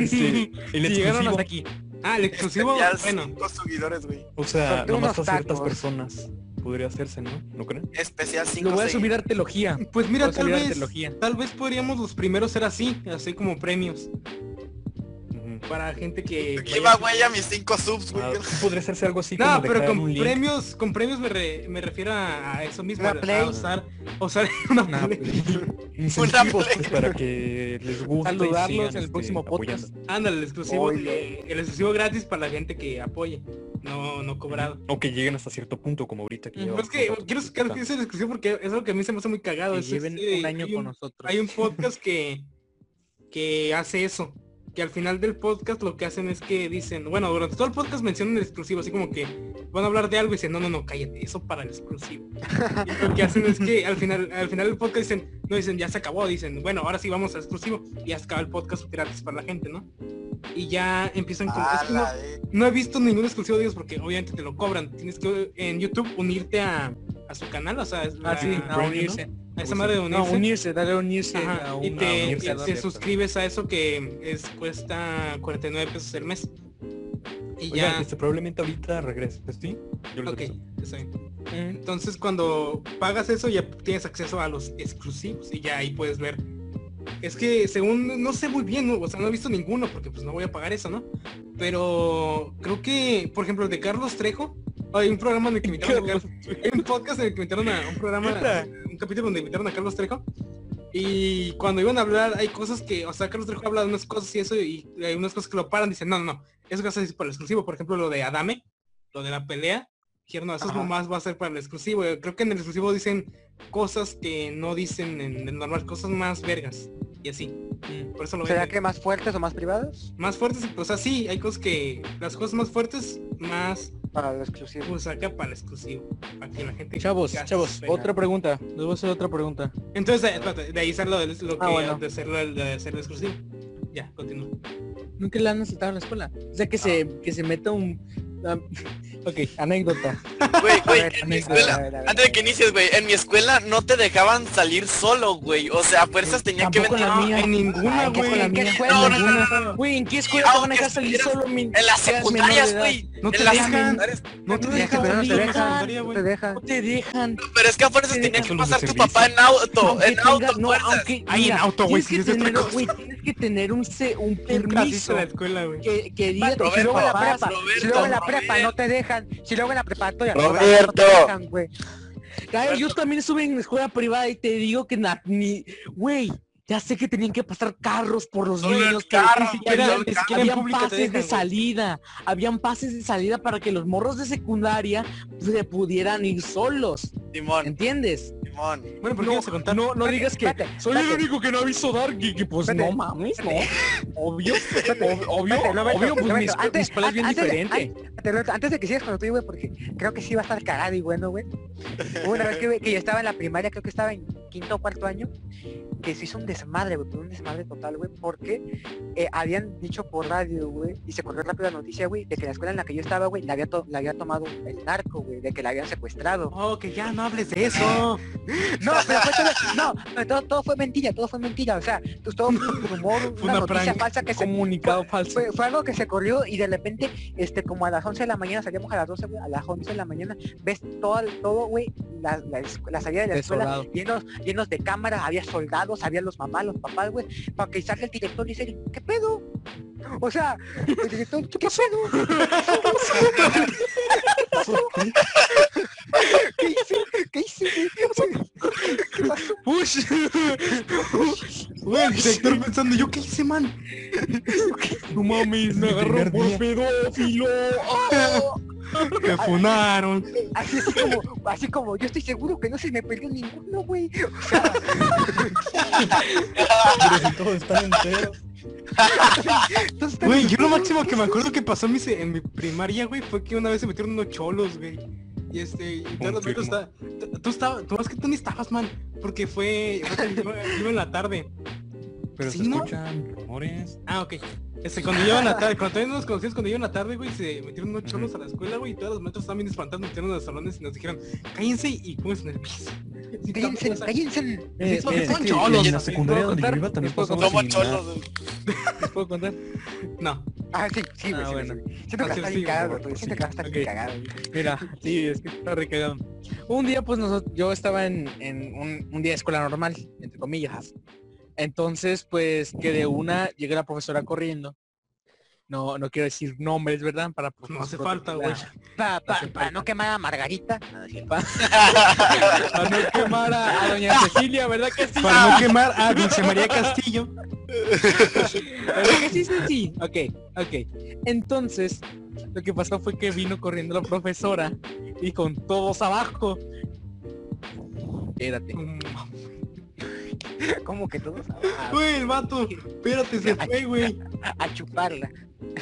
Speaker 3: el
Speaker 2: Si llegaron
Speaker 3: exclusivo.
Speaker 2: hasta aquí. Ah, el exclusivo,
Speaker 5: ya
Speaker 2: bueno.
Speaker 5: cinco seguidores, güey.
Speaker 3: O sea,
Speaker 1: Sorteo
Speaker 3: nomás a
Speaker 1: unos
Speaker 3: ciertas
Speaker 1: tacos.
Speaker 3: personas. Podría hacerse, ¿no? ¿No creen?
Speaker 5: Especial 5
Speaker 4: Lo voy a subir a arteología.
Speaker 2: Pues mira,
Speaker 4: Voy a
Speaker 2: tal
Speaker 4: salir a
Speaker 2: vez,
Speaker 4: arqueología.
Speaker 2: tal vez podríamos los primeros ser así, así como premios.
Speaker 3: Ujú.
Speaker 2: Para gente que.
Speaker 5: Aquí va, güey, a mis 5 subs, güey.
Speaker 3: Ah, podría hacerse algo así.
Speaker 2: No,
Speaker 3: como
Speaker 2: pero
Speaker 3: dejar
Speaker 2: con
Speaker 3: un link.
Speaker 2: premios, con premios me, re- me refiero a, a eso mismo,
Speaker 1: Una
Speaker 2: a- a
Speaker 1: Play.
Speaker 2: usar, a usar *laughs* una
Speaker 4: Una
Speaker 3: pues
Speaker 2: Play.
Speaker 3: Incentivos,
Speaker 5: play.
Speaker 3: pues, para que les guste. y
Speaker 4: Saludarlos
Speaker 3: sigan,
Speaker 4: en el
Speaker 3: este,
Speaker 4: próximo podcast.
Speaker 3: apoyando.
Speaker 2: Ándale, el exclusivo,
Speaker 1: Oye.
Speaker 2: de- el exclusivo gratis para la gente que apoye, no, no cobrado.
Speaker 3: O que lleguen hasta cierto punto, como ahorita. Que
Speaker 2: Pero es que quiero sacar
Speaker 3: que
Speaker 2: ese exclusivo porque es algo que a mí se me hace muy cagado.
Speaker 4: Que
Speaker 2: es
Speaker 4: lleven
Speaker 2: este,
Speaker 4: un año
Speaker 2: hay
Speaker 4: con nosotros.
Speaker 2: Hay un podcast que, que hace eso. Que al final del podcast lo que hacen es que dicen, bueno, durante todo el podcast mencionan el exclusivo, así como que van a hablar de algo y dicen, no, no, no, cállate, eso para el exclusivo. Y lo que hacen es que al final, al final del podcast dicen, no dicen, ya se acabó, dicen, bueno, ahora sí vamos al exclusivo y ya se acaba el podcast gratis para la gente, ¿no? Y ya empiezan con... es
Speaker 5: Ah,
Speaker 2: que no-
Speaker 5: *laughs* la de-
Speaker 2: no he visto ningún exclusivo de ellos porque obviamente te lo cobran. Tienes que en YouTube unirte a, a su canal, o sea, es la-
Speaker 4: Ah, sí, a
Speaker 2: ¿no?
Speaker 4: unirse.
Speaker 2: A esa madre de
Speaker 4: No,
Speaker 2: unirse.
Speaker 4: unirse, dale a unirse
Speaker 2: Ajá,
Speaker 4: a
Speaker 2: y
Speaker 4: un-
Speaker 2: te,
Speaker 4: a
Speaker 2: y
Speaker 4: unirse a
Speaker 2: te
Speaker 4: dos.
Speaker 2: suscribes a eso que es cuesta 49 pesos el mes. Y ya,
Speaker 3: este, probablemente ahorita regrese. ¿Sí? Yo les
Speaker 2: ok,
Speaker 3: aviso.
Speaker 2: está bien.
Speaker 4: Mm.
Speaker 2: Entonces cuando pagas eso ya tienes acceso a los exclusivos y ya ahí puedes ver. Es que según, no sé muy bien, ¿no? o sea, no he visto ninguno porque pues no voy a pagar eso, ¿no? Pero creo que, por ejemplo, el de Carlos Trejo, hay un programa en el que invitaron
Speaker 4: *laughs*
Speaker 2: a Carlos hay un podcast en el que invitaron a un programa,
Speaker 4: Neta.
Speaker 2: un capítulo donde invitaron a Carlos Trejo. Y cuando iban a hablar, hay cosas que, o sea, Carlos Trejo habla de unas cosas y eso, y hay unas cosas que lo paran, dicen, no, no, no, eso que vas a decir para el exclusivo, por ejemplo, lo de Adame, lo de la pelea, dijeron, no, eso
Speaker 1: Ajá.
Speaker 2: nomás va a ser para el exclusivo. Creo que en el exclusivo dicen cosas que no dicen en el normal, cosas más vergas, y así. Por eso lo
Speaker 1: ¿Será
Speaker 2: venden.
Speaker 1: que más fuertes Mm. o más privadas?
Speaker 2: Más fuertes, o sea, sí, hay cosas que, las cosas más fuertes, más
Speaker 1: Para lo exclusivo.
Speaker 2: pues acá para el exclusivo. Para que la gente.
Speaker 4: Chavos,
Speaker 2: ya se
Speaker 4: chavos,
Speaker 2: espera.
Speaker 4: otra pregunta. Les voy a hacer otra pregunta.
Speaker 2: Entonces, eh, espérate, de ahí sale lo, del- lo
Speaker 1: Ah,
Speaker 2: que
Speaker 1: bueno.
Speaker 2: de hacerlo, el- de hacerlo exclusivo. Ya, continúa.
Speaker 4: Nunca la han aceptado en la escuela. O sea, que se que se meta un... ah, ok, anécdota.
Speaker 5: Güey,
Speaker 1: A
Speaker 5: güey,
Speaker 1: ver,
Speaker 5: en
Speaker 1: a
Speaker 5: mi
Speaker 1: ver, a
Speaker 5: escuela.
Speaker 1: ver, a ver.
Speaker 5: Antes de que inicies, güey, en mi escuela no te dejaban salir solo, güey. O sea, a fuerzas tenía que
Speaker 4: Eh, Tampoco
Speaker 5: vender.
Speaker 4: la mía.
Speaker 2: en ninguna,
Speaker 4: Ay, ¿qué
Speaker 2: güey.
Speaker 4: con la
Speaker 1: ¿En qué
Speaker 4: mía?
Speaker 1: escuela?
Speaker 5: No, no,
Speaker 4: Ninguna.
Speaker 5: no, no, no.
Speaker 4: Güey, ¿en qué escuela te van a dejar
Speaker 5: aunque
Speaker 4: salir
Speaker 5: estuvieras
Speaker 4: solo? mi-
Speaker 5: En las
Speaker 4: seas menor de
Speaker 5: secundarias,
Speaker 4: edad?
Speaker 5: güey.
Speaker 2: No te
Speaker 5: en las
Speaker 2: dejan.
Speaker 5: secundarias.
Speaker 2: No te
Speaker 4: Ya
Speaker 1: Ya
Speaker 4: que
Speaker 1: que, pero
Speaker 2: dejaban
Speaker 1: no te
Speaker 4: obligan,
Speaker 2: salir a la
Speaker 1: dejan,
Speaker 2: secundaria,
Speaker 1: no
Speaker 2: güey.
Speaker 1: te dejan.
Speaker 4: No te dejan.
Speaker 5: Pero es que a fuerzas
Speaker 4: Sí,
Speaker 5: tenía
Speaker 3: son
Speaker 5: que
Speaker 3: los
Speaker 5: pasar tu
Speaker 3: servicios.
Speaker 5: papá en auto.
Speaker 4: Aunque
Speaker 5: En auto,
Speaker 4: tengas- no,
Speaker 5: fuerzas.
Speaker 4: aunque-
Speaker 2: Ahí en
Speaker 4: mira,
Speaker 2: auto, güey,
Speaker 4: Tienes
Speaker 2: si
Speaker 4: que
Speaker 2: es otra
Speaker 4: tener,
Speaker 2: cosa.
Speaker 4: güey, tienes que tener un, se- un
Speaker 2: Un clasista
Speaker 4: permiso
Speaker 2: de la escuela, güey.
Speaker 4: que, que diga
Speaker 5: Roberto,
Speaker 4: que
Speaker 1: Si luego en la
Speaker 5: Papás,
Speaker 1: prepa, si
Speaker 5: Roberto,
Speaker 1: luego en la prepa
Speaker 5: Roberto.
Speaker 1: no te dejan, si luego en la preparatoria no
Speaker 5: Roberto.
Speaker 1: te dejan, güey.
Speaker 4: Cae, yo también estuve en escuela privada y te digo que na- ni, güey, ya sé que tenían que pasar carros por los
Speaker 5: Solo el
Speaker 4: niños, que
Speaker 5: carro,
Speaker 4: ni siquiera-
Speaker 5: solo
Speaker 4: ni
Speaker 5: el carro.
Speaker 4: siquiera
Speaker 2: En
Speaker 4: habían
Speaker 2: pública te
Speaker 4: pases
Speaker 2: dejan,
Speaker 4: de
Speaker 2: güey.
Speaker 4: salida, habían pases de salida para que los morros de secundaria pues, se pudieran ir solos,
Speaker 5: Timón,
Speaker 4: ¿entiendes?
Speaker 5: Timón.
Speaker 2: Bueno, ¿por qué
Speaker 4: No,
Speaker 2: ibas a contar?
Speaker 4: no, no digas que
Speaker 1: Espérate,
Speaker 4: soy el
Speaker 1: espérate.
Speaker 4: único que no aviso dar, que, que pues
Speaker 1: Espérate.
Speaker 4: no mames, no, obvio, ob- obvio,
Speaker 1: Espérate, Roberto,
Speaker 4: obvio, pues
Speaker 1: Roberto,
Speaker 4: mi, escu- mi
Speaker 1: antes-
Speaker 4: escuela es bien
Speaker 1: antes de-
Speaker 4: diferente.
Speaker 1: Espérate, Roberto, Antes de que sigas con lo tuyo, güey, porque creo que sí va a estar cagado y bueno, güey. Hubo Una vez que, güey, que yo estaba en la primaria, creo que estaba en quinto o cuarto año, que se hizo un desmadre, güey, pero un desmadre total, güey, porque eh, habían dicho por radio, güey, y se corrió rápido la noticia, güey, de que la escuela en la que yo estaba, güey, la había, to- la había tomado el narco, güey, de que la habían secuestrado.
Speaker 2: *laughs* Oh, que ya no hables de eso.
Speaker 1: No, pero fue todo, no, pero todo, todo fue mentira, todo fue mentira. O sea, tú- todo fue un rumor,
Speaker 2: Fue
Speaker 1: una,
Speaker 2: una
Speaker 1: noticia
Speaker 2: prank.
Speaker 1: falsa que se
Speaker 4: Comunicado falso.
Speaker 1: fue, fue algo que se corrió y de repente, este, como a las 11 de la mañana, salíamos a las 12, güey, a las 11 de la mañana, ves todo, el- todo, güey, la, la, es- la salida de la escuela
Speaker 4: Desolado.
Speaker 1: llenos, llenos de cámaras, había soldados, había los mamás, los papás, güey, para que salga el director y dice, ¿qué pedo? O sea, el director, ¿qué pedo? ¿Qué hice? ¿Qué hice? ¿Qué pasó?
Speaker 2: Push. Güey, el director pensando, ¿yo qué hice, man? *laughs*
Speaker 4: No mames, me
Speaker 3: mi
Speaker 4: agarró
Speaker 3: primer
Speaker 4: por
Speaker 3: día. *laughs*
Speaker 4: pedófilo.
Speaker 2: Me funaron.
Speaker 1: Así, así como, así como, yo estoy seguro que no se me perdió ninguno, güey. O sea,
Speaker 3: Pero si todos están enteros.
Speaker 1: entonces está
Speaker 2: Güey,
Speaker 1: bien.
Speaker 2: yo lo máximo que me acuerdo que pasó en mi, se- en mi primaria, güey, fue que una vez se metieron unos cholos, güey. Y este, y tú,
Speaker 3: Confirmo.
Speaker 2: está, tú- tú estabas, tú es que tú ni estabas, man, porque fue, fue que iba, iba en la tarde.
Speaker 3: Pero
Speaker 2: ¿Sí,
Speaker 3: se
Speaker 2: no?
Speaker 3: escuchan rumores.
Speaker 2: Ah, ok. Este, cuando yo en la tarde, cuando todavía no nos conocíamos, cuando yo en la tarde, güey, se metieron unos
Speaker 3: Ujú.
Speaker 2: cholos a la escuela, güey, y todas las maestras estaban bien espantadas, nos metieron a los salones y nos dijeron, cállense y cúmense en el piso. Sí,
Speaker 1: Cállense,
Speaker 2: tampoco, o sea,
Speaker 1: cállense. Ah,
Speaker 4: Eh,
Speaker 2: Son-
Speaker 4: eh,
Speaker 2: son
Speaker 4: sí,
Speaker 2: cholos,
Speaker 3: Y
Speaker 2: ¿les
Speaker 3: en la
Speaker 2: puedo
Speaker 3: secundaria donde yo
Speaker 2: contar?
Speaker 3: iba también
Speaker 4: ¿Les puedo
Speaker 3: pasó algo
Speaker 5: Somos
Speaker 3: similar. Ah,
Speaker 5: cholos. güey.
Speaker 4: ¿Les puedo contar?
Speaker 2: No.
Speaker 1: Ah, sí, sí, güey.
Speaker 4: Ah,
Speaker 1: sí,
Speaker 4: bueno.
Speaker 1: sí. Siento que
Speaker 2: Ah, sí,
Speaker 1: está
Speaker 2: sí,
Speaker 1: bien cagado,
Speaker 2: por
Speaker 1: güey.
Speaker 2: favor,
Speaker 1: Siento
Speaker 2: sí.
Speaker 1: que va a estar bien
Speaker 2: Ok.
Speaker 1: cagado.
Speaker 4: Mira, sí, es que está recagado. Un día, pues, noso- yo estaba en, en un, un día de escuela normal, entre comillas. Entonces, pues, que de una llega la profesora corriendo. No, no quiero decir nombres, ¿verdad? Para pues,
Speaker 2: No hace
Speaker 4: proteger
Speaker 2: falta,
Speaker 4: la-
Speaker 2: güey.
Speaker 1: Pa, pa,
Speaker 4: Hace
Speaker 1: pa, no quemar a Margarita.
Speaker 2: Ah, *laughs*
Speaker 4: Para no quemar a, a
Speaker 1: *laughs*
Speaker 4: doña Cecilia, ¿verdad que sí? Ah,
Speaker 2: Para no quemar a Ah, Dulce María Castillo.
Speaker 4: ¿Verdad que sí, sí? Ok, ok. Entonces, lo que pasó fue que vino corriendo la profesora y con todos abajo. Espérate.
Speaker 1: Como que todos a,
Speaker 4: Ah.
Speaker 1: a-
Speaker 2: Güey, el vato. Espérate, se
Speaker 4: *laughs*
Speaker 2: fue, güey.
Speaker 1: a chuparla.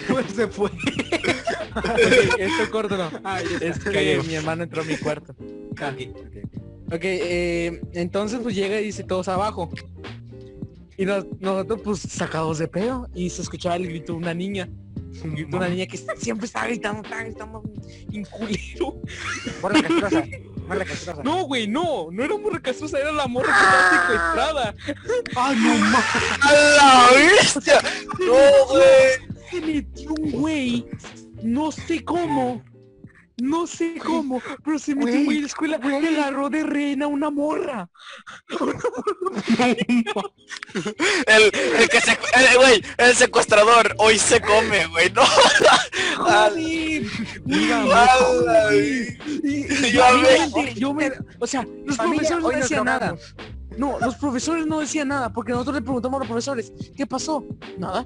Speaker 2: Güey, Se fue.
Speaker 4: Ok, esto córtalo.
Speaker 2: Ay,
Speaker 4: Es que mi hermano entró a mi cuarto. Ok, eh, entonces pues llega y dice todos abajo. Y nos- nosotros pues sacados de pedo y se escuchaba el grito de una niña. El grito de *laughs* una niña que siempre está gritando, está gritando bien culero.
Speaker 1: Morla castrosa. Morla castrosa.
Speaker 4: No, güey, no, no era morra castrosa, era la morra que estaba secuestrada.
Speaker 2: Ah, no mames.
Speaker 5: ¡A la bestia! ¡No, güey!
Speaker 4: Se metió un güey, no sé cómo, No sé cómo, pero se metió un güey en la escuela y agarró de reina una morra.
Speaker 5: El, el que se... El, güey, el secuestrador. Hoy se come, güey. No. *laughs* Al-
Speaker 4: Joder.
Speaker 5: al- güey.
Speaker 4: *laughs* Y-
Speaker 5: Yo
Speaker 4: a mí me
Speaker 5: hablé.
Speaker 4: enter- yo me- o sea, los
Speaker 1: Familia,
Speaker 4: profesores
Speaker 1: hoy
Speaker 4: no
Speaker 1: nos
Speaker 4: decían nada.
Speaker 1: drogamos.
Speaker 4: No, los profesores no decían nada, porque nosotros le preguntamos a los profesores, ¿qué pasó? Nada,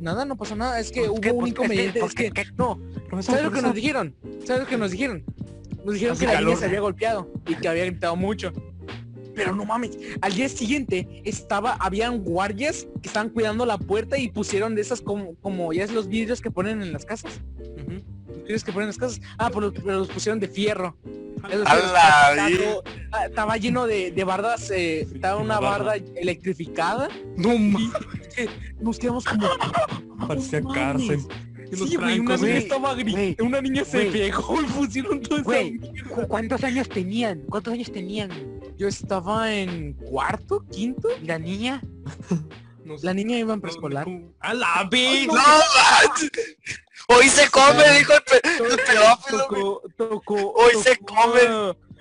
Speaker 4: nada, no pasó nada, es que
Speaker 1: Pues, ¿qué?
Speaker 4: hubo un
Speaker 1: Pues, es que-
Speaker 4: inconveniente,
Speaker 1: pues,
Speaker 4: es que,
Speaker 1: ¿qué?
Speaker 4: no,
Speaker 3: Profesor,
Speaker 4: ¿sabes lo que nos
Speaker 3: profesor.
Speaker 4: dijeron? ¿Sabes lo que nos dijeron? Nos dijeron
Speaker 2: Hace
Speaker 4: que la niña
Speaker 2: calor.
Speaker 4: se había golpeado y que había gritado mucho. Pero no mames, al día siguiente estaba, habían guardias que estaban cuidando la puerta y pusieron de esas como, como ya es los vidrios que ponen en las casas. Los vidrios que ponen en las casas. Ah, pero, los- pero los pusieron de fierro. Es decir,
Speaker 5: A la
Speaker 4: estaba-
Speaker 5: vi-
Speaker 4: estaba- estaba lleno de, de bardas, eh, estaba una
Speaker 3: una barda.
Speaker 4: barda electrificada.
Speaker 2: No mames.
Speaker 4: Nos quedamos como.
Speaker 3: Parecía
Speaker 4: "No mames".
Speaker 3: cárcel.
Speaker 2: los
Speaker 4: Sí, güey, una
Speaker 2: trancos,
Speaker 4: niña
Speaker 1: güey.
Speaker 4: estaba
Speaker 1: Güey,
Speaker 4: gritando, una niña se
Speaker 1: güey.
Speaker 4: pegó y pusieron todo eso.
Speaker 1: Güey, ¿cu- ¿cuántos años tenían? ¿Cuántos años tenían?
Speaker 4: Yo estaba en cuarto, quinto.
Speaker 1: ¿Y ¿La niña?
Speaker 2: No sé.
Speaker 4: La niña iba en preescolar.
Speaker 2: A la vez.
Speaker 5: No, manches. Hoy se come, dijo el, pe- el pedófilo, güey.
Speaker 4: Tocó, tocó.
Speaker 5: Hoy se
Speaker 4: tocó,
Speaker 5: come.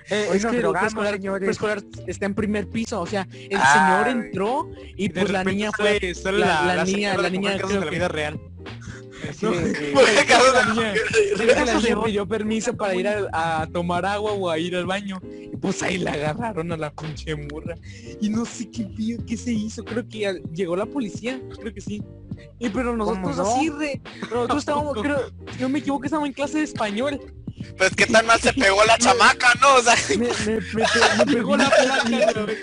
Speaker 4: eh,
Speaker 1: Hoy
Speaker 4: es
Speaker 1: nos
Speaker 4: que el
Speaker 1: drogamos,
Speaker 4: preescolar,
Speaker 1: señores.
Speaker 4: preescolar está en primer piso, o sea, el
Speaker 5: Ah,
Speaker 4: señor
Speaker 5: güey.
Speaker 4: entró y
Speaker 2: Y de
Speaker 4: pues la
Speaker 2: repente
Speaker 4: niña fue
Speaker 2: sale- sale
Speaker 4: la- la niña-
Speaker 2: señora
Speaker 4: la
Speaker 2: de
Speaker 4: niña
Speaker 2: Juan Carlos
Speaker 4: creo
Speaker 2: de la
Speaker 4: que-
Speaker 2: vida real.
Speaker 1: Sí,
Speaker 5: *laughs*
Speaker 1: sí.
Speaker 4: *laughs*
Speaker 5: Por el caso de-
Speaker 4: la niña, creo *laughs* que la niña pidió permiso para ir a, a tomar agua o a ir al baño. Y pues ahí la agarraron a la pinche morra. Y no sé qué pío, qué se hizo. Creo que al- llegó la policía, creo que sí. Y pero nosotros
Speaker 1: no?
Speaker 4: así re. Nosotros estábamos, creo, si no me equivoco, estábamos en clase de español.
Speaker 5: Pues qué tan mal se pegó la chamaca, ¿no? O sea,
Speaker 4: Me, me- me pe- *laughs* me pegó la placa, güey.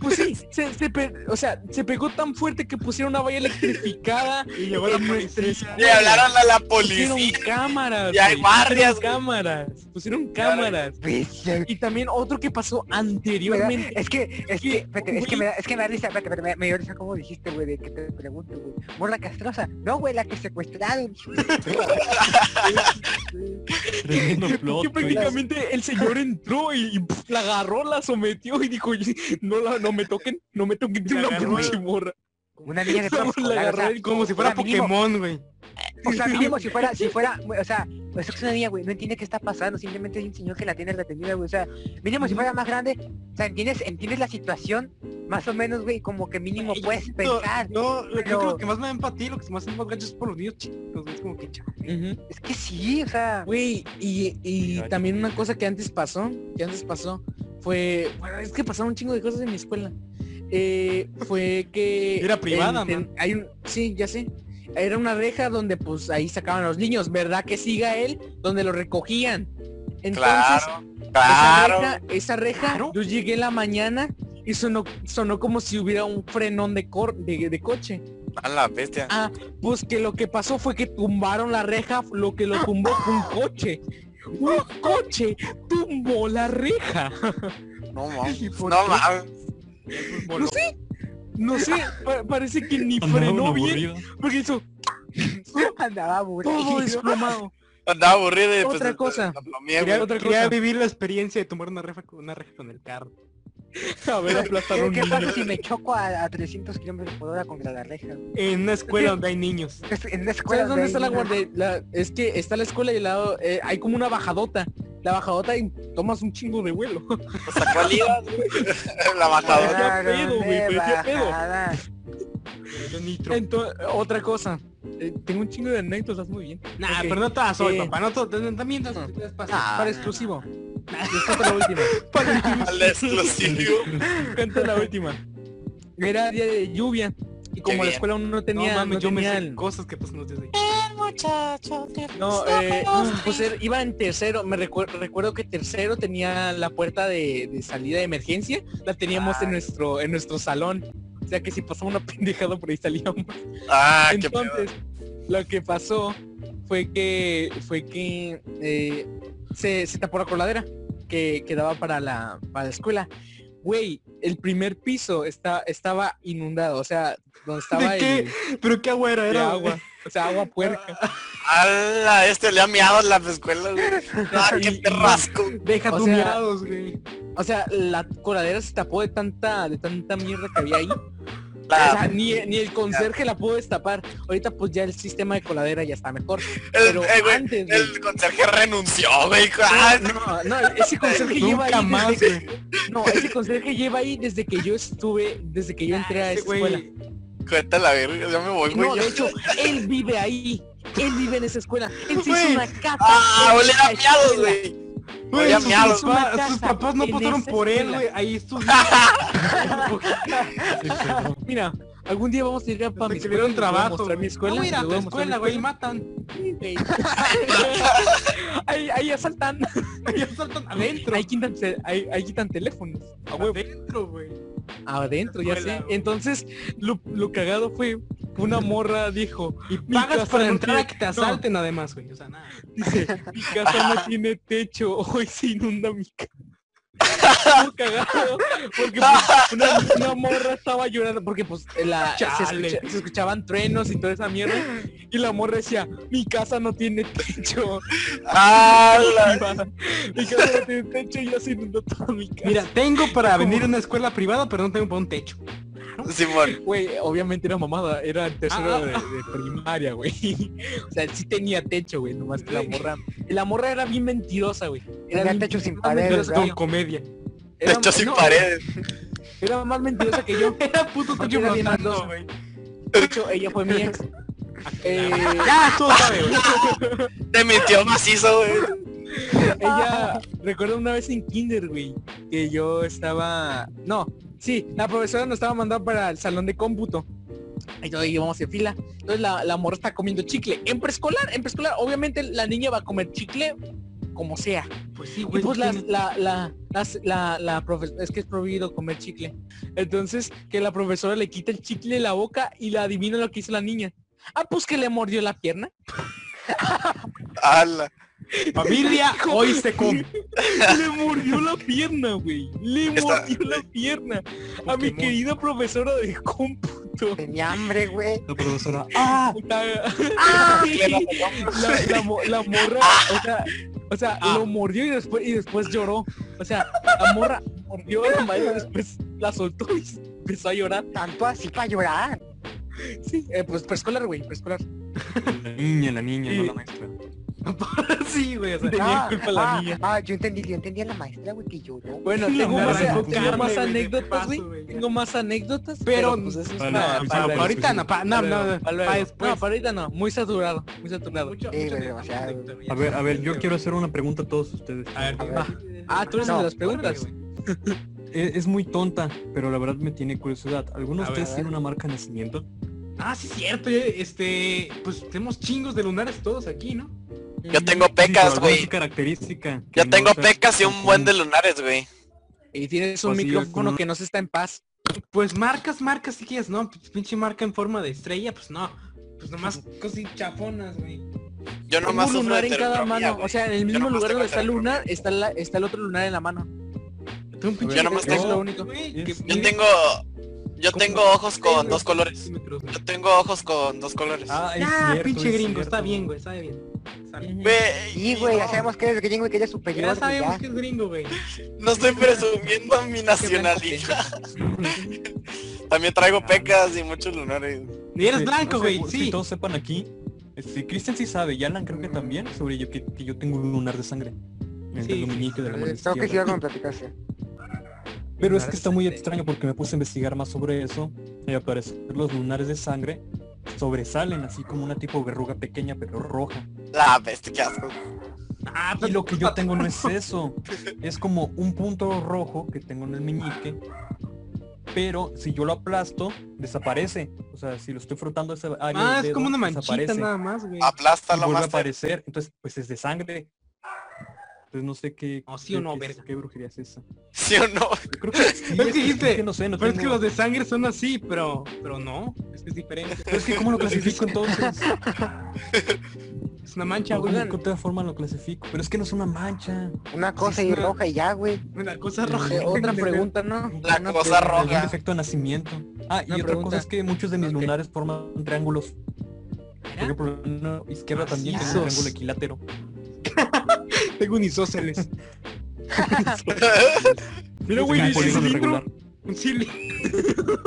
Speaker 4: Pues sí, se, se pe- o sea, se pegó tan fuerte que pusieron una valla electrificada.
Speaker 2: Y llegó
Speaker 4: *laughs*
Speaker 2: la
Speaker 4: en nuestra
Speaker 2: policía.
Speaker 5: le hablaron a la
Speaker 4: Pusieron
Speaker 5: policía.
Speaker 4: cámaras.
Speaker 5: Y hay
Speaker 4: güey,
Speaker 5: guardias,
Speaker 4: pusieron
Speaker 5: güey.
Speaker 4: cámaras. Pusieron
Speaker 5: Claro.
Speaker 4: cámaras.
Speaker 1: Bestia,
Speaker 4: Y también otro que pasó
Speaker 1: Me da-
Speaker 4: anteriormente.
Speaker 1: es que, es
Speaker 4: ¿Qué?
Speaker 1: que, espérate, es que me
Speaker 4: Güey.
Speaker 1: da, es que me da risa, espérate, espérate, me, me dio risa como dijiste, güey, de que te pregunto, güey. Morra castrosa. No, güey, la que secuestraron. *laughs*
Speaker 3: Tremendo
Speaker 4: Porque
Speaker 3: plot. twist.
Speaker 4: prácticamente el señor entró y, y, pf, la agarró, la sometió y dijo, no, la, no me toquen, no me toquen de una
Speaker 2: agarró.
Speaker 4: pinche morra.
Speaker 1: Una niña
Speaker 2: *laughs*
Speaker 1: de
Speaker 4: La
Speaker 1: preescolar, o
Speaker 4: agarró
Speaker 1: sea,
Speaker 4: y
Speaker 2: Como si fuera
Speaker 1: o sea, mínimo-
Speaker 2: Pokémon, güey.
Speaker 1: O sea, mínimo si fuera, si fuera, güey, o sea, pues es una niña, güey, no entiende qué está pasando, simplemente es un señor que la tiene retenida, güey, o sea, mínimo si fuera más grande, o sea, entiendes, entiendes la situación, más o menos, güey, como que mínimo
Speaker 2: Güey,
Speaker 1: puedes
Speaker 2: No,
Speaker 1: pensar.
Speaker 2: yo creo que
Speaker 1: pero-
Speaker 2: lo que más me da empatía, lo que más me da gacho es por los niños chicos, güey, es como que chale.
Speaker 1: Es que sí, o sea,
Speaker 4: Güey, y, y
Speaker 3: Gacho.
Speaker 4: también una cosa que antes pasó, que antes pasó, fue, bueno, es que pasaron un chingo de cosas en mi escuela. Eh, fue que...
Speaker 2: Era privada,
Speaker 4: en- en-
Speaker 2: man.
Speaker 4: hay un, Sí, ya sé. Era una reja donde pues ahí sacaban a los niños, ¿verdad? Que siga él, donde lo recogían. Entonces,
Speaker 5: Claro,
Speaker 4: Esa
Speaker 5: claro.
Speaker 4: reja, esa reja,
Speaker 2: Claro.
Speaker 4: yo llegué en la mañana y sonó, sonó como si hubiera un frenón de, cor- de, de coche.
Speaker 5: A la bestia.
Speaker 4: Ah, pues que lo que pasó fue que tumbaron la reja, lo que lo tumbó fue un coche. Un
Speaker 2: Ah.
Speaker 4: coche tumbó la reja.
Speaker 5: No
Speaker 4: ¿Y
Speaker 5: mames.
Speaker 4: por
Speaker 5: No
Speaker 4: qué?
Speaker 5: mames.
Speaker 4: No sé, no sé, pa- parece que ni
Speaker 3: Andaba
Speaker 4: frenó
Speaker 3: un
Speaker 4: bien
Speaker 3: aburrido.
Speaker 4: porque hizo
Speaker 1: *laughs* andaba aburrido.
Speaker 4: todo desplomado.
Speaker 5: Andaba aburrido y pues.
Speaker 4: Otra cosa.
Speaker 5: la- la- la mía,
Speaker 2: Quería,
Speaker 5: güey.
Speaker 4: otra
Speaker 2: quería
Speaker 4: cosa.
Speaker 2: vivir la experiencia de tomar una reja, con- una reja con el carro.
Speaker 4: *laughs* A ver, aplastaron un
Speaker 1: ¿Qué
Speaker 4: niño.
Speaker 1: pasa si me choco a, a 300 kilómetros por hora contra la reja? güey?
Speaker 2: En una escuela donde hay niños.
Speaker 1: Es- En una escuela
Speaker 4: ¿Sabes dónde
Speaker 1: hay
Speaker 4: está la
Speaker 1: una-
Speaker 4: guardería? es que está la escuela y al lado eh, hay como una bajadota. La bajadota y tomas un chingo de vuelo.
Speaker 2: *laughs*
Speaker 5: Sacó a Liga, güey. *laughs* La bajadora.
Speaker 4: *laughs*
Speaker 1: Claro,
Speaker 4: pedo, güey,
Speaker 1: de
Speaker 4: parecía pedo.
Speaker 1: bajada.
Speaker 2: De nitro.
Speaker 4: Entonces, otra cosa. eh, tengo un chingo de anécdotas muy bien.
Speaker 2: Nah,
Speaker 4: ok.
Speaker 2: pero no todas hoy,
Speaker 4: Eh,
Speaker 2: papá. No todas. También las
Speaker 4: no.
Speaker 2: las pasas.
Speaker 1: Ah,
Speaker 4: para
Speaker 1: no,
Speaker 4: exclusivo. Les cuento la última.
Speaker 5: Al exclusivo.
Speaker 4: Les cuento la última. Era día de lluvia. Y como la
Speaker 5: bien.
Speaker 4: escuela uno no tenía,
Speaker 2: no mames,
Speaker 4: no
Speaker 2: yo me
Speaker 4: tenía
Speaker 2: sé
Speaker 4: el-
Speaker 2: cosas que pasan los días de-
Speaker 4: No, eh, pues era- iba en tercero, me recuer- recuerdo que tercero tenía la puerta de, de salida de emergencia, la teníamos en
Speaker 1: Ay.
Speaker 4: nuestro, en nuestro salón. O sea que si pasaba una pendejada por ahí salíamos.
Speaker 5: Ah, qué pedo.
Speaker 4: Entonces, lo que pasó fue que fue que eh, se, se tapó la coladera que quedaba para la, para la escuela. Güey, el primer piso está, estaba inundado, o sea, donde estaba
Speaker 2: ¿De qué?
Speaker 4: el-
Speaker 2: Pero qué agua era,
Speaker 4: el
Speaker 2: era
Speaker 4: agua. O sea, agua puerca.
Speaker 5: Ala, este le ha miado la escuela, güey.
Speaker 4: *laughs*
Speaker 5: Ah, qué
Speaker 4: Y- y-
Speaker 5: perrasco.
Speaker 2: Deja
Speaker 4: O
Speaker 2: tus
Speaker 4: sea-
Speaker 2: miados, güey.
Speaker 5: *laughs*
Speaker 4: O sea, la coladera se tapó de tanta, de tanta mierda que había ahí. O
Speaker 5: La-
Speaker 4: sea, ni, ni el conserje la pudo destapar. Ahorita pues ya el sistema de coladera ya está mejor.
Speaker 5: el,
Speaker 4: Pero
Speaker 5: eh, güey,
Speaker 4: antes, güey.
Speaker 5: el conserje renunció, güey. Ah, no,
Speaker 4: No, no, ese conserje lleva
Speaker 2: Nunca
Speaker 4: ahí
Speaker 2: más,
Speaker 4: desde,
Speaker 2: güey.
Speaker 4: No, ese conserje lleva ahí desde que yo estuve, desde que yo entré a
Speaker 2: Ese
Speaker 4: esta
Speaker 2: güey-
Speaker 4: escuela.
Speaker 5: cuenta la verga, ya me voy, güey.
Speaker 4: No, de
Speaker 2: *laughs*
Speaker 4: hecho, él vive ahí. Él vive en esa escuela. Él se hizo
Speaker 2: Güey.
Speaker 4: una cata.
Speaker 5: Ah,
Speaker 4: en
Speaker 5: olé
Speaker 4: esa
Speaker 5: a miados,
Speaker 4: escuela.
Speaker 5: güey.
Speaker 2: Güey,
Speaker 5: Oye,
Speaker 2: sus,
Speaker 5: miau.
Speaker 4: Su
Speaker 2: papás- sus
Speaker 4: casa
Speaker 2: papás no
Speaker 4: en
Speaker 2: votaron
Speaker 4: esa
Speaker 2: por él,
Speaker 4: escuela.
Speaker 2: güey.
Speaker 4: *laughs*
Speaker 2: Ahí estudió.
Speaker 4: Mira, algún día vamos a ir a para
Speaker 2: Hasta
Speaker 4: mi
Speaker 2: que
Speaker 4: escuela.
Speaker 2: le dieron
Speaker 4: les voy a
Speaker 2: trabajo.
Speaker 4: mostrar mi escuela.
Speaker 2: No, mira,
Speaker 4: les
Speaker 2: tu
Speaker 4: voy a mostrar mi
Speaker 2: escuela, güey, matan. *laughs*
Speaker 4: güey. ahí, ahí asaltan.
Speaker 2: Ya saltan adentro.
Speaker 4: Ahí quitan, te- ahí, ahí quitan teléfonos. A huevo.
Speaker 2: Adentro, güey.
Speaker 4: Adentro, ya sé.
Speaker 2: Escuela, güey.
Speaker 4: Entonces, lo, lo cagado fue que una morra dijo,
Speaker 2: Y
Speaker 4: Mi
Speaker 2: pagas
Speaker 4: casa
Speaker 2: para
Speaker 4: no
Speaker 2: entrar a
Speaker 4: tiene-
Speaker 2: que te asalten además, güey. O sea, nada.
Speaker 4: dice, mi casa no tiene techo, *laughs* hoy se inunda mi casa.
Speaker 5: *laughs*
Speaker 4: Estuvo cagado, porque pues, una, una morra estaba llorando, porque pues la, se,
Speaker 2: Chale.
Speaker 4: escucha- se escuchaban truenos y toda esa mierda, y la morra decía, mi casa no tiene techo,
Speaker 5: Ah, la-
Speaker 4: *laughs* mi casa no tiene techo, y ya se inundó toda mi casa.
Speaker 2: Mira, tengo para venir a una escuela privada, pero no tengo para un techo.
Speaker 5: Simón.
Speaker 4: Güey, obviamente era mamada, era el tercero
Speaker 2: Ah, ah,
Speaker 4: de, de primaria, güey. *laughs* O sea, sí tenía techo, güey, nomás que la
Speaker 2: Sí.
Speaker 4: morra. La morra era bien mentirosa, güey. Era
Speaker 1: Tenía
Speaker 4: bien-
Speaker 1: techo sin
Speaker 4: más
Speaker 1: paredes,
Speaker 4: mentirosa que
Speaker 2: Con
Speaker 1: güey.
Speaker 4: yo.
Speaker 2: comedia.
Speaker 4: Era-
Speaker 5: Techo sin
Speaker 4: no,
Speaker 5: paredes.
Speaker 4: Era más mentirosa que yo.
Speaker 2: *laughs* Era puto techo
Speaker 4: Era bien
Speaker 2: flotando,
Speaker 4: malosa.
Speaker 2: güey.
Speaker 4: De hecho, ella fue mi
Speaker 2: *laughs*
Speaker 4: ex. Eh,
Speaker 2: Ya, todo sabe, Ah, *laughs* güey.
Speaker 5: Te mintió macizo, güey.
Speaker 4: ella, recuerdo una vez en kinder, güey, que yo estaba... No, sí, la profesora nos estaba mandando para el salón de cómputo. Entonces íbamos en fila. Entonces la, la morra está comiendo chicle. En preescolar, en preescolar, obviamente la niña va a comer chicle como sea.
Speaker 2: Pues sí,
Speaker 4: Y
Speaker 2: güey.
Speaker 4: pues la,
Speaker 2: tiene-
Speaker 4: la, la, las- la, la profe- es que es prohibido comer chicle. Entonces, que la profesora le quita el chicle de la boca y la adivina lo que hizo la niña. Ah, pues que le mordió la pierna.
Speaker 5: Ala.
Speaker 4: *laughs*
Speaker 2: Familia, hoy se come.
Speaker 4: Le mordió la pierna, güey. Le
Speaker 5: Está-
Speaker 4: mordió la pierna a mi
Speaker 2: Pokémon.
Speaker 4: querida profesora de cómputo.
Speaker 1: Tenía hambre, güey. ah,
Speaker 3: La profesora. ¡Ah!
Speaker 4: La, *laughs* la- la mo- la morra, o sea, o sea,
Speaker 2: Ah.
Speaker 4: lo mordió y después y después lloró. O sea, la morra mordió a la maestra, después la soltó y empezó a llorar.
Speaker 1: Tanto así para llorar.
Speaker 4: Sí, eh, pues preescolar, güey, preescolar.
Speaker 3: La niña, la niña, no la maestra.
Speaker 2: Sí, güey. O
Speaker 4: *laughs*
Speaker 2: sea,
Speaker 4: Tenía culpa la
Speaker 1: ah,
Speaker 4: niña.
Speaker 1: ah, yo entendí, yo entendí a la maestra, güey, que lloró.
Speaker 4: Bueno,
Speaker 3: La
Speaker 4: tengo
Speaker 3: morra
Speaker 4: más,
Speaker 3: se
Speaker 4: tengo
Speaker 3: enfocarme,
Speaker 4: más
Speaker 2: güey, de
Speaker 4: anécdotas,
Speaker 2: paso,
Speaker 4: güey.
Speaker 2: güey, ya.
Speaker 4: Tengo más anécdotas,
Speaker 2: Pero-
Speaker 4: pero, pues eso es
Speaker 3: Para-
Speaker 4: para-
Speaker 3: para-
Speaker 4: para
Speaker 3: para-
Speaker 4: ahorita.
Speaker 2: ahorita no, pa- no,
Speaker 4: Para
Speaker 2: no,
Speaker 4: luego,
Speaker 2: no,
Speaker 4: para luego.
Speaker 2: pa' después.
Speaker 4: No, para ahorita no, muy saturado, muy saturado.
Speaker 2: Mucho-
Speaker 1: Sí,
Speaker 2: mucho
Speaker 1: güey,
Speaker 2: de-
Speaker 1: demasiado.
Speaker 2: de-
Speaker 3: A ver, a ver, yo
Speaker 2: de-
Speaker 3: quiero hacer una pregunta a todos ustedes.
Speaker 2: A ver,
Speaker 1: A ver.
Speaker 2: va.
Speaker 4: Ah, tú eres el de las preguntas.
Speaker 2: Córrele, güey.
Speaker 3: Es, E, es muy tonta, pero la verdad me tiene curiosidad. ¿Alguno
Speaker 2: A
Speaker 3: de
Speaker 2: ver,
Speaker 3: ustedes
Speaker 1: a ver.
Speaker 3: tiene una marca de nacimiento?
Speaker 2: Ah, sí, cierto. eh, Este, pues tenemos chingos de lunares todos aquí, ¿no?
Speaker 5: Yo tengo pecas,
Speaker 3: ¿Alguna
Speaker 5: güey.
Speaker 3: característica. que
Speaker 5: Yo
Speaker 3: no
Speaker 5: tengo
Speaker 3: sea
Speaker 5: pecas y un buen de
Speaker 3: común?
Speaker 5: lunares, güey.
Speaker 4: Y tienes un
Speaker 3: Pues sí, yo
Speaker 4: micrófono
Speaker 3: como-
Speaker 4: que no se está en paz.
Speaker 2: Pues marcas, marcas, si quieres, ¿no? Pues, Pinche marca en forma de estrella, pues no. Pues
Speaker 3: *laughs*
Speaker 2: nomás cosas chafonas, güey.
Speaker 5: Yo
Speaker 4: Tengo
Speaker 5: nomás
Speaker 4: un
Speaker 5: sufro
Speaker 4: lunar
Speaker 5: de
Speaker 4: en cada
Speaker 5: heterocromía,
Speaker 4: mano.
Speaker 5: güey.
Speaker 4: O sea, en el mismo
Speaker 5: nomás
Speaker 4: lugar
Speaker 5: tengo
Speaker 4: donde está el
Speaker 5: heterocromía.
Speaker 4: lunar, está, la, está el otro lunar en la mano.
Speaker 2: Ah, Tengo un
Speaker 5: Yo nomás
Speaker 4: tengo-
Speaker 2: es lo único.
Speaker 3: Yo
Speaker 2: que
Speaker 5: Yo
Speaker 2: mide
Speaker 5: tengo... Yo
Speaker 2: como
Speaker 5: tengo ojos con
Speaker 2: 6
Speaker 5: dos colores.
Speaker 2: centímetros, güey.
Speaker 5: Yo tengo ojos con dos colores.
Speaker 3: Ah, es
Speaker 2: Ya,
Speaker 3: cierto,
Speaker 2: pinche
Speaker 3: es
Speaker 2: gringo,
Speaker 3: cierto.
Speaker 2: está bien, güey, está bien. Sale.
Speaker 5: Güey,
Speaker 1: Sí, güey,
Speaker 5: no,
Speaker 1: ya sabemos que eres gringo y que eres superior.
Speaker 2: Ya
Speaker 1: güey,
Speaker 2: sabemos
Speaker 1: ya.
Speaker 2: que es gringo,
Speaker 3: *laughs*
Speaker 2: güey.
Speaker 5: No estoy presumiendo mi nacionalidad. También traigo pecas y muchos lunares.
Speaker 2: *laughs* Y eres
Speaker 3: Sí,
Speaker 2: blanco,
Speaker 3: no sé,
Speaker 2: güey,
Speaker 3: bu- Si
Speaker 2: sí.
Speaker 3: todos sepan aquí, este, Cristian sí sabe, y Alan creo que también, sobre yo que, que yo tengo un lunar de sangre. En
Speaker 2: Sí,
Speaker 3: el
Speaker 2: sí,
Speaker 3: dominique de la mano
Speaker 1: Eh, Tengo que
Speaker 3: izquierda.
Speaker 1: seguir con platicarse.
Speaker 3: Pero es que está muy extraño porque me puse a investigar más sobre eso y al parecer los lunares de sangre sobresalen así como una tipo verruga pequeña pero roja.
Speaker 5: La bestia, qué asco.
Speaker 2: Ah,
Speaker 3: Y
Speaker 2: pues
Speaker 3: lo que yo tengo no
Speaker 2: *laughs*
Speaker 3: es eso. Es como un punto rojo que tengo en el meñique. Pero si yo lo aplasto, desaparece. O sea, si lo estoy frotando esa área. del
Speaker 2: Ah, es
Speaker 3: dedo,
Speaker 2: como una manchita
Speaker 3: desaparece. Ah, pues
Speaker 2: nada más, güey.
Speaker 3: y
Speaker 5: Aplástalo
Speaker 3: vuelve a
Speaker 5: más.
Speaker 3: aparecer. Entonces, pues es de sangre. Entonces no sé qué.
Speaker 2: No, sí o
Speaker 3: qué-
Speaker 2: no,
Speaker 3: qué,
Speaker 2: verga.
Speaker 3: qué brujería es esa.
Speaker 5: ¿Sí o no?
Speaker 3: Yo creo que
Speaker 2: *laughs*
Speaker 3: sí,
Speaker 2: que
Speaker 3: es
Speaker 2: dijiste,
Speaker 3: no sé, no
Speaker 2: Pero es que
Speaker 3: tengo-
Speaker 2: los de sangre son así, pero pero no, es que es diferente.
Speaker 3: Pero es que cómo lo clasifico
Speaker 2: *laughs*
Speaker 3: entonces.
Speaker 2: Es una mancha,
Speaker 3: Yo
Speaker 2: güey.
Speaker 3: como que de otra forma lo clasifico. Pero es que no es una mancha.
Speaker 1: Una cosa
Speaker 2: es
Speaker 1: y
Speaker 2: una-
Speaker 1: roja y ya, güey.
Speaker 2: Una cosa
Speaker 3: Eh,
Speaker 2: roja.
Speaker 1: *laughs*
Speaker 4: Eh, *laughs* otra pregunta, ¿no?
Speaker 5: La
Speaker 4: Una pregunta.
Speaker 5: cosa
Speaker 3: Un
Speaker 5: roja.
Speaker 3: defecto de nacimiento. Ah, y
Speaker 4: Una
Speaker 3: otra
Speaker 4: pregunta.
Speaker 3: cosa es que muchos de mis
Speaker 4: Ok.
Speaker 3: lunares forman triángulos. Por
Speaker 2: Mira,
Speaker 3: ejemplo, en la izquierda
Speaker 4: Ah,
Speaker 3: también tengo un
Speaker 2: Macizos.
Speaker 3: triángulo equilátero.
Speaker 2: *laughs* Tengo un isósceles.
Speaker 3: Es
Speaker 2: Mira, güey,
Speaker 3: un
Speaker 2: dice
Speaker 3: polígono
Speaker 2: cilindro.
Speaker 4: *laughs*
Speaker 3: irregular.
Speaker 2: Un cilindro.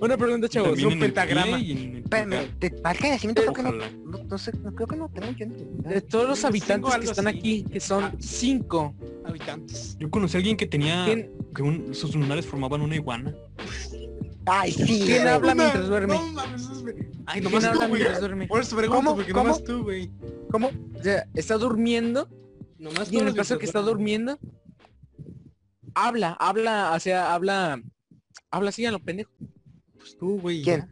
Speaker 4: Una pregunta, chavos.
Speaker 3: También
Speaker 2: un
Speaker 3: en el pie
Speaker 2: pentagrama.
Speaker 3: y en el
Speaker 1: Espérame,
Speaker 3: pulgar.
Speaker 1: de marca de nacimiento creo que no,
Speaker 3: Ojalá.
Speaker 1: no, no sé, no, creo que no tengo yo entendido.
Speaker 4: De todos los
Speaker 2: Cinco,
Speaker 4: habitantes que
Speaker 2: algo
Speaker 4: están
Speaker 2: así.
Speaker 4: aquí, que
Speaker 2: Ah.
Speaker 4: son cinco,
Speaker 2: Habitantes.
Speaker 3: Yo conocí a alguien que tenía
Speaker 4: ¿quién,
Speaker 3: que un- sus lunares formaban una iguana.
Speaker 1: Ay, sí.
Speaker 4: quién
Speaker 2: *laughs*
Speaker 1: güey.
Speaker 4: habla
Speaker 2: Una-
Speaker 4: mientras duerme?
Speaker 2: No mames, es- Ay,
Speaker 4: ¿Quién
Speaker 2: nomás
Speaker 4: habla
Speaker 2: tú, güey.
Speaker 4: mientras duerme?
Speaker 2: Por eso pregunto,
Speaker 1: ¿Cómo?
Speaker 2: porque
Speaker 1: ¿Cómo?
Speaker 2: nomás tú, güey.
Speaker 1: ¿Cómo?
Speaker 4: O sea, ¿está durmiendo?
Speaker 2: Nomás
Speaker 4: Y en
Speaker 2: tú
Speaker 4: el caso que está
Speaker 2: mientras
Speaker 4: durmiendo, habla, habla, o sea, habla, habla así a lo pendejo.
Speaker 2: Pues duermes tú, güey.
Speaker 1: ¿Quién?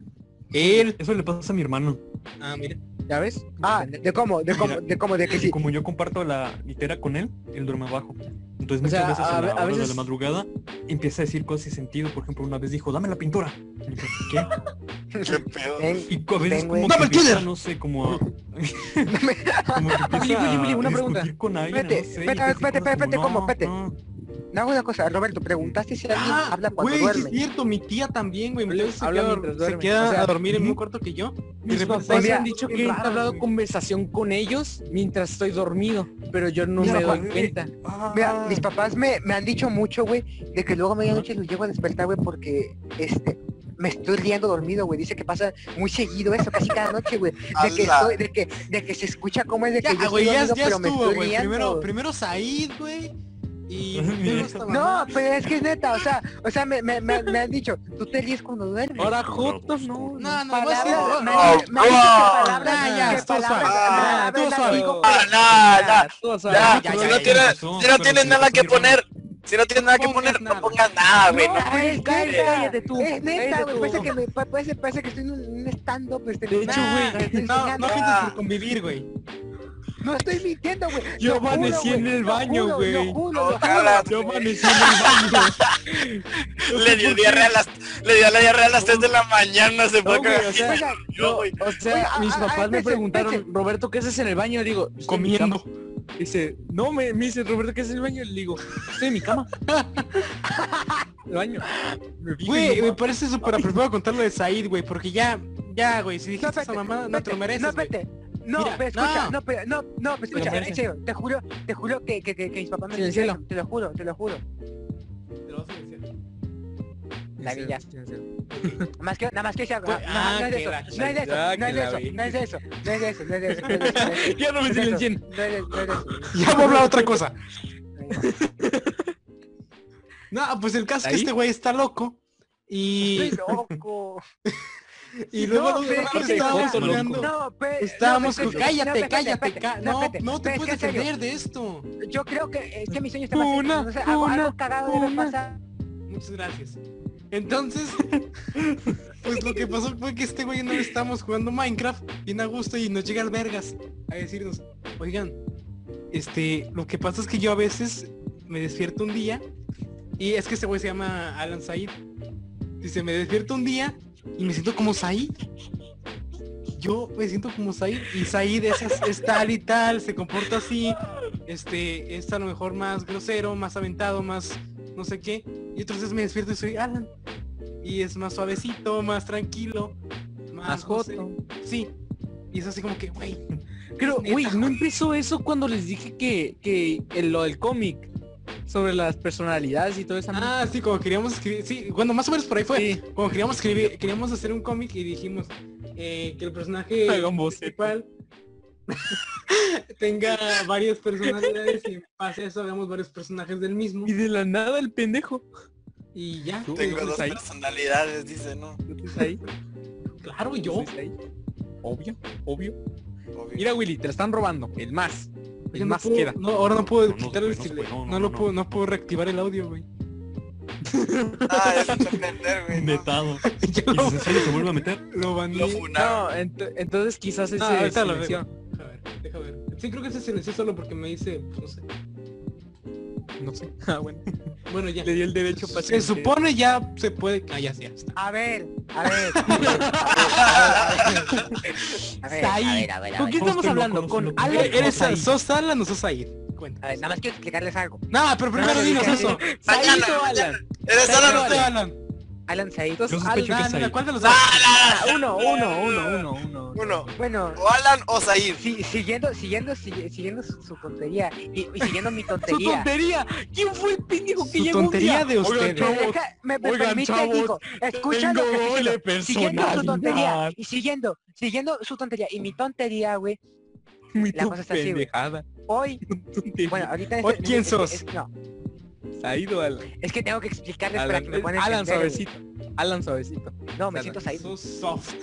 Speaker 2: Él.
Speaker 3: Eso le pasa a mi hermano.
Speaker 2: Ah, mira.
Speaker 4: ¿Ya ves?
Speaker 1: Ah, de cómo, de cómo, de cómo, de que
Speaker 3: *laughs*
Speaker 1: sí.
Speaker 3: Como yo comparto la litera con él, él duerme abajo. Entonces
Speaker 4: O
Speaker 3: muchas
Speaker 4: sea,
Speaker 3: veces
Speaker 4: a
Speaker 3: a,
Speaker 4: ve-
Speaker 3: la
Speaker 4: a
Speaker 3: hora de
Speaker 4: veces-
Speaker 3: la madrugada empieza a decir cosas sin sentido. Por ejemplo, una vez dijo, dame la pintura. Y yo, ¿Qué?
Speaker 5: *laughs* Qué pedo.
Speaker 1: Ven,
Speaker 3: Y a veces
Speaker 1: Ven, güey.
Speaker 3: como
Speaker 2: ¡Dame el
Speaker 3: que
Speaker 2: Kinder!
Speaker 3: empieza, no sé, *laughs*
Speaker 4: *laughs*
Speaker 3: como a... como que empieza
Speaker 4: Oye, oye, oye, una
Speaker 3: a
Speaker 4: pregunta.
Speaker 3: discutir con alguien,
Speaker 1: Vete,
Speaker 3: no
Speaker 1: vete,
Speaker 3: sé, y empieza a decir
Speaker 1: vete,
Speaker 3: cosas
Speaker 1: vete,
Speaker 3: como,
Speaker 1: como,
Speaker 3: "No,
Speaker 1: vete".
Speaker 3: no".
Speaker 1: no hago una cosa, Roberto, preguntaste si alguien
Speaker 2: Ah,
Speaker 1: habla cuando
Speaker 2: Güey, sí es
Speaker 1: duerme.
Speaker 2: cierto, mi tía también, güey. Mi
Speaker 4: Habla-
Speaker 2: tía se
Speaker 4: habla
Speaker 2: queda,
Speaker 4: mientras
Speaker 2: se
Speaker 4: duerme.
Speaker 2: queda
Speaker 4: O sea,
Speaker 2: a dormir en
Speaker 3: ujú.
Speaker 2: un cuarto que yo. y
Speaker 4: Mis
Speaker 2: de repente
Speaker 4: papás me
Speaker 1: mira,
Speaker 4: han dicho
Speaker 2: bien
Speaker 4: que he
Speaker 2: raras,
Speaker 4: hablado
Speaker 2: güey.
Speaker 4: conversación con ellos mientras estoy dormido, pero yo no
Speaker 3: Mira,
Speaker 4: me doy
Speaker 3: Juan,
Speaker 4: cuenta.
Speaker 3: Ah.
Speaker 1: Mira, mis papás me, me han dicho mucho, güey, de que luego a medianoche los llego a despertar, güey, porque este me estoy riendo dormido, güey. Dice que pasa muy seguido eso, casi cada noche, güey. De que
Speaker 5: Ala.
Speaker 1: estoy, de que, de que se escucha cómo es de que
Speaker 2: Ya,
Speaker 1: yo estoy
Speaker 2: güey, ya,
Speaker 1: dormido,
Speaker 2: ya
Speaker 1: pero me
Speaker 2: estuvo,
Speaker 1: estoy
Speaker 2: güey.
Speaker 1: riendo.
Speaker 2: Primero, primero Said, güey. Y
Speaker 3: Ajá,
Speaker 2: luego
Speaker 3: mira.
Speaker 2: esta
Speaker 1: No,
Speaker 2: mamá.
Speaker 1: pero es que es neta, o sea, o sea, me, me, me, me han dicho, tú te ríes cuando duermes.
Speaker 4: Ahora Jotos, no.
Speaker 2: No, no,
Speaker 1: Palabras-
Speaker 2: no,
Speaker 1: me
Speaker 2: no.
Speaker 1: han dicho- me han dicho
Speaker 5: no,
Speaker 1: que palabras-
Speaker 2: no, ya,
Speaker 1: que
Speaker 2: estuvo
Speaker 1: palabras-
Speaker 2: suave.
Speaker 1: palabras
Speaker 2: Ah, estuvo
Speaker 1: las
Speaker 2: suave.
Speaker 1: digo,
Speaker 5: Ah, no, no.
Speaker 4: Todos
Speaker 5: Ya,
Speaker 4: saben.
Speaker 2: ya,
Speaker 5: si
Speaker 2: ya,
Speaker 5: no
Speaker 2: ya,
Speaker 5: tienes,
Speaker 3: pasó,
Speaker 5: si no
Speaker 3: pero
Speaker 5: tienes
Speaker 3: sí,
Speaker 5: nada
Speaker 3: pasó
Speaker 5: que
Speaker 3: mi hermano.
Speaker 5: poner, si no tienes nada que
Speaker 2: pongas
Speaker 5: poner,
Speaker 2: nada.
Speaker 5: no pongas nada, güey.
Speaker 1: No,
Speaker 5: no.
Speaker 1: güey,
Speaker 4: cállate,
Speaker 1: cállate.
Speaker 4: tú,
Speaker 1: Es neta,
Speaker 4: cállate
Speaker 1: güey.
Speaker 4: tú.
Speaker 1: Parece que me pa- parece, parece que estoy en un, un stand-up. Este,
Speaker 4: De hecho,
Speaker 1: nah,
Speaker 4: güey,
Speaker 1: estoy
Speaker 2: No, no
Speaker 1: soñando.
Speaker 2: gente por convivir, güey.
Speaker 1: No estoy mintiendo, güey.
Speaker 3: Yo
Speaker 1: lo juro,
Speaker 3: amanecí en
Speaker 1: güey,
Speaker 3: el
Speaker 1: lo
Speaker 3: baño,
Speaker 1: juro,
Speaker 3: güey.
Speaker 1: Lo juro, lo
Speaker 5: Ojalá.
Speaker 1: juro.
Speaker 3: Yo amanecí en
Speaker 4: *laughs*
Speaker 3: el baño.
Speaker 5: Le dio diarrea a las, le dio la diarrea a las 3 de la mañana, se fue
Speaker 4: No, güey,
Speaker 5: a
Speaker 4: o sea,
Speaker 1: Oigan,
Speaker 5: yo, güey.
Speaker 4: O
Speaker 1: Oye,
Speaker 4: sea,
Speaker 1: a-
Speaker 4: mis
Speaker 1: a- a-
Speaker 4: papás me
Speaker 1: espérense,
Speaker 4: preguntaron,
Speaker 1: espérense.
Speaker 4: Roberto, ¿qué haces en el baño? Le digo, "Estoy en mi
Speaker 2: Comiendo.
Speaker 4: cama". Dice, no, me, me dice, Roberto, ¿qué haces en el baño? Le digo, estoy en mi
Speaker 2: *laughs*
Speaker 4: cama. el baño. Me fijo y
Speaker 2: Güey,
Speaker 4: digo,
Speaker 2: me parece súper apropiado contar lo de Said, güey, porque ya, ya, güey, si dijiste esa
Speaker 1: vete,
Speaker 2: mamada, no te lo
Speaker 1: vete,
Speaker 2: mereces,
Speaker 1: No,
Speaker 2: güey.
Speaker 1: vete. No,
Speaker 2: Mira,
Speaker 1: pero escucha,
Speaker 2: no.
Speaker 1: no, pero no, no, pero escucha,
Speaker 2: merece.
Speaker 1: en serio, te juro, te juro que, que, que, que mis papás me
Speaker 4: Sí, en
Speaker 1: dijeron,
Speaker 4: cielo.
Speaker 1: te lo juro, te lo juro.
Speaker 2: Te lo vas a decir.
Speaker 1: La
Speaker 4: "Sí,
Speaker 1: villa.
Speaker 4: sí, sí, sí".
Speaker 1: Nada más que, nada más que sea,
Speaker 2: Pues,
Speaker 1: no, no,
Speaker 2: ah,
Speaker 1: no es de
Speaker 2: que
Speaker 1: eso,
Speaker 2: la
Speaker 1: no es de eso,
Speaker 4: chingada,
Speaker 1: no es
Speaker 4: que
Speaker 1: de
Speaker 4: la
Speaker 1: eso,
Speaker 4: vi.
Speaker 1: no es de eso, no es de eso, no es de eso, no es de eso, no es de eso.
Speaker 4: Ya no me
Speaker 1: No es
Speaker 2: *laughs*
Speaker 1: eso,
Speaker 4: silencian.
Speaker 1: no es de- no es de eso.
Speaker 2: Ya voy a hablar otra cosa. No, pues el caso es
Speaker 4: ¿Ahí?
Speaker 2: que este güey está loco. Y,
Speaker 1: Estoy loco.
Speaker 2: y luego
Speaker 1: No,
Speaker 2: los
Speaker 1: pero
Speaker 2: demás
Speaker 1: es que
Speaker 2: estábamos
Speaker 3: loco.
Speaker 2: jugando.
Speaker 1: No, pe-
Speaker 2: Estábamos
Speaker 1: no,
Speaker 2: con...
Speaker 1: espérate,
Speaker 2: Cállate,
Speaker 1: no,
Speaker 2: cállate,
Speaker 1: espérate,
Speaker 2: ca-
Speaker 1: no,
Speaker 2: No,
Speaker 1: espérate,
Speaker 2: no te
Speaker 1: pero es que
Speaker 2: puedes
Speaker 1: en serio,
Speaker 2: defender de esto.
Speaker 1: Yo creo que es que mi sueño está
Speaker 2: Una,
Speaker 1: más no sé, algo,
Speaker 2: una,
Speaker 1: algo cagado debe
Speaker 2: una.
Speaker 1: pasar.
Speaker 2: Muchas gracias. Entonces, pues lo que pasó fue que este güey no estábamos jugando Minecraft bien a gusto y nos llega el vergas a decirnos, oigan, este, lo que pasa es que yo a veces me despierto un día y es que este güey se llama Alan Said. Dice, me despierto un día y me siento como Said. Yo me siento como Said y Said es, as- es tal y tal, se comporta así, este, es a lo mejor más grosero, más aventado, más no sé qué. Y otras veces me despierto y soy Alan. Y es más suavecito, más tranquilo, más,
Speaker 4: Más
Speaker 2: Ah, no sé,
Speaker 4: joto.
Speaker 2: Sí. Y es así como que, güey,
Speaker 4: Pero,
Speaker 2: Neta,
Speaker 4: güey, ¿no empezó eso cuando les dije que, que el- lo del cómic? Sobre las personalidades y todo eso.
Speaker 2: Ah, sí, como queríamos escribir, sí, bueno, más o menos por ahí fue.
Speaker 4: Sí.
Speaker 2: Como queríamos escribir, queríamos hacer un cómic y dijimos eh, que el personaje
Speaker 3: Hagan boceto.
Speaker 2: principal *laughs* tenga varias personalidades y en base a eso hagamos varios personajes del mismo
Speaker 4: Y de la nada el pendejo.
Speaker 2: y ya.
Speaker 5: Tengo dos
Speaker 4: ahí.
Speaker 5: personalidades, dice, ¿no?
Speaker 4: ¿No estás
Speaker 2: *laughs*
Speaker 4: ahí?
Speaker 2: Claro, yo.
Speaker 4: ¿Estás ahí? Obvio, obvio.
Speaker 5: Obvio.
Speaker 4: Mira, Willy, te la están robando. El más. El
Speaker 2: Yo no
Speaker 4: más
Speaker 2: puedo-
Speaker 4: queda.
Speaker 2: no, ahora no puedo
Speaker 3: No, no se
Speaker 2: quitar
Speaker 3: puede,
Speaker 2: el
Speaker 3: no se
Speaker 2: silencio.
Speaker 3: puede, no,
Speaker 2: No,
Speaker 3: no,
Speaker 2: lo
Speaker 3: no.
Speaker 2: puedo, no puedo reactivar el audio, güey. *laughs*
Speaker 5: Ah, ya se echó a perder, güey. ¿no?
Speaker 3: Metado.
Speaker 2: Ya
Speaker 3: Y
Speaker 2: lo,
Speaker 3: si solo se vuelve a meter.
Speaker 2: lo baneé.
Speaker 5: Lo funaron.
Speaker 4: No, ent- entonces quizás ese
Speaker 2: Ah, ahorita lo
Speaker 4: silencio-
Speaker 2: A ver, deja ver. Sí, creo que se silenció solo porque me dice, pues,
Speaker 4: No
Speaker 2: no sé. *laughs*
Speaker 4: sé. Ah, bueno.
Speaker 2: Bueno, ya.
Speaker 4: Le dio el derecho para
Speaker 2: Se supone ya se puede. Ah, ya, ya está.
Speaker 1: A ver, a
Speaker 2: *laughs*
Speaker 1: ver. A ver,
Speaker 4: Está ahí.
Speaker 1: a ver, a ver, a
Speaker 4: ¿Con
Speaker 1: ver.
Speaker 4: quién estamos
Speaker 3: Conste, lo
Speaker 4: hablando? ¿Con
Speaker 3: conozco, lo
Speaker 4: Alan?
Speaker 3: conozco.
Speaker 4: o
Speaker 2: ¿Eres,
Speaker 4: Said?
Speaker 2: ¿Sos Alan o sos Said? Cuenta.
Speaker 1: A ver, nada más quiero explicarles algo.
Speaker 2: Nada, pero primero
Speaker 1: No,
Speaker 2: dinos
Speaker 1: dije-
Speaker 2: eso.
Speaker 4: ¿Said
Speaker 5: Mañana,
Speaker 4: o Alan?
Speaker 5: Eres
Speaker 4: Said
Speaker 5: Alan
Speaker 4: o
Speaker 5: Ortega.
Speaker 2: Alan.
Speaker 1: Alan Said.
Speaker 3: Yo
Speaker 4: Al-
Speaker 3: sospecho que
Speaker 4: nah,
Speaker 3: es
Speaker 4: nah,
Speaker 3: ahí.
Speaker 4: ¿Cuál de los dos?
Speaker 5: ¡Ah, la, la!
Speaker 4: Uno, uno, uno, uno, uno.
Speaker 5: Uno,
Speaker 1: Bueno,
Speaker 5: o Alan o Zaid.
Speaker 1: si- siguiendo, siguiendo, sigui- siguiendo su, su tontería y, y siguiendo
Speaker 2: *laughs*
Speaker 1: mi
Speaker 4: ¡Su
Speaker 1: tontería.
Speaker 4: tontería! ¿Quién fue el pendejo que
Speaker 2: Su
Speaker 4: llegó un
Speaker 2: tontería
Speaker 4: día?
Speaker 2: de
Speaker 1: Me
Speaker 2: ustedes.
Speaker 1: deja- me, me
Speaker 2: oigan,
Speaker 1: permite,
Speaker 2: chavos,
Speaker 1: digo, escucha lo que estoy diciendo. Siguiendo su tontería
Speaker 3: personalidad.
Speaker 1: y siguiendo, siguiendo su tontería y mi tontería, güey.
Speaker 2: Muy
Speaker 1: La cosa está así, güey.
Speaker 2: pendejada. *laughs*
Speaker 1: Hoy, bueno, ahorita en
Speaker 2: Hoy,
Speaker 1: este-
Speaker 2: ¿quién
Speaker 1: es que-
Speaker 2: sos?
Speaker 1: es- no,
Speaker 2: Saído Alan.
Speaker 1: es que tengo que explicarles para
Speaker 4: Alan,
Speaker 1: que me puedan
Speaker 4: Alan
Speaker 1: entender, güey.
Speaker 4: suavecito. Alan suavecito.
Speaker 1: No, me
Speaker 4: Alan,
Speaker 1: siento Said.
Speaker 2: Sos soft.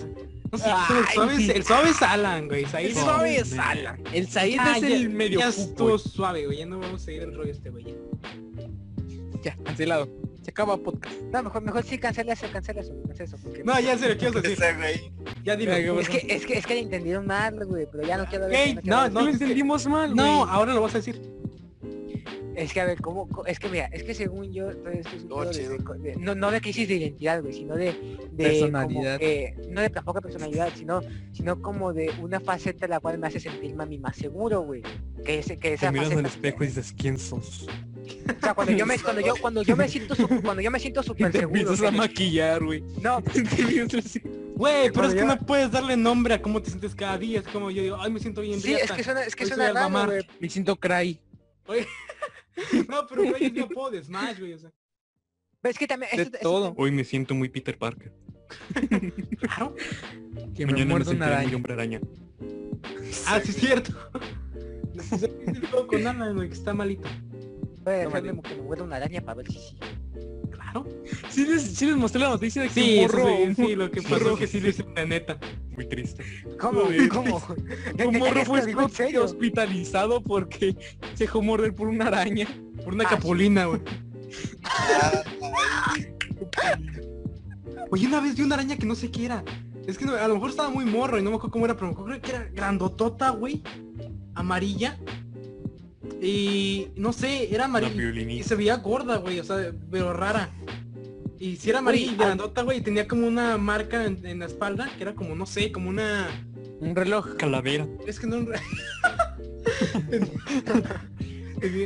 Speaker 2: No sé,
Speaker 4: Ay,
Speaker 2: tú, el, suave es,
Speaker 4: sí.
Speaker 2: el suave es Alan, güey. Saído.
Speaker 3: No,
Speaker 4: suave es
Speaker 3: güey.
Speaker 4: Alan. El Said
Speaker 2: Ah,
Speaker 4: es
Speaker 2: ya-
Speaker 4: el medio
Speaker 2: Ya
Speaker 4: cuco,
Speaker 2: estuvo suave, güey. Ya no vamos a seguir el rollo este, güey. ya.
Speaker 4: güey. Ya, cancelado. Se acaba podcast.
Speaker 1: No, mejor, mejor sí cancela eso, cancela eso, cancela eso. porque-
Speaker 2: No, ya en serio, quiero decir.
Speaker 5: Ese, güey.
Speaker 2: Ya dilo.
Speaker 4: Mira,
Speaker 1: Es que, es que, es que entendieron mal, güey, pero ya no quiero ver.
Speaker 2: Ey, no,
Speaker 4: No lo
Speaker 2: es que-
Speaker 4: entendimos mal,
Speaker 2: No,
Speaker 4: No,
Speaker 2: ahora lo vas a decir.
Speaker 1: Es que a ver, ¿cómo? co- Es que mira, es que según yo, todo esto es un
Speaker 5: Todo
Speaker 1: pedo de-
Speaker 5: chido.
Speaker 1: de co- de- no, no de crisis de identidad, güey, sino de, de
Speaker 4: Personalidad.
Speaker 1: como, eh, no de tampoco personalidad, sino, sino como de una faceta la cual me hace sentirme a mí más seguro, güey. Que, ese, que esa
Speaker 3: Te miras
Speaker 1: faceta-
Speaker 3: en el espejo y dices, ¿quién sos?
Speaker 1: O sea, cuando yo me, cuando yo, cuando yo me siento su- cuando yo me siento súper
Speaker 4: te
Speaker 1: seguro.
Speaker 4: empiezas a
Speaker 1: que-
Speaker 4: maquillar, güey.
Speaker 1: no,
Speaker 4: Te empiezas así.
Speaker 2: Güey, pero
Speaker 1: Bueno,
Speaker 2: es que
Speaker 1: ya.
Speaker 2: no puedes darle nombre a cómo te sientes cada día. Es como yo digo, ay, me siento bien
Speaker 1: sí, es
Speaker 2: riata.
Speaker 1: que suena, es que
Speaker 2: Hoy
Speaker 1: suena
Speaker 2: soy Alba
Speaker 1: raro,
Speaker 2: Mar.
Speaker 1: güey.
Speaker 4: Me siento cray.
Speaker 2: No, pero güey, es mi apodo de Smash, güey. O sea,
Speaker 1: Pero es que también
Speaker 4: De
Speaker 1: esto- esto-
Speaker 4: todo.
Speaker 3: Hoy me siento muy Peter Parker.
Speaker 2: claro.
Speaker 4: Que me muerde
Speaker 3: Mañana me
Speaker 4: una
Speaker 3: sentiré muy
Speaker 4: araña.
Speaker 3: hombre araña.
Speaker 2: Ah, sí, es cierto. Se pierde el juego con Alan, güey, que está malito.
Speaker 1: Voy a
Speaker 4: No me
Speaker 1: dejarme que me vuelva una araña para ver si sí.
Speaker 2: Claro.
Speaker 4: Sí les, sí les mostré la noticia de que
Speaker 2: Sí,
Speaker 4: un morro,
Speaker 2: sí, sí, lo que pasó
Speaker 4: morro.
Speaker 2: es que sí lo hice la neta.
Speaker 3: Muy triste.
Speaker 1: ¿Cómo?
Speaker 4: Joder.
Speaker 1: ¿Cómo? Ya
Speaker 4: un
Speaker 1: te
Speaker 4: morro
Speaker 1: cagas,
Speaker 4: fue
Speaker 1: te digo en serio.
Speaker 4: hospitalizado porque se dejó morder por una araña.
Speaker 2: Por una
Speaker 1: Ah,
Speaker 2: capulina, güey.
Speaker 5: Ah,
Speaker 2: Oye, una vez vi una araña que no sé qué era. Es que no- a lo mejor estaba muy morro y no me acuerdo cómo era, pero me acuerdo que era grandotota, güey. Amarilla. Y no sé, era
Speaker 3: Una
Speaker 2: amarilla. Y
Speaker 3: violinista.
Speaker 2: se veía gorda, güey, o sea, pero rara. Y si era amarilla y
Speaker 4: Güey,
Speaker 2: grandota, güey, y tenía como una marca en, en la espalda, que era como, no sé, como una...
Speaker 4: Un reloj.
Speaker 3: Calavera.
Speaker 2: Es que no...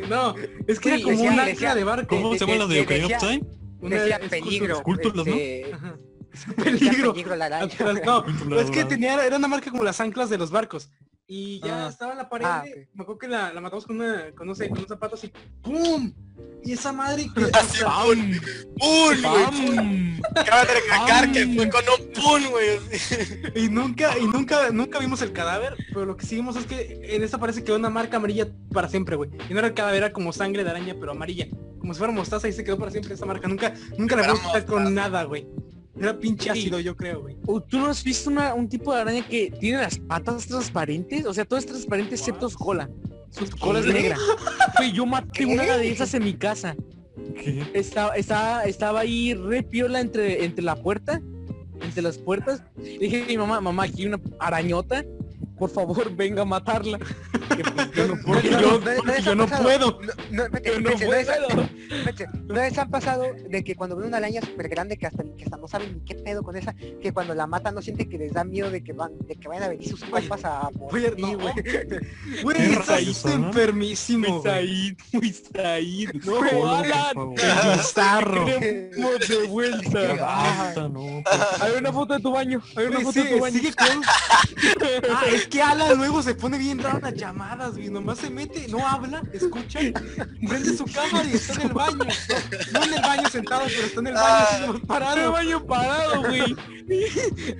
Speaker 2: no, *laughs* es
Speaker 1: Sí,
Speaker 2: que era como
Speaker 1: decía-
Speaker 2: un
Speaker 1: decía-
Speaker 2: ancla de barco.
Speaker 3: ¿Cómo
Speaker 1: de-
Speaker 3: se llama
Speaker 1: de-
Speaker 3: la de
Speaker 1: de-
Speaker 3: Ocarina of
Speaker 1: decía-
Speaker 3: Time?
Speaker 4: pues,
Speaker 2: Una
Speaker 1: decía
Speaker 2: escultura.
Speaker 1: peligro.
Speaker 3: esculturas, ¿no?
Speaker 1: este, *laughs*
Speaker 2: Ajá.
Speaker 1: decía
Speaker 2: *laughs* Peligro.
Speaker 1: peligro la araña.
Speaker 2: Atrás,
Speaker 1: *laughs*
Speaker 2: no,
Speaker 3: Pintura
Speaker 2: es que
Speaker 3: dorada.
Speaker 2: tenía, era una marca como las anclas de los barcos. Y ya
Speaker 4: Ah.
Speaker 2: estaba en la pared,
Speaker 1: Ah,
Speaker 2: güey, me acuerdo que la, la matamos con una, con no sé, con un zapato así, ¡pum! Y esa madre que...
Speaker 5: Así, pun, pun, güey.
Speaker 3: ¡Pam!
Speaker 5: Acaba de recalcar
Speaker 3: Pam.
Speaker 5: que fue con un pun, güey. así.
Speaker 2: Y nunca, y nunca, nunca vimos el cadáver, pero lo que sí vimos es que en esta parece que quedó una marca amarilla para siempre, güey. Y no era el cadáver, era como sangre de araña, pero amarilla. Como si fuera mostaza y se quedó para siempre esa marca. Nunca, nunca la
Speaker 5: Era
Speaker 2: vimos quitar con
Speaker 5: mostaza.
Speaker 2: nada, güey. Era pinche ácido, yo creo, güey.
Speaker 4: ¿O ¿Tú no has visto una- un tipo de araña que tiene las patas transparentes? O sea, todo es transparente excepto su cola. Su cola es
Speaker 3: ¿Qué?
Speaker 4: negra. Güey, yo maté una de esas en mi casa.
Speaker 3: ¿Qué?
Speaker 4: Estaba, estaba, estaba ahí re piola entre, entre la puerta, entre las puertas. Le dije a mi mamá, mamá, aquí hay una arañota. Por favor, *laughs* venga a matarla. Que, pues, yo no *laughs* puedo.
Speaker 2: Porque
Speaker 1: no, no, no, no,
Speaker 2: yo, porque yo no
Speaker 1: no, no,
Speaker 2: puedo.
Speaker 1: No, no, espérate,
Speaker 4: Yo no
Speaker 1: espérate, no les ha-
Speaker 4: puedo.
Speaker 1: espérate, ¿no les ha pasado de que cuando ven una araña súper grande que hasta, que hasta no saben ni qué pedo con esa, que cuando la matan no sienten que les da miedo de que van, de que vayan a venir sus
Speaker 2: Güey,
Speaker 1: compas a
Speaker 2: Güey,
Speaker 1: morir,
Speaker 2: no,
Speaker 1: güey?
Speaker 2: güey,
Speaker 3: Qué
Speaker 2: estás
Speaker 3: rayos son, ¿no?
Speaker 2: enfermísimo,
Speaker 4: Muy
Speaker 2: güey.
Speaker 4: Said, muy Said. No,
Speaker 3: Por favor,
Speaker 4: Alan.
Speaker 3: por favor.
Speaker 2: Bizarro.
Speaker 4: Queremos de
Speaker 3: Qué
Speaker 4: vuelta.
Speaker 3: basta, no, por favor.
Speaker 4: ah. Hay una foto de tu baño. Hay una
Speaker 2: Güey,
Speaker 4: foto de tu
Speaker 2: sigue,
Speaker 4: baño.
Speaker 2: sigue con-
Speaker 4: *laughs*
Speaker 2: Ah, es que Alan luego se pone bien raro en las llamadas, güey. Nomás se mete, no habla, escucha, prende su cámara y está en el baño. No, no en el baño sentado, pero está en el baño así, nomás
Speaker 4: En el
Speaker 2: parado.
Speaker 4: baño parado, güey.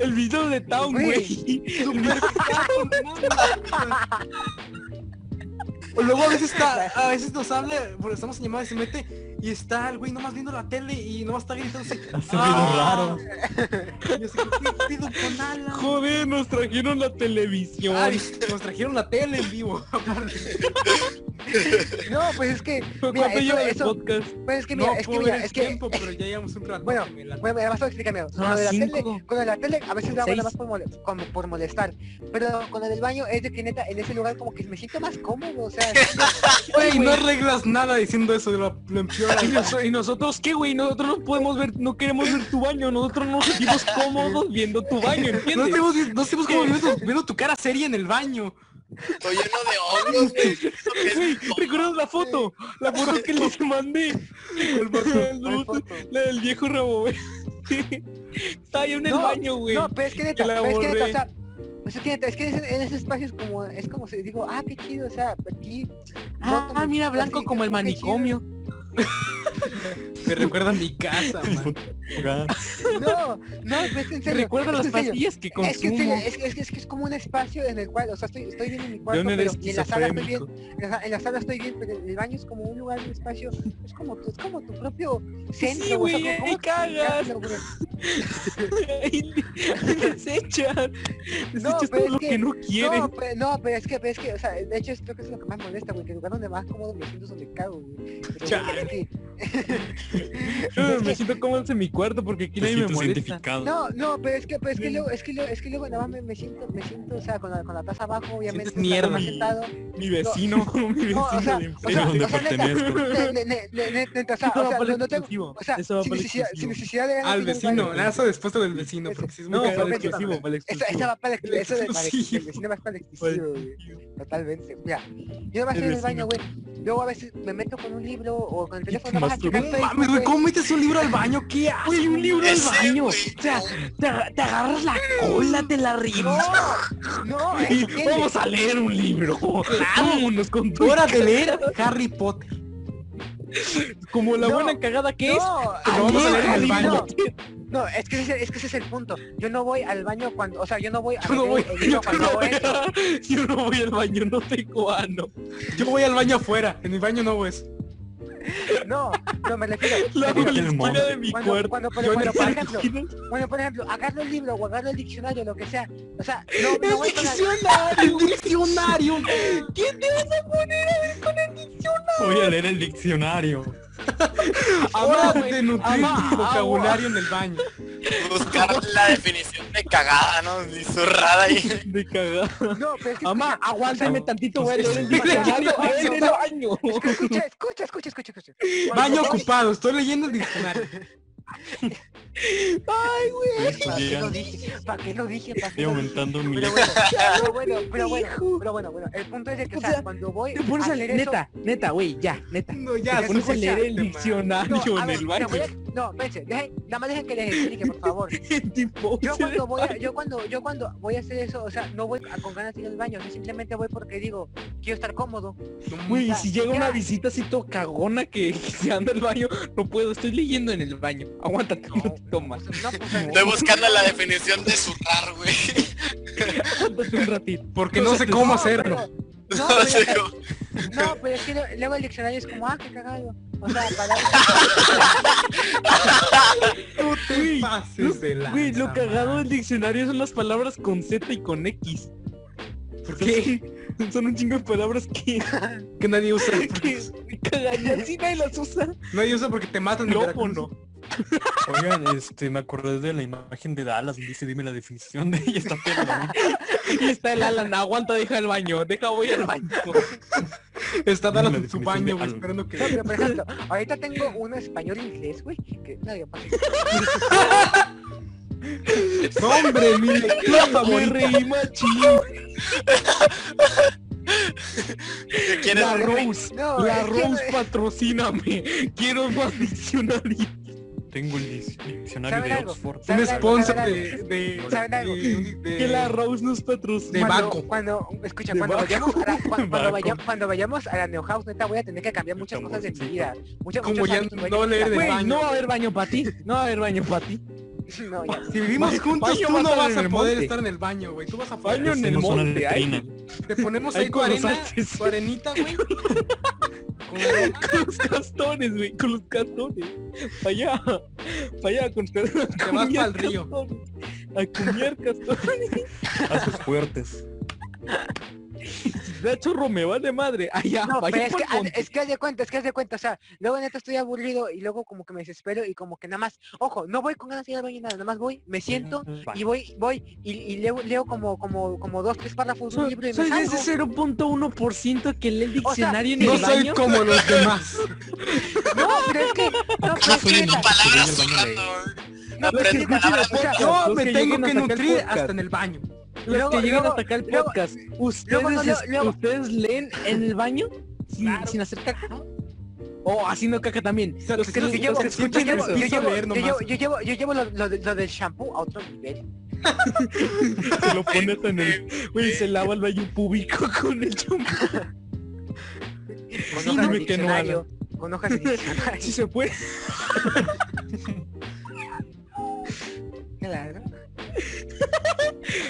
Speaker 4: El video de Town, güey.
Speaker 2: Súper picado, no, no. Luego a veces está, a veces nos habla, porque estamos en llamada y se mete y está el güey nomás viendo la tele y nomás está gritando así.
Speaker 3: Hace ruido
Speaker 2: "Ah".
Speaker 3: raro.
Speaker 2: Y así, ¿qué pedo con Alan?
Speaker 4: Joder, nos trajeron la televisión.
Speaker 2: Ay,
Speaker 1: *laughs*
Speaker 2: nos trajeron la tele en vivo. *laughs*
Speaker 1: No, pues es que,
Speaker 4: ¿Cuánto
Speaker 1: mira, eso-
Speaker 4: lleva el
Speaker 1: eso-
Speaker 4: podcast?
Speaker 1: pues es que mira,
Speaker 2: no
Speaker 1: es que
Speaker 2: puedo
Speaker 1: mira,
Speaker 2: ver el
Speaker 1: es que
Speaker 2: tiempo, pero ya llevamos un rato.
Speaker 1: Bueno,
Speaker 2: me la-
Speaker 1: Bueno, mira, vas a explicarme. Con
Speaker 4: Son
Speaker 1: lo de la
Speaker 4: las
Speaker 1: tele,
Speaker 4: cinco.
Speaker 1: con lo de la tele a veces la
Speaker 4: Seis.
Speaker 1: buena más por, mole- como por molestar. Pero con lo del baño es de que neta, en ese lugar como que me siento más cómodo, o sea,
Speaker 2: Güey, no arreglas nada diciendo eso, lo, lo empeoras.
Speaker 4: ¿Y, nos- y nosotros qué, güey? Nosotros no podemos ver, no queremos ver tu baño. Nosotros nos sentimos cómodos viendo tu baño,
Speaker 2: No
Speaker 4: ¿entiendes?
Speaker 2: estemos, no estemos como viendo, viendo tu cara seria en el baño.
Speaker 5: Estoy lleno de hongos, güey. Eso que es-
Speaker 4: Güey, ¿recuerdas la foto?
Speaker 2: *laughs*
Speaker 4: La foto que les mandé.
Speaker 2: El vato.
Speaker 4: La del viejo rabo, güey. Estaba yo en el
Speaker 1: No,
Speaker 4: baño, güey.
Speaker 1: No, pero es que neta,
Speaker 4: la
Speaker 1: pero es que neta, o
Speaker 4: borré.
Speaker 1: sea, pues es que neta, es que en ese, en ese espacio es como, es como si digo, ah, qué chido, o sea, aquí.
Speaker 4: ah,
Speaker 1: botan-
Speaker 4: mira, blanco
Speaker 1: así,
Speaker 4: como el
Speaker 1: qué chido.
Speaker 4: manicomio.
Speaker 2: Me recuerda a mi casa, man.
Speaker 1: *laughs* No, no, pero es que en
Speaker 4: Te
Speaker 1: serio.
Speaker 4: recuerda
Speaker 1: es
Speaker 4: las
Speaker 1: en serio.
Speaker 4: pastillas que
Speaker 1: Es que, en serio,
Speaker 4: consumo.
Speaker 1: es, que- es que- es que es como un espacio en el cual, o sea, estoy, estoy bien en mi
Speaker 4: Yo
Speaker 1: cuarto,
Speaker 4: no
Speaker 1: pero
Speaker 4: eres
Speaker 1: y en la sala estoy bien,
Speaker 4: esquizofrénico.
Speaker 1: en la, en la sala estoy bien, pero el baño es como un lugar, un espacio, es como tu, es como tu propio centro,
Speaker 4: Sí,
Speaker 1: o sea,
Speaker 4: güey,
Speaker 1: ¿cómo
Speaker 4: ahí cagas.
Speaker 1: explicarlo, güey?
Speaker 4: *laughs* Ahí ahí
Speaker 1: *laughs*
Speaker 4: desechas. Desechas
Speaker 1: pero
Speaker 4: todo
Speaker 1: es
Speaker 4: lo
Speaker 1: que-
Speaker 4: que no quieres.
Speaker 1: No, pero, no, pero es que, pero es que, o sea, de hecho es, creo que es lo que más molesta, güey, que el lugar donde más cómodo me siento es donde cago, güey. Pero, güey,
Speaker 4: Chale.
Speaker 1: es que-
Speaker 4: Yo
Speaker 1: *laughs* es
Speaker 4: me
Speaker 1: que-
Speaker 4: siento cómodo en mi cuarto porque aquí nadie me molesta.
Speaker 1: No, no, pero es que, pero es que luego, es que luego, es que luego nada más me, me siento, me siento, o sea, con la, con la taza abajo, obviamente,
Speaker 2: Sientes
Speaker 1: o sea, nada
Speaker 2: mierda.
Speaker 1: más sentado.
Speaker 4: Mi vecino, *laughs* mi
Speaker 1: No, o
Speaker 4: vecino
Speaker 1: sea, o
Speaker 4: de
Speaker 1: sea,
Speaker 4: enfrente.
Speaker 3: donde
Speaker 1: o sea, neta,
Speaker 4: *laughs*
Speaker 3: pertenezco.
Speaker 1: ne- ne- ne- ne- ne- neta, o sea,
Speaker 4: Eso
Speaker 1: o
Speaker 4: va
Speaker 1: sea,
Speaker 4: para
Speaker 1: no,
Speaker 4: el
Speaker 1: no tengo,
Speaker 4: exclusivo.
Speaker 1: o sea,
Speaker 4: Eso va
Speaker 1: sin
Speaker 4: para el
Speaker 1: necesidad, sin
Speaker 4: exclusivo.
Speaker 1: necesidad de ganas
Speaker 2: Al
Speaker 1: de ir
Speaker 2: vecino,
Speaker 1: baño.
Speaker 2: lanza después del vecino, porque sí es muy
Speaker 4: No, para
Speaker 2: cagado.
Speaker 4: el
Speaker 1: Vete,
Speaker 4: exclusivo, para el
Speaker 1: Esa,
Speaker 4: exclusivo.
Speaker 1: esa va para el,
Speaker 2: El
Speaker 1: esa del- para el-
Speaker 2: exclusivo.
Speaker 1: el vecino va para el exclusivo, güey. Totalmente. Mira, yo no
Speaker 4: El
Speaker 1: estoy en el baño,
Speaker 4: vecino.
Speaker 1: güey. Luego a veces me meto con un libro o con el
Speaker 4: te
Speaker 1: teléfono vas a checar
Speaker 4: masturbas.
Speaker 2: No mames, güey,
Speaker 1: Facebook,
Speaker 2: ¿cómo metes un libro al baño? ¿Qué haces?
Speaker 4: Güey, un libro al
Speaker 5: Ese,
Speaker 4: baño. O
Speaker 5: güey,
Speaker 4: sea, te, aga- te agarras la cola, te la
Speaker 1: güey.
Speaker 4: ribas.
Speaker 1: No, no,
Speaker 4: y
Speaker 1: es que-
Speaker 4: Vamos a leer un libro. Vámonos con tu
Speaker 2: Hora
Speaker 4: *laughs*
Speaker 2: de leer Harry Potter.
Speaker 4: Como la
Speaker 1: No,
Speaker 4: buena cagada que es.
Speaker 1: no,
Speaker 4: te lo
Speaker 1: no,
Speaker 4: vamos a leer en el
Speaker 1: no,
Speaker 2: baño.
Speaker 1: No, es que, ese, es que ese es el punto. Yo no voy al baño cuando, o sea, yo no voy a
Speaker 2: Yo no
Speaker 1: leer
Speaker 2: voy-
Speaker 1: el libro
Speaker 2: yo
Speaker 1: cuando
Speaker 2: no
Speaker 1: hago
Speaker 2: voy a-
Speaker 1: eso.
Speaker 4: Yo no voy al baño, no tengo ano.
Speaker 2: Yo voy al baño afuera, en mi baño no, güey.
Speaker 1: No, no me refiero. me
Speaker 4: La
Speaker 1: refiero-
Speaker 3: el
Speaker 4: esquina
Speaker 3: monte.
Speaker 4: de mi
Speaker 1: Cuando,
Speaker 4: cuarto.
Speaker 1: cuando, por-
Speaker 4: Yo en
Speaker 1: bueno,
Speaker 4: la
Speaker 1: por ejemplo,
Speaker 4: esquina.
Speaker 1: bueno, por ejemplo, agarro el libro o agarro el diccionario, lo que sea. O sea, no, no
Speaker 4: ¡El
Speaker 1: voy con la-
Speaker 4: diccionario! ¡El diccionario! ¿Qué te vas a poner a ver con el diccionario?
Speaker 3: Voy a leer el diccionario.
Speaker 2: Ahora
Speaker 4: güey.
Speaker 2: de nutrir
Speaker 4: Ama,
Speaker 2: tu vocabulario en el baño.
Speaker 5: Buscar la definición de cagada, ¿no? Y zurrada ahí.
Speaker 4: De cagada.
Speaker 1: No, pero es que
Speaker 4: Mamá, aguántame
Speaker 1: no.
Speaker 4: tantito, voy a leer el
Speaker 1: Ah, pues Sí, *laughs*
Speaker 4: diccionario.
Speaker 1: sí,
Speaker 4: ¡Voy a leer
Speaker 1: sí.
Speaker 4: el baño!
Speaker 1: escucha, escucha, escucha, escucha, escucha.
Speaker 2: Baño ocupado, estoy leyendo el diccionario.
Speaker 4: ¡Ay, güey!
Speaker 1: ¿Para qué lo dije? ¿Para qué lo dije? ¿Para qué
Speaker 3: Estoy
Speaker 1: lo dije?
Speaker 3: aumentando mi... *laughs*
Speaker 1: Pero bueno, pero bueno, pero bueno, pero bueno, bueno, el punto es de que, o
Speaker 4: O
Speaker 1: sea,
Speaker 4: sea,
Speaker 1: cuando voy
Speaker 4: Te pones a
Speaker 1: hacer
Speaker 4: leer,
Speaker 1: eso-
Speaker 4: Ah, neta, neta, güey, ya, neta.
Speaker 2: No,
Speaker 1: Te
Speaker 2: ya,
Speaker 1: pones
Speaker 4: Pones a
Speaker 2: escuchaste,
Speaker 4: leer el
Speaker 2: man.
Speaker 4: diccionario
Speaker 1: no, a
Speaker 4: en
Speaker 1: ver,
Speaker 4: el
Speaker 1: mira,
Speaker 4: baño.
Speaker 1: voy a- no, espérense, dejen, nada más dejen que les explique, por
Speaker 4: *laughs*
Speaker 1: favor.
Speaker 4: El tipo
Speaker 1: Yo
Speaker 4: se-
Speaker 1: cuando voy a, yo cuando, yo cuando voy a hacer eso, o sea, no voy a- con ganas de ir al baño, yo simplemente voy porque digo, quiero estar
Speaker 4: *laughs*
Speaker 1: cómodo.
Speaker 4: Güey,
Speaker 1: Ya,
Speaker 4: si llega una
Speaker 1: ya.
Speaker 4: visita así toda cagona que, *laughs* que se anda al baño, no puedo, estoy leyendo en el baño. Aguántate, *laughs* no, te
Speaker 1: O
Speaker 4: tomas.
Speaker 1: sea, no, o sea,
Speaker 5: Estoy buscando la definición de zurrar, güey.
Speaker 4: Aguántate un ratito.
Speaker 2: Porque no sé cómo
Speaker 1: no,
Speaker 2: hacerlo.
Speaker 1: pero- no,
Speaker 5: No sé
Speaker 1: pero-
Speaker 5: cómo.
Speaker 1: no, pero es que lo- luego el diccionario es como, ah, qué cagado. O sea, para...
Speaker 2: No te
Speaker 4: Güey, lo-
Speaker 2: pases de la.
Speaker 4: Güey, lo cagado del diccionario son las palabras con Z y con X.
Speaker 2: ¿Por qué?
Speaker 4: Son- Son un chingo de palabras que,
Speaker 2: Que
Speaker 4: *laughs*
Speaker 2: nadie usa.
Speaker 4: que
Speaker 2: *laughs*
Speaker 4: cagarían si nadie las usa.
Speaker 2: Nadie usa porque te matan. en
Speaker 4: Glófono.
Speaker 3: Oigan, este, me acordé de la imagen de Dallas. Dice, dime la definición de ella. Está pelón.
Speaker 4: *laughs* Y está el Alan, aguanta, deja el baño, deja voy al baño.
Speaker 2: Veracruz. *laughs* Está Dallas
Speaker 3: La
Speaker 2: en su
Speaker 3: definición
Speaker 2: baño,
Speaker 3: de
Speaker 2: güey,
Speaker 3: algo.
Speaker 2: esperando
Speaker 1: No,
Speaker 2: que.
Speaker 1: pero por ejemplo, ahorita tengo un español e inglés, güey, que nadie pasa.
Speaker 2: No,
Speaker 4: *laughs*
Speaker 2: hombre, mi lectura
Speaker 4: Me
Speaker 2: favorita.
Speaker 4: reí machín.
Speaker 5: ¿Qué quieres?
Speaker 4: La
Speaker 1: *laughs*
Speaker 4: Rose,
Speaker 1: No,
Speaker 4: la *laughs*
Speaker 1: es que no-
Speaker 4: Rose patrocíname. Quiero más diccionario.
Speaker 3: Tengo el dic- diccionario
Speaker 1: ¿Saben
Speaker 3: de
Speaker 1: algo?
Speaker 3: Oxford.
Speaker 1: ¿Saben
Speaker 2: Un
Speaker 1: algo?
Speaker 2: sponsor
Speaker 1: ¿Saben
Speaker 2: de. de-
Speaker 1: ¿Saben algo?
Speaker 2: de- de-
Speaker 4: Que la Rose nos patrocina.
Speaker 2: de
Speaker 1: cuando,
Speaker 2: Baco.
Speaker 1: Cuando, escucha,
Speaker 4: De
Speaker 1: cuando
Speaker 4: Baco.
Speaker 1: vayamos,
Speaker 2: *laughs*
Speaker 1: a la, cua- cuando,
Speaker 3: Baco.
Speaker 1: vayamos, cuando vayamos a la Neo House, neta, voy a tener que cambiar muchas
Speaker 3: Estamos
Speaker 1: cosas de mi
Speaker 3: encima.
Speaker 1: vida. Muchas,
Speaker 2: Como
Speaker 1: muchos
Speaker 2: ya
Speaker 1: hábitos voy a
Speaker 2: no leer
Speaker 1: cambiar.
Speaker 2: de
Speaker 4: Güey,
Speaker 2: baño.
Speaker 4: no va a haber baño para ti. No va a haber baño para
Speaker 2: *laughs*
Speaker 4: ti.
Speaker 1: No, ya.
Speaker 2: Si vivimos
Speaker 4: Baño-
Speaker 2: juntos,
Speaker 4: baño
Speaker 2: tú
Speaker 4: va a
Speaker 2: no
Speaker 4: estar
Speaker 2: vas
Speaker 4: en
Speaker 2: a
Speaker 4: el
Speaker 2: poder
Speaker 4: monte.
Speaker 2: estar en el baño, güey. Tú vas a
Speaker 4: Baño en el
Speaker 3: Hacemos una
Speaker 4: monte, ahí.
Speaker 3: letrina.
Speaker 2: Te ponemos
Speaker 4: Ahí
Speaker 2: ahí tu
Speaker 4: con los
Speaker 2: arena,
Speaker 4: artes.
Speaker 2: tu arenita,
Speaker 3: *laughs*
Speaker 2: güey. Con la-
Speaker 4: Con los castones, güey, con los castones. Pa' allá, pa' allá, con Te
Speaker 2: vas pa'l río.
Speaker 4: A comer castones.
Speaker 3: Haces fuertes.
Speaker 4: De chorro me vale madre. Allá,
Speaker 1: No,
Speaker 4: pa'
Speaker 1: pero
Speaker 4: allá
Speaker 1: es que,
Speaker 4: pa'l monte.
Speaker 1: es que haz de cuenta, es que haz de cuenta, o sea, luego neta estoy aburrido y luego como que me desespero y como que nada más, ojo, no voy con ganas de ir al baño ni nada, nada más voy, me siento y voy, voy y, y leo, leo como, como, como dos, tres párrafos de un
Speaker 4: Soy,
Speaker 1: libro y me
Speaker 4: soy de
Speaker 1: salgo.
Speaker 4: ese 0.1% que lee el diccionario
Speaker 2: No
Speaker 4: en el
Speaker 2: soy
Speaker 4: baño.
Speaker 2: como los demás.
Speaker 1: No, pero es que, no, pero es que
Speaker 5: Aprendo
Speaker 1: neta,
Speaker 5: palabras
Speaker 3: Sí, en el baño de-
Speaker 5: zurrando, güey.
Speaker 1: no, pero es que
Speaker 5: aprendo
Speaker 1: neta,
Speaker 5: palabras
Speaker 1: o sea,
Speaker 5: zurrando.
Speaker 2: Yo
Speaker 4: Los
Speaker 2: me
Speaker 4: que
Speaker 2: tengo
Speaker 4: lleguen
Speaker 2: que
Speaker 4: hasta acá el
Speaker 2: nutrir
Speaker 4: podcast.
Speaker 2: hasta en el baño.
Speaker 4: Los
Speaker 1: Luego-
Speaker 4: que llegan
Speaker 1: luego-
Speaker 4: hasta acá el
Speaker 1: luego-
Speaker 4: podcast, ¿ustedes,
Speaker 1: luego no leo- luego-
Speaker 4: ¿ustedes leen en el baño sin,
Speaker 2: Claro. ¿Eh?
Speaker 4: sin hacer caca? Oh, haciendo caca también. Los que,
Speaker 1: Yo
Speaker 4: los
Speaker 1: llevo-
Speaker 4: que
Speaker 1: yo
Speaker 4: escuchen
Speaker 1: llevo-
Speaker 4: eso.
Speaker 1: yo llevo-
Speaker 2: leer
Speaker 1: yo
Speaker 2: nomás.
Speaker 1: llevo- yo llevo- yo llevo lo, lo de- lo del shampoo a otro
Speaker 3: *laughs*
Speaker 1: nivel.
Speaker 3: Te lo pones en el... Güey, se lava el baño público *laughs* con el champú.
Speaker 1: Con
Speaker 3: Sí,
Speaker 1: hojas de
Speaker 3: dime que no,
Speaker 1: diccionario. Con
Speaker 3: *laughs*
Speaker 1: hojas de diccionario.
Speaker 3: Si se puede.
Speaker 1: Claro.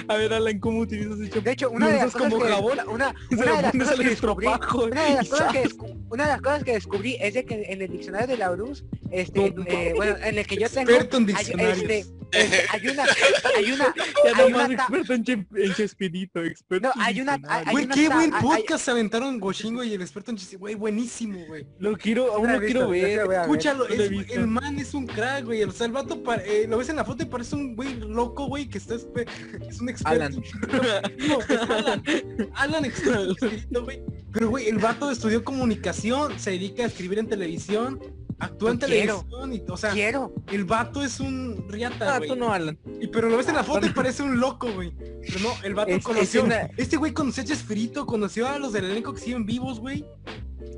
Speaker 3: A ver, Alan, ¿cómo utilizas el champú?
Speaker 1: De hecho, una
Speaker 3: Lo
Speaker 1: de las
Speaker 3: usas
Speaker 1: cosas
Speaker 3: como
Speaker 1: que
Speaker 3: jabón,
Speaker 1: una,
Speaker 3: *laughs* Se
Speaker 1: una
Speaker 3: lo
Speaker 1: de las
Speaker 3: pones
Speaker 1: cosas
Speaker 3: al
Speaker 1: que descubrí,
Speaker 3: estropajo.
Speaker 1: una de
Speaker 3: y
Speaker 1: las cosas
Speaker 3: ya.
Speaker 1: que descu- una de las cosas que descubrí es de que en el diccionario de la URUS, este,
Speaker 2: No,
Speaker 1: eh, bueno, en el que yo tengo,
Speaker 2: Experto en
Speaker 1: hay,
Speaker 2: diccionarios.
Speaker 1: este, hay una, hay
Speaker 2: *laughs*
Speaker 1: una,
Speaker 3: Ya
Speaker 1: hay
Speaker 3: nomás
Speaker 1: una ta-
Speaker 3: experto en, Chep- en Chespirito, experto
Speaker 1: No,
Speaker 3: en
Speaker 1: hay una-
Speaker 3: diccionario.
Speaker 1: hay-
Speaker 2: Güey,
Speaker 1: una
Speaker 2: qué
Speaker 1: ta-
Speaker 2: buen
Speaker 1: hay-
Speaker 2: podcast se aventaron Goshingo y el experto en chiste. Güey, buenísimo, güey.
Speaker 3: Lo quiero, aún
Speaker 1: Una
Speaker 3: lo quiero
Speaker 1: vista, yo te
Speaker 3: ver.
Speaker 1: voy a ver.
Speaker 2: Escúchalo,
Speaker 3: no lo he
Speaker 2: es-
Speaker 3: visto.
Speaker 2: el man es un crack, güey. O sea, el vato pa- eh, lo ves en la foto y parece un güey loco, güey, que está espe- *laughs* es un experto.
Speaker 4: Alan.
Speaker 2: *laughs* No, es Alan. Alan experto, experto, güey. Pero güey, el vato estudió comunicación, se dedica a escribir en televisión, actúa
Speaker 1: Yo
Speaker 2: en
Speaker 1: quiero.
Speaker 2: televisión y, o sea,
Speaker 1: quiero,
Speaker 2: el vato es un riata,
Speaker 4: Ah,
Speaker 2: güey.
Speaker 4: tú no, Alan.
Speaker 2: Y pero lo ves en
Speaker 1: *laughs*
Speaker 2: la foto y parece un loco, güey. Pero no, el vato
Speaker 1: Es- es
Speaker 2: conoció.
Speaker 1: una-
Speaker 2: Este güey conoció a Chespirito, conoció a los del elenco que siguen vivos, güey.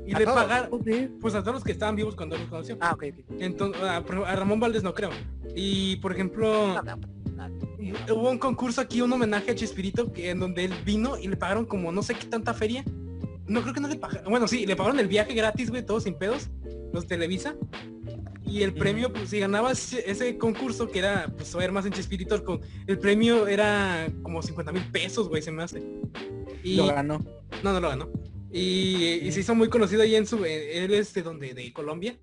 Speaker 2: Y
Speaker 1: ¿A
Speaker 2: le
Speaker 1: todos?
Speaker 2: pagaron, pues a todos los que estaban vivos cuando los conoció.
Speaker 1: ah, ok, ok.
Speaker 2: Entonces, a, por ejemplo, a Ramón Valdés no creo. Y por ejemplo,
Speaker 1: No, no, no, no.
Speaker 2: hubo un concurso aquí, un homenaje a Chespirito, que, en donde él vino y le pagaron como no sé qué tanta feria. No creo que no le pagaron. Bueno, sí, le pagaron el viaje gratis, güey, todos sin pedos. Los Televisa. Y el premio, pues si ganabas ese- ese concurso, que era, pues, saber más en Chespirito, con, el premio era como 50 mil pesos, güey, se me hace. Y,
Speaker 4: Lo ganó.
Speaker 2: no, no lo ganó. Y, y se hizo muy conocido ahí en su, él es de donde, de Colombia.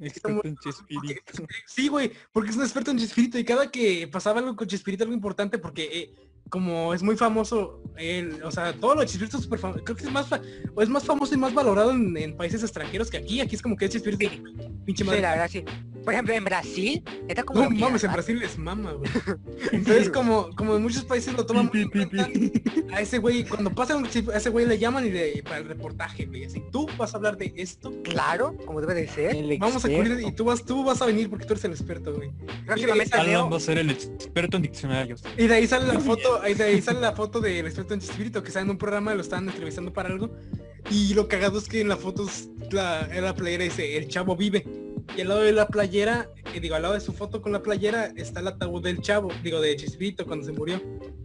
Speaker 3: Experto en Chespirito.
Speaker 2: Sí, güey, porque es un experto en Chespirito y cada que pasaba algo con Chespirito, algo importante, porque eh, como es muy famoso, él, o sea, todo lo de Chespirito es súper famoso, creo que es más, fa- o es más famoso y más valorado en, en países extranjeros que aquí, aquí es como que es Chespirito, pinche
Speaker 1: Sí,
Speaker 2: madre.
Speaker 1: la verdad, sí. Por ejemplo, en Brasil, está como ah,
Speaker 2: No
Speaker 1: lo
Speaker 2: mames, en
Speaker 1: miran,
Speaker 2: Brasil les mama, güey. Entonces, como, como en muchos países lo toman muy en
Speaker 3: Pi, pi,
Speaker 2: cuenta, a ese güey, cuando pasa un chip, a ese güey le llaman y le, para el reportaje, güey, así, tú vas a hablar de esto,
Speaker 1: Claro, como debe de ser.
Speaker 4: El
Speaker 2: vamos a cubrir, y
Speaker 4: experto.
Speaker 2: tú vas, tú vas a venir porque tú eres el experto, güey.
Speaker 1: Próximamente
Speaker 3: Alan
Speaker 1: Leo,
Speaker 3: va a ser el experto en diccionarios.
Speaker 2: Y de ahí sale la foto, ahí de ahí sale la foto del experto en Chespirito, que está en un programa, lo estaban entrevistando para algo. Y lo cagado es que en la foto es la, en la playera dice, el chavo vive. Y al lado de la playera, eh, digo, al lado de su foto con la playera está el ataúd del chavo, digo, de Chespirito cuando se murió.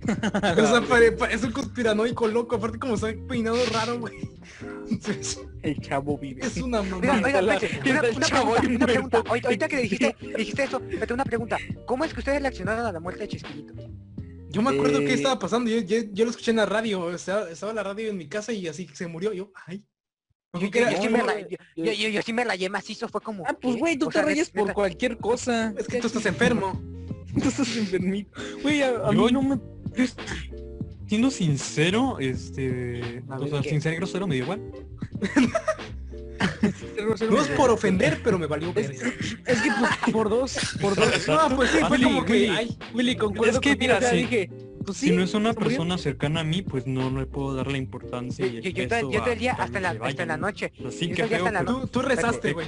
Speaker 2: o sea, pare- pa- es un conspiranoico loco, aparte como está peinado raro, güey. *laughs* Entonces,
Speaker 4: El chavo vive.
Speaker 2: es una
Speaker 1: Oiga,
Speaker 2: mamá.
Speaker 1: oiga,
Speaker 4: la-
Speaker 1: espérate, una,
Speaker 4: el
Speaker 1: una
Speaker 4: chavo
Speaker 1: pregunta, una
Speaker 4: inmundo.
Speaker 1: pregunta. Ahorita, ahorita que dijiste, dijiste eso, pero tengo una pregunta. ¿Cómo es que ustedes reaccionaron a la muerte de Chespirito?
Speaker 2: Yo me acuerdo que
Speaker 4: Eh.
Speaker 2: estaba pasando, yo, yo, yo lo escuché en la radio, o sea, estaba la radio en mi casa y así se murió, yo, ay. Me
Speaker 1: Yo,
Speaker 2: acuerdo que
Speaker 1: yo-
Speaker 2: era-
Speaker 1: yo
Speaker 4: no,
Speaker 1: sí me
Speaker 4: no,
Speaker 1: ra-
Speaker 4: no,
Speaker 1: yo-
Speaker 4: yo-
Speaker 1: yo- yo- yo sí me rayé macizo, fue como...
Speaker 4: Ah, pues
Speaker 1: ¿qué?
Speaker 4: güey, tú
Speaker 1: O
Speaker 4: te
Speaker 1: sea,
Speaker 4: rayas
Speaker 1: neta-
Speaker 4: por cualquier cosa.
Speaker 2: Es que
Speaker 4: *laughs*
Speaker 2: tú *laughs* estás enfermo.
Speaker 4: Tú estás enfermito. Güey, a, a
Speaker 3: Yo
Speaker 4: mí no me...
Speaker 3: Yo es- Siendo sincero, este...
Speaker 4: A
Speaker 3: O
Speaker 4: ver,
Speaker 3: sea,
Speaker 4: ¿qué?
Speaker 3: sin ser grosero me dio igual.
Speaker 2: No es por ofender, pero me valió ver.
Speaker 4: Es que pues por dos, por dos.
Speaker 2: No, pues sí, fue
Speaker 3: Willy,
Speaker 2: como
Speaker 3: Willy.
Speaker 2: que. Ay,
Speaker 4: Willy, concuerdo
Speaker 3: Es que
Speaker 4: contigo,
Speaker 3: mira,
Speaker 4: o sea,
Speaker 3: sí.
Speaker 4: dije, pues sí.
Speaker 3: Si no es una
Speaker 4: se murió.
Speaker 3: persona cercana a mí, pues no le puedo dar la importancia
Speaker 1: Yo,
Speaker 3: y
Speaker 1: yo,
Speaker 3: el
Speaker 1: yo todo-
Speaker 3: peso
Speaker 1: yo
Speaker 3: a
Speaker 1: todo el día,
Speaker 3: que
Speaker 1: hasta en la,
Speaker 3: alguien se
Speaker 1: hasta en la
Speaker 3: vaya, ¿no?
Speaker 1: noche.
Speaker 3: Así
Speaker 1: yo todo
Speaker 3: que
Speaker 1: el día
Speaker 3: feo,
Speaker 1: hasta en la
Speaker 3: pero
Speaker 2: tú, tú rezaste, güey.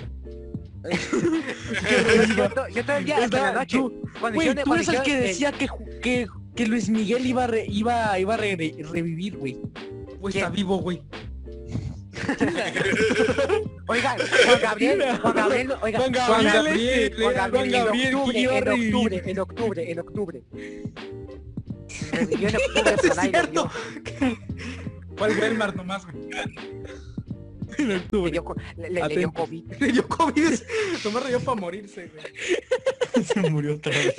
Speaker 1: Yo, yo- yo todo el día, hasta en la
Speaker 4: Estaba-
Speaker 1: noche.
Speaker 4: tú-
Speaker 1: Cuando
Speaker 4: Güey,
Speaker 1: yo-
Speaker 4: tú
Speaker 1: cuando
Speaker 4: eres el
Speaker 1: yo-
Speaker 4: que
Speaker 1: eh, *laughs*
Speaker 4: decía que, ju- que, que Luis Miguel iba a, re- iba, iba a re- revivir, güey.
Speaker 2: Güey, está
Speaker 1: ¿Quién?
Speaker 2: vivo, güey.
Speaker 1: Oiga, Juan Gabriel, Juan Gabriel, oiga,
Speaker 3: Juan
Speaker 2: Juan
Speaker 3: Gabriel,
Speaker 2: Gabriel.
Speaker 1: Juan Gabriel,
Speaker 3: Juan Gabriel,
Speaker 1: en octubre,
Speaker 3: iba a
Speaker 1: en
Speaker 3: revivir.
Speaker 1: octubre, en octubre, en octubre. Revivió en octubre,
Speaker 2: Sí,
Speaker 1: pero
Speaker 2: es
Speaker 1: nadie lo vio.
Speaker 2: cierto. Fue al Walmart
Speaker 4: *laughs*
Speaker 2: nomás, güey.
Speaker 3: en
Speaker 1: Le
Speaker 2: *laughs*
Speaker 3: octubre
Speaker 1: dio co- le- le- le dio
Speaker 3: Atentos.
Speaker 1: COVID.
Speaker 2: Le dio COVID. Nomás reyó para morirse, güey.
Speaker 3: *laughs* se murió otra vez.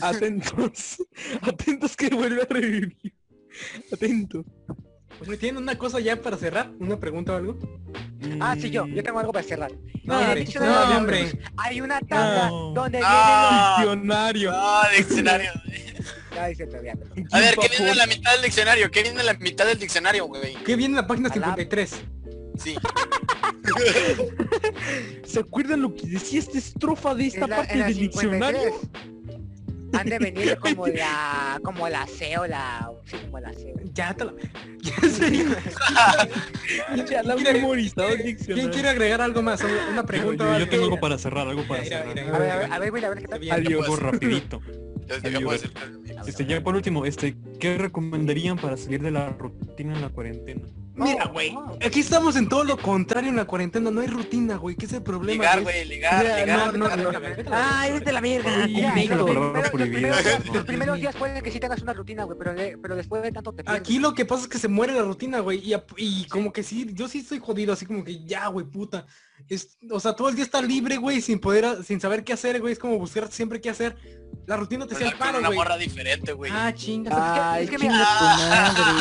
Speaker 4: Atentos. Atentos que vuelve a revivir. Atentos.
Speaker 2: Pues, ¿Tienen una cosa ya para cerrar? ¿Una pregunta o algo?
Speaker 1: Ah, sí,
Speaker 3: *laughs*
Speaker 1: yo, yo tengo algo para cerrar.
Speaker 2: No,
Speaker 1: en el
Speaker 2: hombre.
Speaker 1: diccionario de
Speaker 2: No,
Speaker 1: la
Speaker 2: hombre.
Speaker 1: Hay una tabla
Speaker 3: No.
Speaker 1: donde
Speaker 5: Ah.
Speaker 3: Diccionario.
Speaker 5: No, diccionario.
Speaker 1: vienen los... Ay, se te olvidó.
Speaker 5: A ver, ¿qué viene en la mitad del diccionario? ¿Qué viene en la mitad del diccionario, güey?
Speaker 2: ¿Qué viene en la página
Speaker 1: Alá.
Speaker 2: 53?
Speaker 5: Sí.
Speaker 4: ¿Se acuerdan lo que decía esta estrofa de esta
Speaker 1: En la-
Speaker 4: parte
Speaker 1: en la
Speaker 4: del diccionario?
Speaker 1: 53. Han de venir como la... como la C o la... Sí, como la C.
Speaker 2: Ya te la... Ya sé.
Speaker 4: Ya la han
Speaker 2: ¿Quién quiere-
Speaker 4: memorizado el
Speaker 2: ¿Quién
Speaker 4: diccionario.
Speaker 2: quiere agregar algo más? Una una
Speaker 3: Yo,
Speaker 2: pregunta. o
Speaker 3: yo- yo
Speaker 2: algo?
Speaker 3: tengo algo para cerrar, algo para
Speaker 2: Mira, mira,
Speaker 3: cerrar.
Speaker 1: A ver, a ver, a ver, güey, a ver qué tal.
Speaker 2: Está bien.
Speaker 3: Algo
Speaker 5: Pues-
Speaker 3: rapidito.
Speaker 5: Yo- yo puedo hacer-
Speaker 3: Este, ya por último, este, ¿qué recomendarían para salir de la rutina en la cuarentena?
Speaker 2: Mira, güey, aquí estamos en todo lo contrario en la cuarentena, no hay rutina, güey, ¿qué es el problema?
Speaker 5: Ligar,
Speaker 2: güey?
Speaker 5: güey, ligar,
Speaker 2: Mira,
Speaker 5: ligar.
Speaker 2: no, no, no.
Speaker 1: Ah, eres de la verga.
Speaker 3: Uy,
Speaker 1: mira,
Speaker 3: mira,
Speaker 1: los,
Speaker 3: la
Speaker 1: primeros,
Speaker 3: palabra prohibida,
Speaker 1: los primeros-
Speaker 3: ¿no?
Speaker 1: los primeros días puede que sí tengas una rutina, güey, pero, de- pero después de tanto te pierdes.
Speaker 2: Aquí lo que pasa es que se muere la rutina, güey, y, ap- y como que sí, yo sí estoy jodido, así como que ya, güey, puta. Es- o sea, todo el día está libre, güey, sin poder, a- sin saber qué hacer, güey, es como buscar siempre qué hacer. La rutina te
Speaker 5: Pues
Speaker 2: sea el
Speaker 5: hablar con
Speaker 2: paro,
Speaker 5: una
Speaker 2: güey.
Speaker 5: morra diferente, güey.
Speaker 2: Ah, chinga.
Speaker 4: Ay,
Speaker 1: es que
Speaker 4: chinga
Speaker 1: mira-
Speaker 2: ¡Ah!
Speaker 4: tu madre,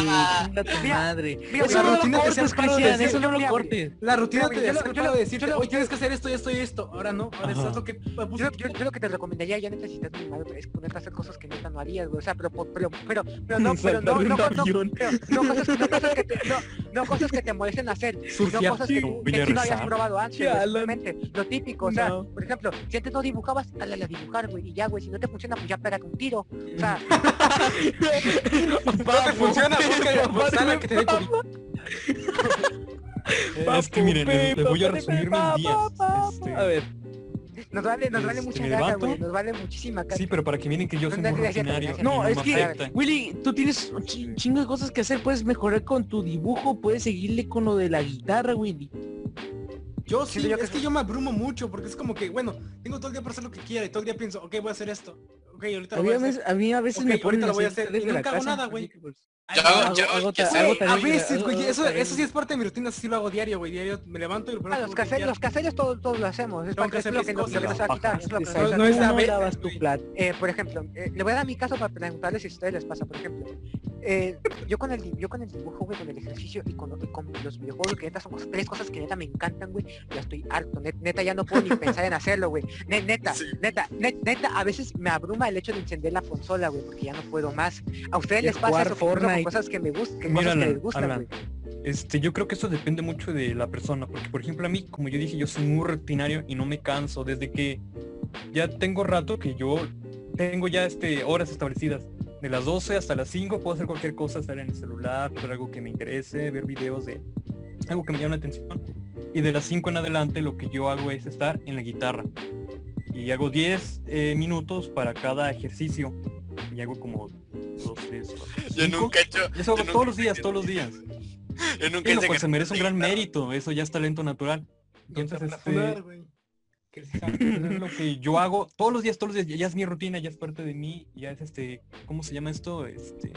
Speaker 4: chinga tu
Speaker 1: Mira,
Speaker 4: madre.
Speaker 1: mira,
Speaker 4: eso
Speaker 1: mira,
Speaker 4: no
Speaker 1: mira,
Speaker 4: lo
Speaker 2: rutina que sea
Speaker 4: cortes,
Speaker 2: el paro de
Speaker 4: Cristian,
Speaker 2: decir,
Speaker 4: eso no
Speaker 1: mira,
Speaker 4: lo
Speaker 1: mira,
Speaker 4: cortes.
Speaker 2: La rutina
Speaker 1: Mira,
Speaker 2: te
Speaker 1: yo lo-
Speaker 2: hace el
Speaker 1: yo
Speaker 2: paro
Speaker 1: lo-
Speaker 2: de decirte,
Speaker 1: yo lo-
Speaker 2: hoy tienes que hacer esto y esto y esto, ahora no, ahora es
Speaker 3: Ajá.
Speaker 2: lo que... pues,
Speaker 1: Yo, yo- yo lo que te recomendaría ya neta si estás muy malo, pero es ponerte a hacer cosas que neta no harías, güey. O sea, pero por- pero pero, pero no, pero no,
Speaker 3: Saltar de
Speaker 1: no,
Speaker 3: un
Speaker 1: no,
Speaker 3: avión.
Speaker 1: pero no cosas, no cosas que te, no, no cosas que te molesten hacer, no
Speaker 2: Surfear.
Speaker 1: cosas que,
Speaker 3: sí,
Speaker 1: tú-
Speaker 3: voy
Speaker 1: que
Speaker 3: a
Speaker 1: tú no habías
Speaker 3: rezar.
Speaker 1: probado antes, güey,
Speaker 4: Ya, Alan.
Speaker 1: simplemente lo típico, o sea,
Speaker 4: No.
Speaker 1: por ejemplo, si antes no dibujabas, hazle a dibujar, güey, y ya, güey, si no te funciona, pues ya pégate un tiro. O sea,
Speaker 2: *laughs* No te funciona, busca- busca la que te dé COVID.
Speaker 3: Es que miren, les, les voy a resumir mis días. este,
Speaker 4: A ver,
Speaker 1: nos vale, nos vale
Speaker 3: Este,
Speaker 1: mucha
Speaker 3: me
Speaker 1: caca,
Speaker 3: levanto.
Speaker 1: güey, nos vale muchísima caca.
Speaker 3: Sí, pero para que miren que yo soy
Speaker 1: No,
Speaker 3: muy
Speaker 1: no, gracias,
Speaker 3: rutinario.
Speaker 1: gracias.
Speaker 3: y
Speaker 4: No,
Speaker 3: me
Speaker 4: es que-
Speaker 3: afecta.
Speaker 4: Willy, tú tienes un chi- chingo de cosas que hacer, puedes mejorar con tu dibujo, puedes seguirle con lo de la guitarra, Willy.
Speaker 2: *laughs* Yo
Speaker 1: Siento
Speaker 2: sí,
Speaker 1: yo que
Speaker 2: es que yo me abrumo mucho porque es como que, bueno, tengo todo el día para hacer lo que quiera y todo el día pienso, ok, voy a hacer esto. Ok, ahorita
Speaker 4: A
Speaker 2: lo
Speaker 4: mí
Speaker 2: voy a
Speaker 4: a
Speaker 2: hacer.
Speaker 4: veces, a mí a veces
Speaker 2: Ok,
Speaker 4: me
Speaker 2: ahorita
Speaker 4: ponen
Speaker 2: lo voy a
Speaker 4: hacer
Speaker 2: hacer,
Speaker 4: desde
Speaker 2: y
Speaker 4: la
Speaker 2: nunca hago
Speaker 4: casa,
Speaker 2: nada,
Speaker 4: así
Speaker 2: güey.
Speaker 4: que, pues,
Speaker 2: Ay,
Speaker 5: Yo
Speaker 2: güey,
Speaker 5: hago- yo hago-
Speaker 4: hago
Speaker 5: ¿qué
Speaker 4: ta-
Speaker 5: hacer?
Speaker 4: hago
Speaker 2: a
Speaker 4: también-
Speaker 2: veces, güey,
Speaker 4: hago-
Speaker 2: eso,
Speaker 4: hago
Speaker 2: eso sí es parte de mi rutina, sí lo hago diario, güey, diario me levanto y lo primero
Speaker 1: Ah, los,
Speaker 2: que hago es
Speaker 1: case- los
Speaker 2: limpiar.
Speaker 1: caseros todos, todos lo hacemos, es
Speaker 2: Tengo que
Speaker 1: porque es
Speaker 2: hacer
Speaker 1: lo
Speaker 2: mis
Speaker 1: que, nos, lo que
Speaker 2: cosas.
Speaker 1: nos va a quitar, es lo que nos va a
Speaker 2: No,
Speaker 1: quitar.
Speaker 2: no es la
Speaker 4: ¿Cómo
Speaker 2: vez,
Speaker 4: lavas tu
Speaker 2: güey.
Speaker 4: plato?
Speaker 1: Eh, por ejemplo, eh, le voy a dar mi caso para preguntarles si a ustedes les pasa, por ejemplo. Eh, yo con el di- yo con el dibujo, güey, con el ejercicio y con, y con los videojuegos, que neta son cosas- tres cosas que neta me encantan, güey. Ya estoy harto, net- neta ya no puedo ni pensar en hacerlo, güey. Ne- neta,
Speaker 5: Sí.
Speaker 1: neta, net- neta, a veces me abruma el hecho de encender la consola, güey, porque ya no puedo más. A ustedes
Speaker 4: De
Speaker 1: les pasa
Speaker 4: jugar
Speaker 1: eso, que incluso con
Speaker 4: Fortnite.
Speaker 1: cosas que me gustan, que
Speaker 3: Mira,
Speaker 1: cosas que
Speaker 3: Alan,
Speaker 1: les gustan,
Speaker 3: Alan,
Speaker 1: güey.
Speaker 3: Este, yo creo que eso depende mucho de la persona, porque por ejemplo a mí, como yo dije, yo soy muy rutinario y no me canso desde que ya tengo rato que yo tengo ya este horas establecidas. De las 12 hasta las 5 puedo hacer cualquier cosa, estar en el celular, hacer algo que me interese, ver videos de algo que me llame la atención. Y de las 5 en adelante lo que yo hago es estar en la guitarra. Y hago 10 eh, minutos para cada ejercicio. Y hago como dos, tres, cuatro,
Speaker 5: Yo
Speaker 3: cinco.
Speaker 5: nunca he hecho...
Speaker 3: Y Eso
Speaker 5: yo
Speaker 3: hago
Speaker 5: nunca
Speaker 3: todos los
Speaker 5: he
Speaker 3: días,
Speaker 5: hecho-
Speaker 3: todos los días.
Speaker 5: Yo nunca
Speaker 3: Bueno,
Speaker 5: hice
Speaker 3: pues se
Speaker 5: ejercicio
Speaker 3: merece un
Speaker 5: de
Speaker 3: gran
Speaker 5: guitarra.
Speaker 3: mérito, eso ya es talento natural. Entonces,
Speaker 2: Para
Speaker 3: este,
Speaker 2: fumar, güey.
Speaker 4: *laughs*
Speaker 3: *clears throat* es lo que yo hago todos los días, todos los días, ya- ya es mi rutina, ya es parte de mí, ya es este, ¿cómo se llama esto? Este,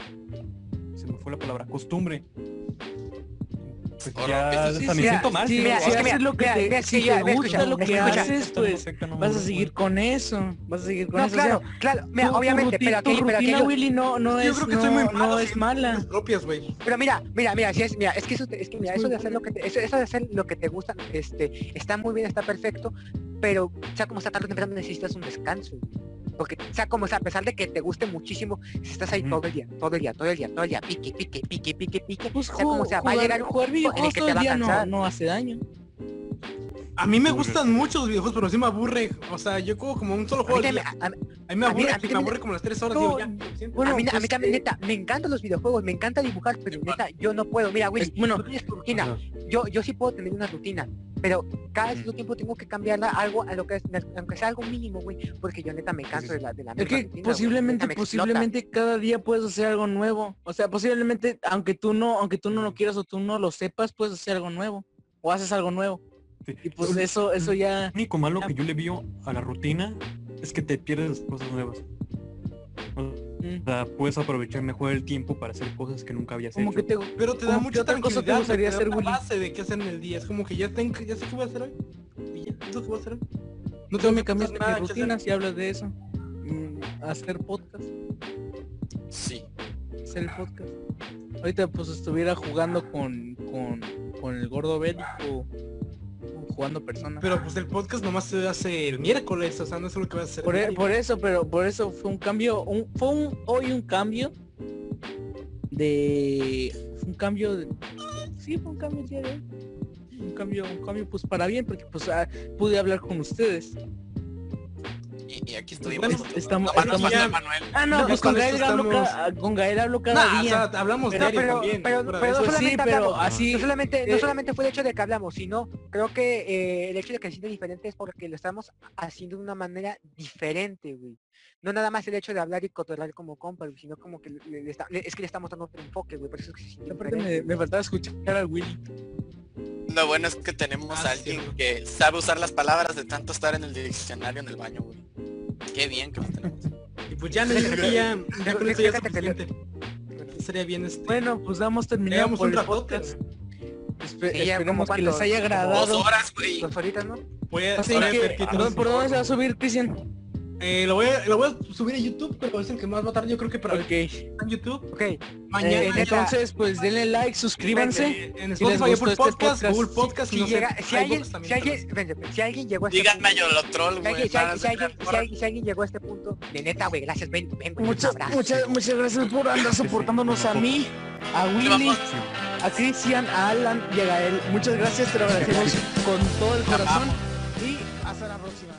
Speaker 3: se me fue la palabra, costumbre. Pues
Speaker 5: Ahora,
Speaker 3: ya
Speaker 5: eso sí,
Speaker 3: hasta me
Speaker 1: sí,
Speaker 3: siento
Speaker 1: ah,
Speaker 3: mal.
Speaker 1: sí,
Speaker 3: si
Speaker 4: Si,
Speaker 3: no
Speaker 1: mira,
Speaker 3: lo
Speaker 1: es que
Speaker 4: si haces lo
Speaker 3: hago.
Speaker 4: que
Speaker 1: mira,
Speaker 4: te,
Speaker 1: mira,
Speaker 4: si
Speaker 1: mira,
Speaker 4: te
Speaker 1: mira,
Speaker 4: gusta
Speaker 1: escucha,
Speaker 4: lo que
Speaker 1: escucha.
Speaker 4: haces,
Speaker 3: Esto me
Speaker 4: pues
Speaker 3: afecta, no me
Speaker 4: vas a
Speaker 3: gusta.
Speaker 4: seguir con eso, vas a seguir con
Speaker 1: No,
Speaker 4: eso. o sea,
Speaker 1: claro, claro, mira,
Speaker 4: tu- tu
Speaker 1: obviamente,
Speaker 4: ruti-
Speaker 1: pero
Speaker 4: tu
Speaker 1: aquello, pero
Speaker 4: rutina,
Speaker 1: aquello-
Speaker 4: Willy, no, no
Speaker 2: Yo
Speaker 4: es,
Speaker 2: creo que
Speaker 4: no,
Speaker 2: soy muy
Speaker 4: no
Speaker 2: malo
Speaker 4: es
Speaker 2: haciendo
Speaker 4: mala.
Speaker 2: mis propias, güey.
Speaker 1: Pero mira, mira, mira, si es, mira, es que eso, te- es que mira, eso de hacer lo que te, eso, eso de hacer lo que te gusta, este, está muy bien, está perfecto, pero sea como sea tarde o temprano necesitas un descanso, güey. Porque, sea como sea, a pesar de que te guste muchísimo, si estás ahí
Speaker 3: Ujú.
Speaker 1: todo el día, todo el día, todo el día, todo el día, pique, pique, pique, pique, pique,
Speaker 4: Pues
Speaker 1: sea como
Speaker 4: ju-
Speaker 1: sea, va a
Speaker 4: jugar,
Speaker 1: llegar un
Speaker 4: jugar
Speaker 1: en el
Speaker 4: videojuegos
Speaker 1: que
Speaker 4: todo
Speaker 1: te
Speaker 4: el
Speaker 1: va a
Speaker 4: día no,
Speaker 1: cansar.
Speaker 4: no hace daño.
Speaker 2: A mí me
Speaker 3: Muy
Speaker 2: gustan mucho los videojuegos, pero sí me aburre. O sea, yo juego como un solo
Speaker 1: A mí,
Speaker 2: juego. al
Speaker 1: también-
Speaker 2: día.
Speaker 1: a, a-
Speaker 2: A mí me
Speaker 1: a mí- a
Speaker 2: aburre,
Speaker 1: mí
Speaker 2: me
Speaker 1: también-
Speaker 2: aburre como las tres horas,
Speaker 4: No,
Speaker 2: digo, ya, lo siento.
Speaker 1: a
Speaker 4: Bueno,
Speaker 1: mí, a
Speaker 4: pues,
Speaker 1: mí también, neta, me encantan los videojuegos, me encanta dibujar, pero neta, yo no puedo. Mira, Willy,
Speaker 4: Es- bueno,
Speaker 1: tú tienes tu rutina, yo, yo sí puedo tener una rutina, pero cada cierto tiempo tengo que cambiarla algo a lo que es, aunque sea algo mínimo, güey, porque yo neta me canso de la, de la
Speaker 4: Es
Speaker 1: misma
Speaker 4: que
Speaker 1: rutina, güey, neta,
Speaker 4: posiblemente,
Speaker 1: me explota.
Speaker 4: posiblemente cada día puedes hacer algo nuevo. O sea, posiblemente, aunque tú no, aunque tú no lo quieras o tú no lo sepas, puedes hacer algo nuevo. O haces algo nuevo.
Speaker 3: Sí.
Speaker 4: Y pues eso, eso ya.
Speaker 3: Lo único malo que yo le veo a la rutina es que te pierdes las cosas nuevas. O
Speaker 4: mm,
Speaker 3: sea, puedes aprovechar mejor el tiempo para hacer cosas que nunca habías
Speaker 4: Como
Speaker 3: hecho.
Speaker 4: que te
Speaker 2: Pero te
Speaker 4: ¿Cómo
Speaker 2: da
Speaker 4: qué
Speaker 2: mucha
Speaker 4: otra cosa te
Speaker 2: tranquilidad, güey,
Speaker 4: gustaría
Speaker 2: te da
Speaker 4: hacer,
Speaker 2: una
Speaker 4: Willy?
Speaker 2: base de qué hacer en el día. Es como que ya, tengo, ya sé qué voy a hacer hoy. Y ya, es lo que voy a hacer hoy.
Speaker 4: yo
Speaker 2: No tengo
Speaker 4: me
Speaker 2: que cambiar
Speaker 4: cambiaste mi
Speaker 2: nada que
Speaker 4: rutina
Speaker 2: hacer.
Speaker 4: si hablas de eso. Mm, Hacer podcast.
Speaker 5: Sí.
Speaker 4: Hacer el podcast. Ahorita pues estuviera jugando con, con, con el gordo bélico o jugando personas.
Speaker 2: Pero pues el podcast nomás se hace el miércoles, o sea, no es lo que voy a hacer.
Speaker 4: Por, e-
Speaker 2: diario.
Speaker 4: por eso, pero por eso fue un cambio, un, fue un, hoy un cambio de, fue un cambio, de- sí, fue un cambio el día de hoy. un cambio, un cambio pues para bien, porque pues ah, pude hablar con ustedes.
Speaker 5: y, y aquí estuvimos.
Speaker 2: Bueno,
Speaker 4: Estamos,
Speaker 5: Tomándonos
Speaker 4: estamos-
Speaker 2: ya-
Speaker 5: la Manuel.
Speaker 4: Ah, no,
Speaker 2: ya
Speaker 4: pues
Speaker 2: con
Speaker 4: con Gael,
Speaker 2: esto
Speaker 4: hablo ca- ah,
Speaker 2: estamos-
Speaker 4: con Gael hablo cada
Speaker 2: Nah, o
Speaker 4: día.
Speaker 2: sea, hablamos
Speaker 1: No,
Speaker 2: serio
Speaker 1: pero-
Speaker 2: también.
Speaker 1: pero-
Speaker 2: fuera de
Speaker 1: pero-
Speaker 2: eso.
Speaker 4: Pues sí,
Speaker 1: solamente
Speaker 4: pero
Speaker 1: hablamos-
Speaker 4: así...
Speaker 1: No solamente,
Speaker 4: eh,
Speaker 1: no solamente fue el hecho de que hablamos, sino creo que eh, el hecho de que se siente diferente es porque lo estamos haciendo de una manera diferente, güey. No nada más el hecho de hablar y cotorrar como compa, güey, sino como que le- le- le está- le- es que le estamos dando otro enfoque, güey. Por eso es que se siente
Speaker 4: Aparte me,
Speaker 1: diferente.
Speaker 4: me faltaba escuchar al Willy.
Speaker 5: Lo bueno es que tenemos
Speaker 2: Ah,
Speaker 5: a alguien
Speaker 2: cierto.
Speaker 5: que sabe usar las palabras de tanto estar en el diccionario en el baño, güey. Qué bien que lo tenemos.
Speaker 2: Y pues ya, neta,
Speaker 4: *laughs*
Speaker 2: que ya, ya con eso ya es
Speaker 1: Fíjate que le-
Speaker 2: suficiente. Sería bien este.
Speaker 4: Bueno, pues damos terminado
Speaker 2: Digamos
Speaker 4: por
Speaker 2: un
Speaker 4: el
Speaker 2: ratote.
Speaker 4: podcast. Espe-
Speaker 1: Sí, ya,
Speaker 4: esperemos
Speaker 1: ¿como
Speaker 4: que les
Speaker 1: cuánto?
Speaker 4: haya
Speaker 5: Dos
Speaker 4: agradado.
Speaker 5: horas, güey.
Speaker 1: Dos horitas, Pues ¿no?
Speaker 2: Voy a,
Speaker 4: Así
Speaker 2: voy a
Speaker 4: que,
Speaker 2: Pues, ver qué
Speaker 4: ¿por-
Speaker 2: tenemos.
Speaker 4: ¿por dónde se va a subir, Cristian?
Speaker 2: Eh, lo, voy a, lo voy a subir a YouTube, pero es el que más va a tardar yo creo que para
Speaker 4: Ok. eh,
Speaker 2: en YouTube.
Speaker 1: Ok, eh,
Speaker 2: Mañana.
Speaker 1: neta,
Speaker 4: entonces, pues denle like, suscríbanse.
Speaker 2: eh, en
Speaker 4: si les
Speaker 2: Spotify,
Speaker 4: gustó
Speaker 2: Apple
Speaker 4: este
Speaker 2: Podcast,
Speaker 4: podcast,
Speaker 2: Google Podcast,
Speaker 1: si,
Speaker 2: no sé,
Speaker 1: llega, si alguien,
Speaker 2: iVoox también,
Speaker 1: si alguien, espérense, si alguien llegó a este
Speaker 5: Díganme a
Speaker 1: punto,
Speaker 5: Yolotrol,
Speaker 1: si
Speaker 5: güey.
Speaker 1: alguien, si
Speaker 5: para
Speaker 1: alguien, si
Speaker 5: hacer
Speaker 1: alguien- si
Speaker 5: porra.
Speaker 1: alguien- si alguien llegó a este punto, de neta, güey, gracias, ven, ven, güey, un
Speaker 4: Muchas,
Speaker 1: abrazo.
Speaker 4: muchas, muchas gracias por andar soportándonos a mí, a Willy,
Speaker 5: vamos.
Speaker 4: a Cristian, a Alan y a Gael. Muchas gracias, te lo agradecemos con todo el corazón y hasta la próxima.